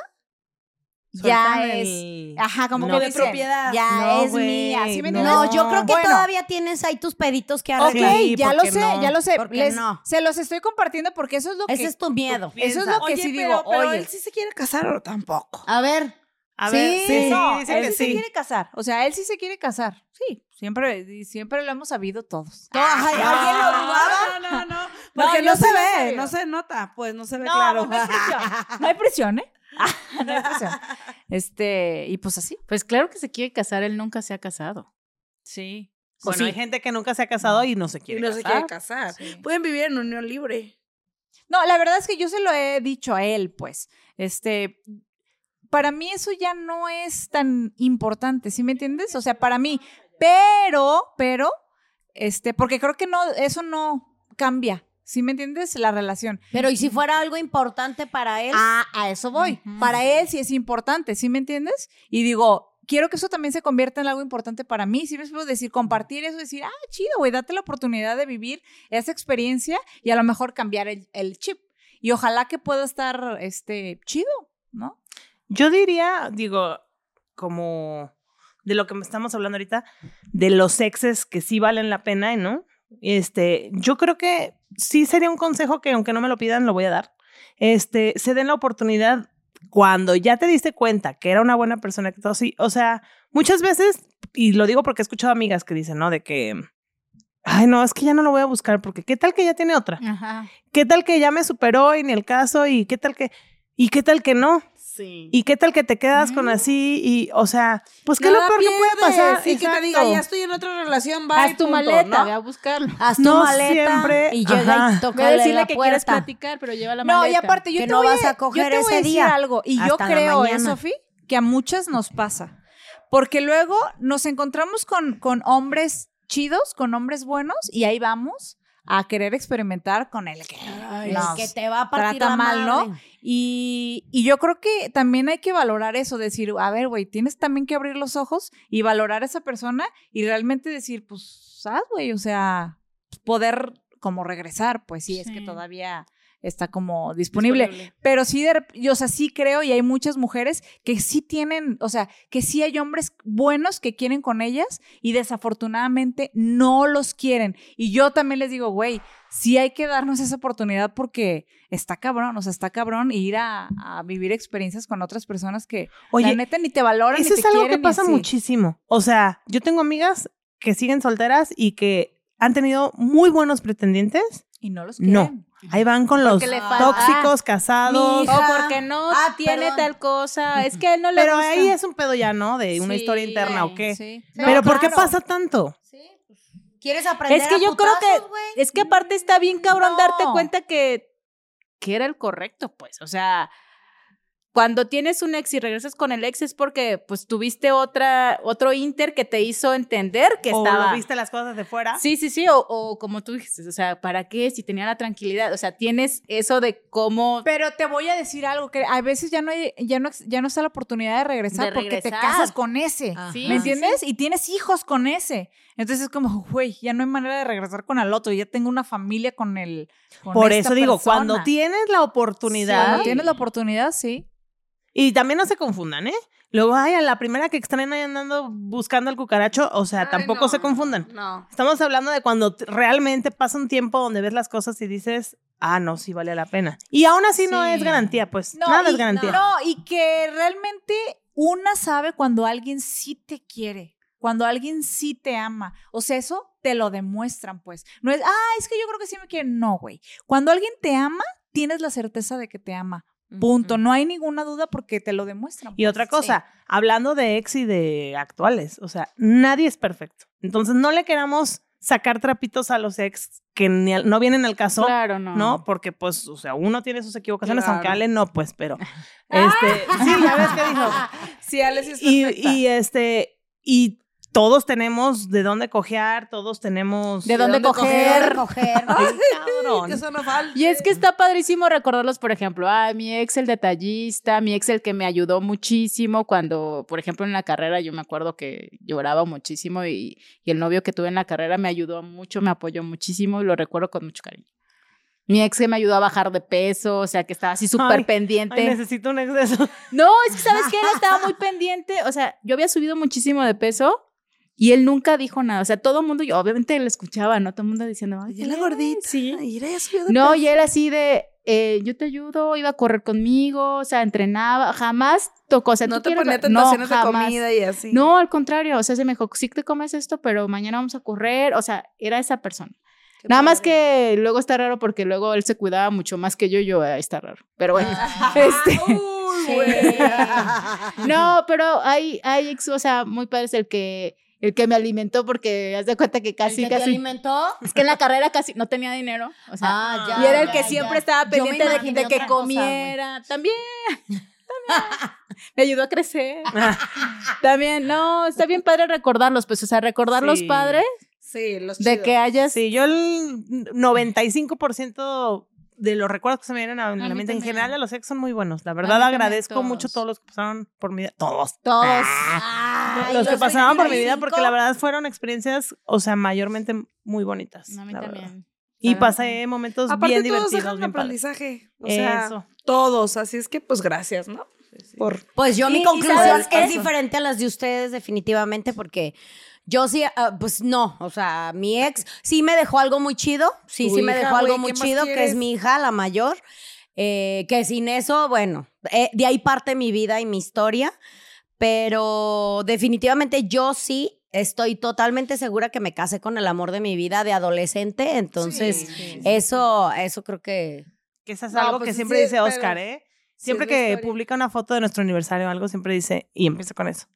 Speaker 6: ya
Speaker 3: Sueltan
Speaker 6: es.
Speaker 3: el-
Speaker 6: Ajá, como
Speaker 3: No,
Speaker 6: que
Speaker 3: de
Speaker 6: dicen,
Speaker 2: propiedad.
Speaker 6: Ya
Speaker 3: No,
Speaker 6: es
Speaker 3: güey,
Speaker 6: mía. ¿sí me
Speaker 3: no.
Speaker 6: entiendes?
Speaker 1: No, yo creo que
Speaker 6: Bueno,
Speaker 1: todavía tienes ahí tus peditos que
Speaker 6: Ok,
Speaker 1: arreglar.
Speaker 3: Ah, Sí,
Speaker 6: ya lo
Speaker 3: porque
Speaker 6: sé,
Speaker 3: no.
Speaker 6: ya lo sé.
Speaker 1: Porque
Speaker 6: Les-
Speaker 1: no.
Speaker 6: Se los estoy compartiendo porque eso es lo que.
Speaker 1: Ese es tu miedo.
Speaker 6: eso es lo que
Speaker 2: Oye,
Speaker 6: sí
Speaker 2: pero-
Speaker 6: digo.
Speaker 2: Pero
Speaker 6: oye,
Speaker 2: él sí se quiere casar o tampoco.
Speaker 1: A ver.
Speaker 3: A ver, sí, sí,
Speaker 6: no,
Speaker 3: dicen
Speaker 6: él
Speaker 3: que
Speaker 6: sí se
Speaker 3: sí.
Speaker 6: quiere casar. O sea, él sí se quiere casar. Sí, siempre, y siempre lo hemos sabido todos. Ah,
Speaker 2: Ay,
Speaker 1: Ah,
Speaker 2: ¿alguien lo
Speaker 6: no,
Speaker 2: dudaba? No,
Speaker 6: <laughs>
Speaker 2: no, no. Porque
Speaker 6: yo
Speaker 2: no,
Speaker 6: sí
Speaker 2: se
Speaker 6: lo
Speaker 2: ve,
Speaker 6: sabía.
Speaker 2: no se nota, pues no se ve
Speaker 6: No, no
Speaker 2: claro. <laughs>
Speaker 6: hay presión. No hay presión, ¿eh? <laughs> no hay <laughs> presión. Este, y pues así.
Speaker 5: Pues claro que se quiere casar, él nunca se ha casado.
Speaker 6: Sí.
Speaker 3: Bueno, hay gente que nunca se ha casado y no se
Speaker 2: y
Speaker 3: quiere.
Speaker 2: no se
Speaker 3: casar.
Speaker 2: quiere casar. Pueden vivir en unión libre.
Speaker 6: No, la verdad es que yo se lo he dicho a él, pues. Este, para mí eso ya no es tan importante, ¿sí me entiendes? O sea, para mí, pero, pero, este, porque creo que no, eso no cambia, ¿sí me entiendes? La relación.
Speaker 1: Pero ¿y si fuera algo importante para él?
Speaker 6: Ah, a eso voy.
Speaker 5: Ujú.
Speaker 6: Para él sí es importante, ¿sí me entiendes? Y digo, quiero que eso también se convierta en algo importante para mí. Si me puedo decir, compartir eso, decir, ah, chido, güey, date la oportunidad de vivir esa experiencia y a lo mejor cambiar el, el chip. Y ojalá que pueda estar, este, chido, ¿no?
Speaker 3: Yo diría, digo, como de lo que estamos hablando ahorita, de los exes que sí valen la pena, ¿eh, ¿no? Este, yo creo que sí sería un consejo que aunque no me lo pidan, lo voy a dar. Este, se den la oportunidad cuando ya te diste cuenta que era una buena persona, que todo sí, o sea, muchas veces, y lo digo porque he escuchado amigas que dicen, ¿no? De que, ay, no, es que ya no lo voy a buscar porque qué tal que ya tiene otra,
Speaker 5: Ajá.
Speaker 3: qué tal que ya me superó en el caso y qué tal que, y qué tal que no.
Speaker 5: Sí.
Speaker 3: ¿Y qué tal que te quedas con
Speaker 5: Mm.
Speaker 3: así? Y, o sea, pues qué es lo
Speaker 2: Nada
Speaker 3: peor que puede
Speaker 2: pierdes,
Speaker 3: pasar.
Speaker 2: Y que te diga, "Ah,
Speaker 3: Exacto.
Speaker 2: ya estoy en otra relación, va.
Speaker 5: Haz tu maleta, ve a buscarlo.
Speaker 1: Haz tu
Speaker 3: no
Speaker 1: maleta
Speaker 3: siempre,
Speaker 1: y llega
Speaker 3: ajá.
Speaker 1: y
Speaker 5: Ve a
Speaker 1: tócale
Speaker 5: decirle
Speaker 1: la
Speaker 5: que quieres
Speaker 1: puerta.
Speaker 5: platicar, pero lleva la
Speaker 6: No,
Speaker 5: maleta.
Speaker 6: y aparte, yo
Speaker 1: que
Speaker 6: te
Speaker 1: no
Speaker 6: voy
Speaker 1: vas a coger
Speaker 6: yo te voy
Speaker 1: ese
Speaker 6: a decir
Speaker 1: día.
Speaker 6: algo, y yo
Speaker 1: Hasta la
Speaker 6: creo, eh,
Speaker 1: mañana.
Speaker 6: Sofi, que a muchas nos pasa. Porque luego nos encontramos con, con hombres chidos, con hombres buenos, y ahí vamos a querer experimentar con el que
Speaker 1: El
Speaker 6: nos
Speaker 1: que te va a partir
Speaker 6: trata
Speaker 1: la
Speaker 6: mal, ¿no?
Speaker 1: madre.
Speaker 6: Y, y yo creo que también hay que valorar eso, decir, a ver, güey, tienes también que abrir los ojos y valorar a esa persona y realmente decir, pues, haz, güey, o sea, poder como regresar, pues sí, es que
Speaker 5: Sí.
Speaker 6: todavía está como disponible. Pero sí, de rep- yo, o sea, sí creo y hay muchas mujeres que sí tienen, o sea, que sí hay hombres buenos que quieren con ellas y desafortunadamente no los quieren. Y yo también les digo, güey, sí hay que darnos esa oportunidad porque está cabrón, o sea, está cabrón ir a, a vivir experiencias con otras personas que la
Speaker 3: Oye,
Speaker 6: neta ni te valoran
Speaker 3: eso
Speaker 6: ni te
Speaker 3: es algo que
Speaker 6: quieren y
Speaker 3: pasa
Speaker 6: así.
Speaker 3: muchísimo. O sea, yo tengo amigas que siguen solteras y que han tenido muy buenos pretendientes.
Speaker 6: Y no los quieren.
Speaker 3: No. Ahí van con los
Speaker 5: Porque le falta-
Speaker 3: tóxicos, casados.
Speaker 6: Mi
Speaker 5: O
Speaker 6: hija.
Speaker 5: porque no
Speaker 1: Ah,
Speaker 5: tiene
Speaker 1: perdón.
Speaker 5: tal cosa. Es que a él no le
Speaker 3: Pero
Speaker 5: gusta.
Speaker 3: ahí es un pedo ya, ¿no? De una
Speaker 5: Sí,
Speaker 3: historia interna o qué.
Speaker 6: Sí.
Speaker 3: Pero ¿por qué
Speaker 1: claro.
Speaker 3: pasa tanto?
Speaker 1: Sí, pues, ¿Quieres aprender
Speaker 5: Es que
Speaker 1: a
Speaker 5: yo creo que-
Speaker 1: putazos, güey?
Speaker 5: Es que aparte está bien cabrón
Speaker 6: No.
Speaker 5: darte cuenta que, que era el correcto, pues. O sea, cuando tienes un ex y regresas con el ex es porque pues tuviste otra, otro inter que te hizo entender que
Speaker 3: o
Speaker 5: estaba.
Speaker 3: lo viste las cosas de fuera.
Speaker 5: Sí, sí, sí, o, o como tú dijiste, o sea, ¿para qué? Si tenía la tranquilidad, o sea, tienes eso de cómo...
Speaker 6: Pero te voy a decir algo que a veces ya no hay- ya no ya no está la oportunidad de regresar,
Speaker 5: De
Speaker 6: porque te
Speaker 5: regresar. Ah.
Speaker 6: casas con ese.
Speaker 2: Ah.
Speaker 1: Ajá.
Speaker 5: Sí,
Speaker 6: ¿Me entiendes? Y tienes hijos con ese. Entonces es como, güey, ya no hay manera de regresar con el otro. Ya tengo una familia con el. con
Speaker 3: Por
Speaker 6: esta
Speaker 3: eso digo,
Speaker 6: persona.
Speaker 3: cuando tienes la oportunidad,
Speaker 6: Cuando tienes la oportunidad, sí.
Speaker 3: y también no se confundan, ¿eh? Luego, ay, a la primera que extraen ahí andando buscando al cucaracho, o sea, tampoco se confundan.
Speaker 1: No.
Speaker 3: Estamos hablando de cuando t- realmente pasa un tiempo donde ves las cosas y dices, ah, no, sí vale la pena. Y aún así no
Speaker 5: Sí.
Speaker 3: es garantía, pues.
Speaker 6: No,
Speaker 3: nada
Speaker 6: y,
Speaker 3: es garantía.
Speaker 6: No, y que realmente una sabe cuando alguien sí te quiere, cuando alguien sí te ama. O sea, eso te lo demuestran, pues. No es, ah, es que yo creo que sí me quiere. No, güey. Cuando alguien te ama, tienes la certeza de que te ama. Punto. No hay ninguna duda porque te lo demuestran.
Speaker 3: Y
Speaker 6: pues.
Speaker 3: otra cosa, hablando de ex y de actuales, o sea, nadie es perfecto. Entonces no le queramos sacar trapitos a los ex que ni al- no vienen al caso.
Speaker 5: Claro, no.
Speaker 3: ¿no? Porque, pues, o sea, uno tiene sus equivocaciones,
Speaker 5: Claro.
Speaker 3: aunque Ale no, pues, pero. Este, sí, ya ves que <laughs> dijo.
Speaker 6: Sí, Alex es
Speaker 3: Y,
Speaker 6: perfecta.
Speaker 3: y, este, y todos tenemos de dónde cojear, todos tenemos.
Speaker 5: De dónde
Speaker 1: Coger,
Speaker 5: coger.
Speaker 1: coger.
Speaker 3: Cabrón.
Speaker 5: Y es que está padrísimo recordarlos, por ejemplo, ah, mi ex el detallista, mi ex el que me ayudó muchísimo cuando, por ejemplo, en la carrera yo me acuerdo que lloraba muchísimo y, y el novio que tuve en la carrera me ayudó mucho, me apoyó muchísimo y lo recuerdo con mucho cariño. Mi ex que me ayudó a bajar de peso, o sea, que estaba así
Speaker 3: Ay, ay,
Speaker 5: súper pendiente.
Speaker 3: Ay, necesito un ex de
Speaker 2: <laughs>
Speaker 3: eso.
Speaker 5: No, es que sabes que él estaba muy pendiente. O sea, yo había subido muchísimo de peso y él nunca dijo nada. O sea, todo el mundo, yo obviamente lo escuchaba, ¿no? Todo el mundo diciendo, ay,
Speaker 2: Ya la
Speaker 5: ay,
Speaker 2: gordita.
Speaker 5: Sí.
Speaker 2: Ay, mira, ya subió de
Speaker 5: No,
Speaker 2: peso.
Speaker 5: y él así de, eh, yo te ayudo, iba a correr conmigo, o sea, entrenaba, jamás tocó, o sea,
Speaker 2: no
Speaker 5: tú
Speaker 2: te
Speaker 5: quieres-
Speaker 2: ponía
Speaker 5: no,
Speaker 2: tentaciones de
Speaker 5: jamás.
Speaker 2: comida y así.
Speaker 5: No, al contrario, o sea, se me dijo, sí te comes esto, pero mañana vamos a correr, o sea, era esa persona.
Speaker 2: Qué
Speaker 5: Nada más
Speaker 2: padre.
Speaker 5: que luego está raro porque luego él se cuidaba mucho más que yo, yo eh, está raro. Pero bueno,
Speaker 2: Ah.
Speaker 5: <laughs> este, no, pero hay, hay ex, o sea, muy padre es el que, el que me alimentó porque haz de cuenta que
Speaker 1: Así
Speaker 5: casi,
Speaker 1: que te
Speaker 5: casi,
Speaker 1: alimentó.
Speaker 5: es que en la carrera casi no tenía dinero, o sea,
Speaker 1: Ah, ya,
Speaker 5: y era el
Speaker 1: ya,
Speaker 5: que
Speaker 1: ya.
Speaker 5: siempre estaba
Speaker 1: Yo me
Speaker 5: pendiente de- de,
Speaker 1: imaginé
Speaker 5: que
Speaker 1: otra cosa, güey.
Speaker 5: comiera. <laughs> también. también. Me ayudó a <laughs> crecer. también, no, está bien padre recordarlos, pues, o sea, recordar los
Speaker 3: Sí.
Speaker 5: padres
Speaker 2: Sí, los
Speaker 5: de
Speaker 2: chidos.
Speaker 5: que hayas.
Speaker 3: Sí, yo el 95% de los recuerdos que se me vienen a,
Speaker 5: A
Speaker 3: la
Speaker 5: mí
Speaker 3: mente en
Speaker 5: también.
Speaker 3: general de los ex son muy buenos. La
Speaker 5: A
Speaker 3: verdad
Speaker 5: mí también,
Speaker 3: agradezco mucho
Speaker 5: todos.
Speaker 3: todos los que pasaron por mi vida. Todos.
Speaker 5: Todos.
Speaker 1: Ay,
Speaker 3: Ah. los que pasaron por mi vida
Speaker 1: 25.
Speaker 3: porque la verdad fueron experiencias, o sea, mayormente muy bonitas.
Speaker 5: No, a mí
Speaker 3: la verdad.
Speaker 5: también.
Speaker 3: Y
Speaker 5: Claro.
Speaker 3: pasé momentos
Speaker 2: Aparte
Speaker 3: bien divertidos,
Speaker 2: todos dejan
Speaker 3: bien padres.
Speaker 2: aprendizaje. O sea,
Speaker 3: Eso.
Speaker 2: todos. Así es que, pues, gracias, ¿no? Por...
Speaker 1: Pues yo
Speaker 2: Y-
Speaker 1: mi
Speaker 2: y
Speaker 1: conclusión
Speaker 2: sabes que
Speaker 1: es
Speaker 2: eso.
Speaker 1: diferente a las de ustedes definitivamente porque yo sí, ah, pues no, o sea, mi ex sí me dejó algo muy chido, sí,
Speaker 2: Tu
Speaker 1: sí me
Speaker 2: hija,
Speaker 1: dejó
Speaker 2: güey,
Speaker 1: algo
Speaker 2: ¿qué
Speaker 1: muy
Speaker 2: más
Speaker 1: chido, que
Speaker 2: quieres?
Speaker 1: es mi hija, la mayor, eh, que sin eso, bueno, eh, de ahí parte mi vida y mi historia, pero definitivamente yo sí estoy totalmente segura que me casé con el amor de mi vida de adolescente, entonces eh, eso, eso creo que...
Speaker 3: Que eso es
Speaker 2: No,
Speaker 3: algo
Speaker 2: pues
Speaker 3: que
Speaker 2: sí,
Speaker 3: siempre
Speaker 2: sí,
Speaker 3: dice
Speaker 2: pero-
Speaker 3: Oscar, ¿eh? Siempre
Speaker 2: es la
Speaker 3: que
Speaker 2: historia.
Speaker 3: publica una foto de nuestro aniversario o algo, siempre dice, y empieza con eso.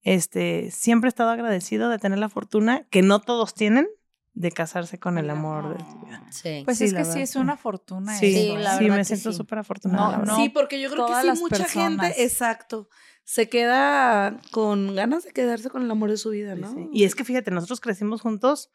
Speaker 3: Este, siempre he estado agradecido de tener la fortuna que no todos tienen de casarse con el amor de tu vida.
Speaker 1: Sí.
Speaker 6: Pues
Speaker 3: Sí,
Speaker 6: es
Speaker 3: la
Speaker 6: que
Speaker 3: verdad,
Speaker 6: sí es
Speaker 3: sí.
Speaker 6: una fortuna. ¿eh?
Speaker 3: Sí,
Speaker 1: Sí,
Speaker 3: sí,
Speaker 1: la verdad
Speaker 3: me
Speaker 1: que
Speaker 3: siento
Speaker 1: sí.
Speaker 3: súper afortunada.
Speaker 6: No,
Speaker 3: la
Speaker 6: no.
Speaker 2: Sí, porque yo creo que
Speaker 6: todas
Speaker 2: sí,
Speaker 6: las
Speaker 2: mucha
Speaker 6: personas.
Speaker 2: gente, exacto, se queda con ganas de quedarse con el amor de su vida,
Speaker 3: verdad.
Speaker 2: ¿no?
Speaker 3: Sí, sí. Y es que fíjate, nosotros crecimos juntos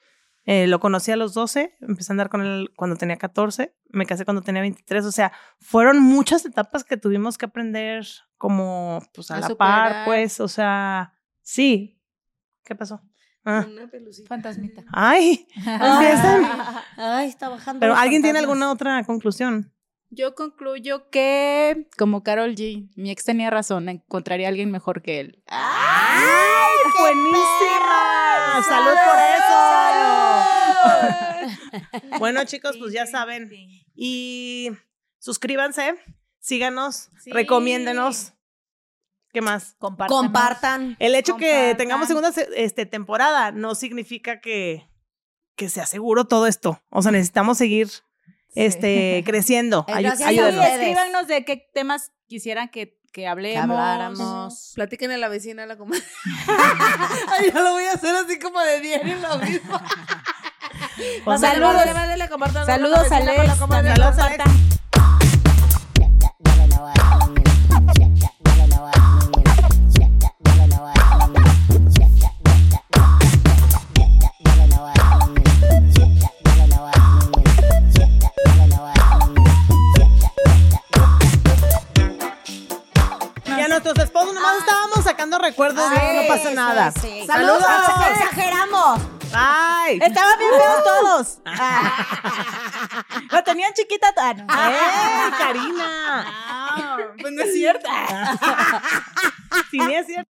Speaker 3: Eh, lo conocí a los 12, empecé a andar con él cuando tenía 14, me casé cuando tenía 23, o sea, fueron muchas etapas que tuvimos que aprender como pues a,
Speaker 5: A
Speaker 3: la par,
Speaker 5: superar.
Speaker 3: pues, o sea, sí. ¿Qué pasó? Ah.
Speaker 2: Una pelucita.
Speaker 5: Fantasmita.
Speaker 3: Ay,
Speaker 2: Pues,
Speaker 3: empiezan.
Speaker 1: Ay, está bajando.
Speaker 3: Pero
Speaker 1: los
Speaker 3: alguien tiene
Speaker 1: fantasmas.
Speaker 3: alguna otra conclusión?
Speaker 5: Yo concluyo que, como Carol G, mi ex tenía razón, encontraría a alguien mejor que él.
Speaker 1: Ah,
Speaker 3: Buenísima. Salud por eso. <laughs> Bueno, chicos, pues ya saben. Y suscríbanse, síganos,
Speaker 5: Sí.
Speaker 3: recomiéndenos. ¿Qué más?
Speaker 6: Compártanos.
Speaker 1: Compartan.
Speaker 3: El hecho que
Speaker 6: Compartan.
Speaker 3: tengamos segunda se- este, temporada no significa que, que sea seguro todo esto. O sea, necesitamos seguir este, creciendo.
Speaker 1: Eh,
Speaker 3: Ayu-
Speaker 1: gracias a
Speaker 6: Sí,
Speaker 3: ayúdenos.
Speaker 1: ustedes.
Speaker 6: escríbanos de qué temas
Speaker 5: Quisieran que, que hablemos.
Speaker 1: Que habláramos.
Speaker 2: Platiquen a la vecina, a la comadre. <laughs> Ay, yo lo voy a hacer así como de bien y <laughs> lo mismo.
Speaker 3: Pues,
Speaker 6: Saludos.
Speaker 2: Mándale, mándale, compartan.
Speaker 6: Saludos a
Speaker 2: Mándale,
Speaker 6: Alex,
Speaker 2: mándale, comadre.
Speaker 6: también
Speaker 3: Saludos, Alex.
Speaker 6: compartan.
Speaker 3: Y a nuestros esposos nomás
Speaker 6: Ah.
Speaker 3: estábamos sacando recuerdos, no, no pasa nada.
Speaker 6: Saludos.
Speaker 1: Exageramos.
Speaker 3: Bye.
Speaker 6: Estaban bien feos todos.
Speaker 3: Ah.
Speaker 6: Lo tenían chiquita. Ah, no. Ah.
Speaker 3: ¡Ey, Eh, Karina!
Speaker 2: Pues no es cierto.
Speaker 3: <laughs> Sí, es cierto.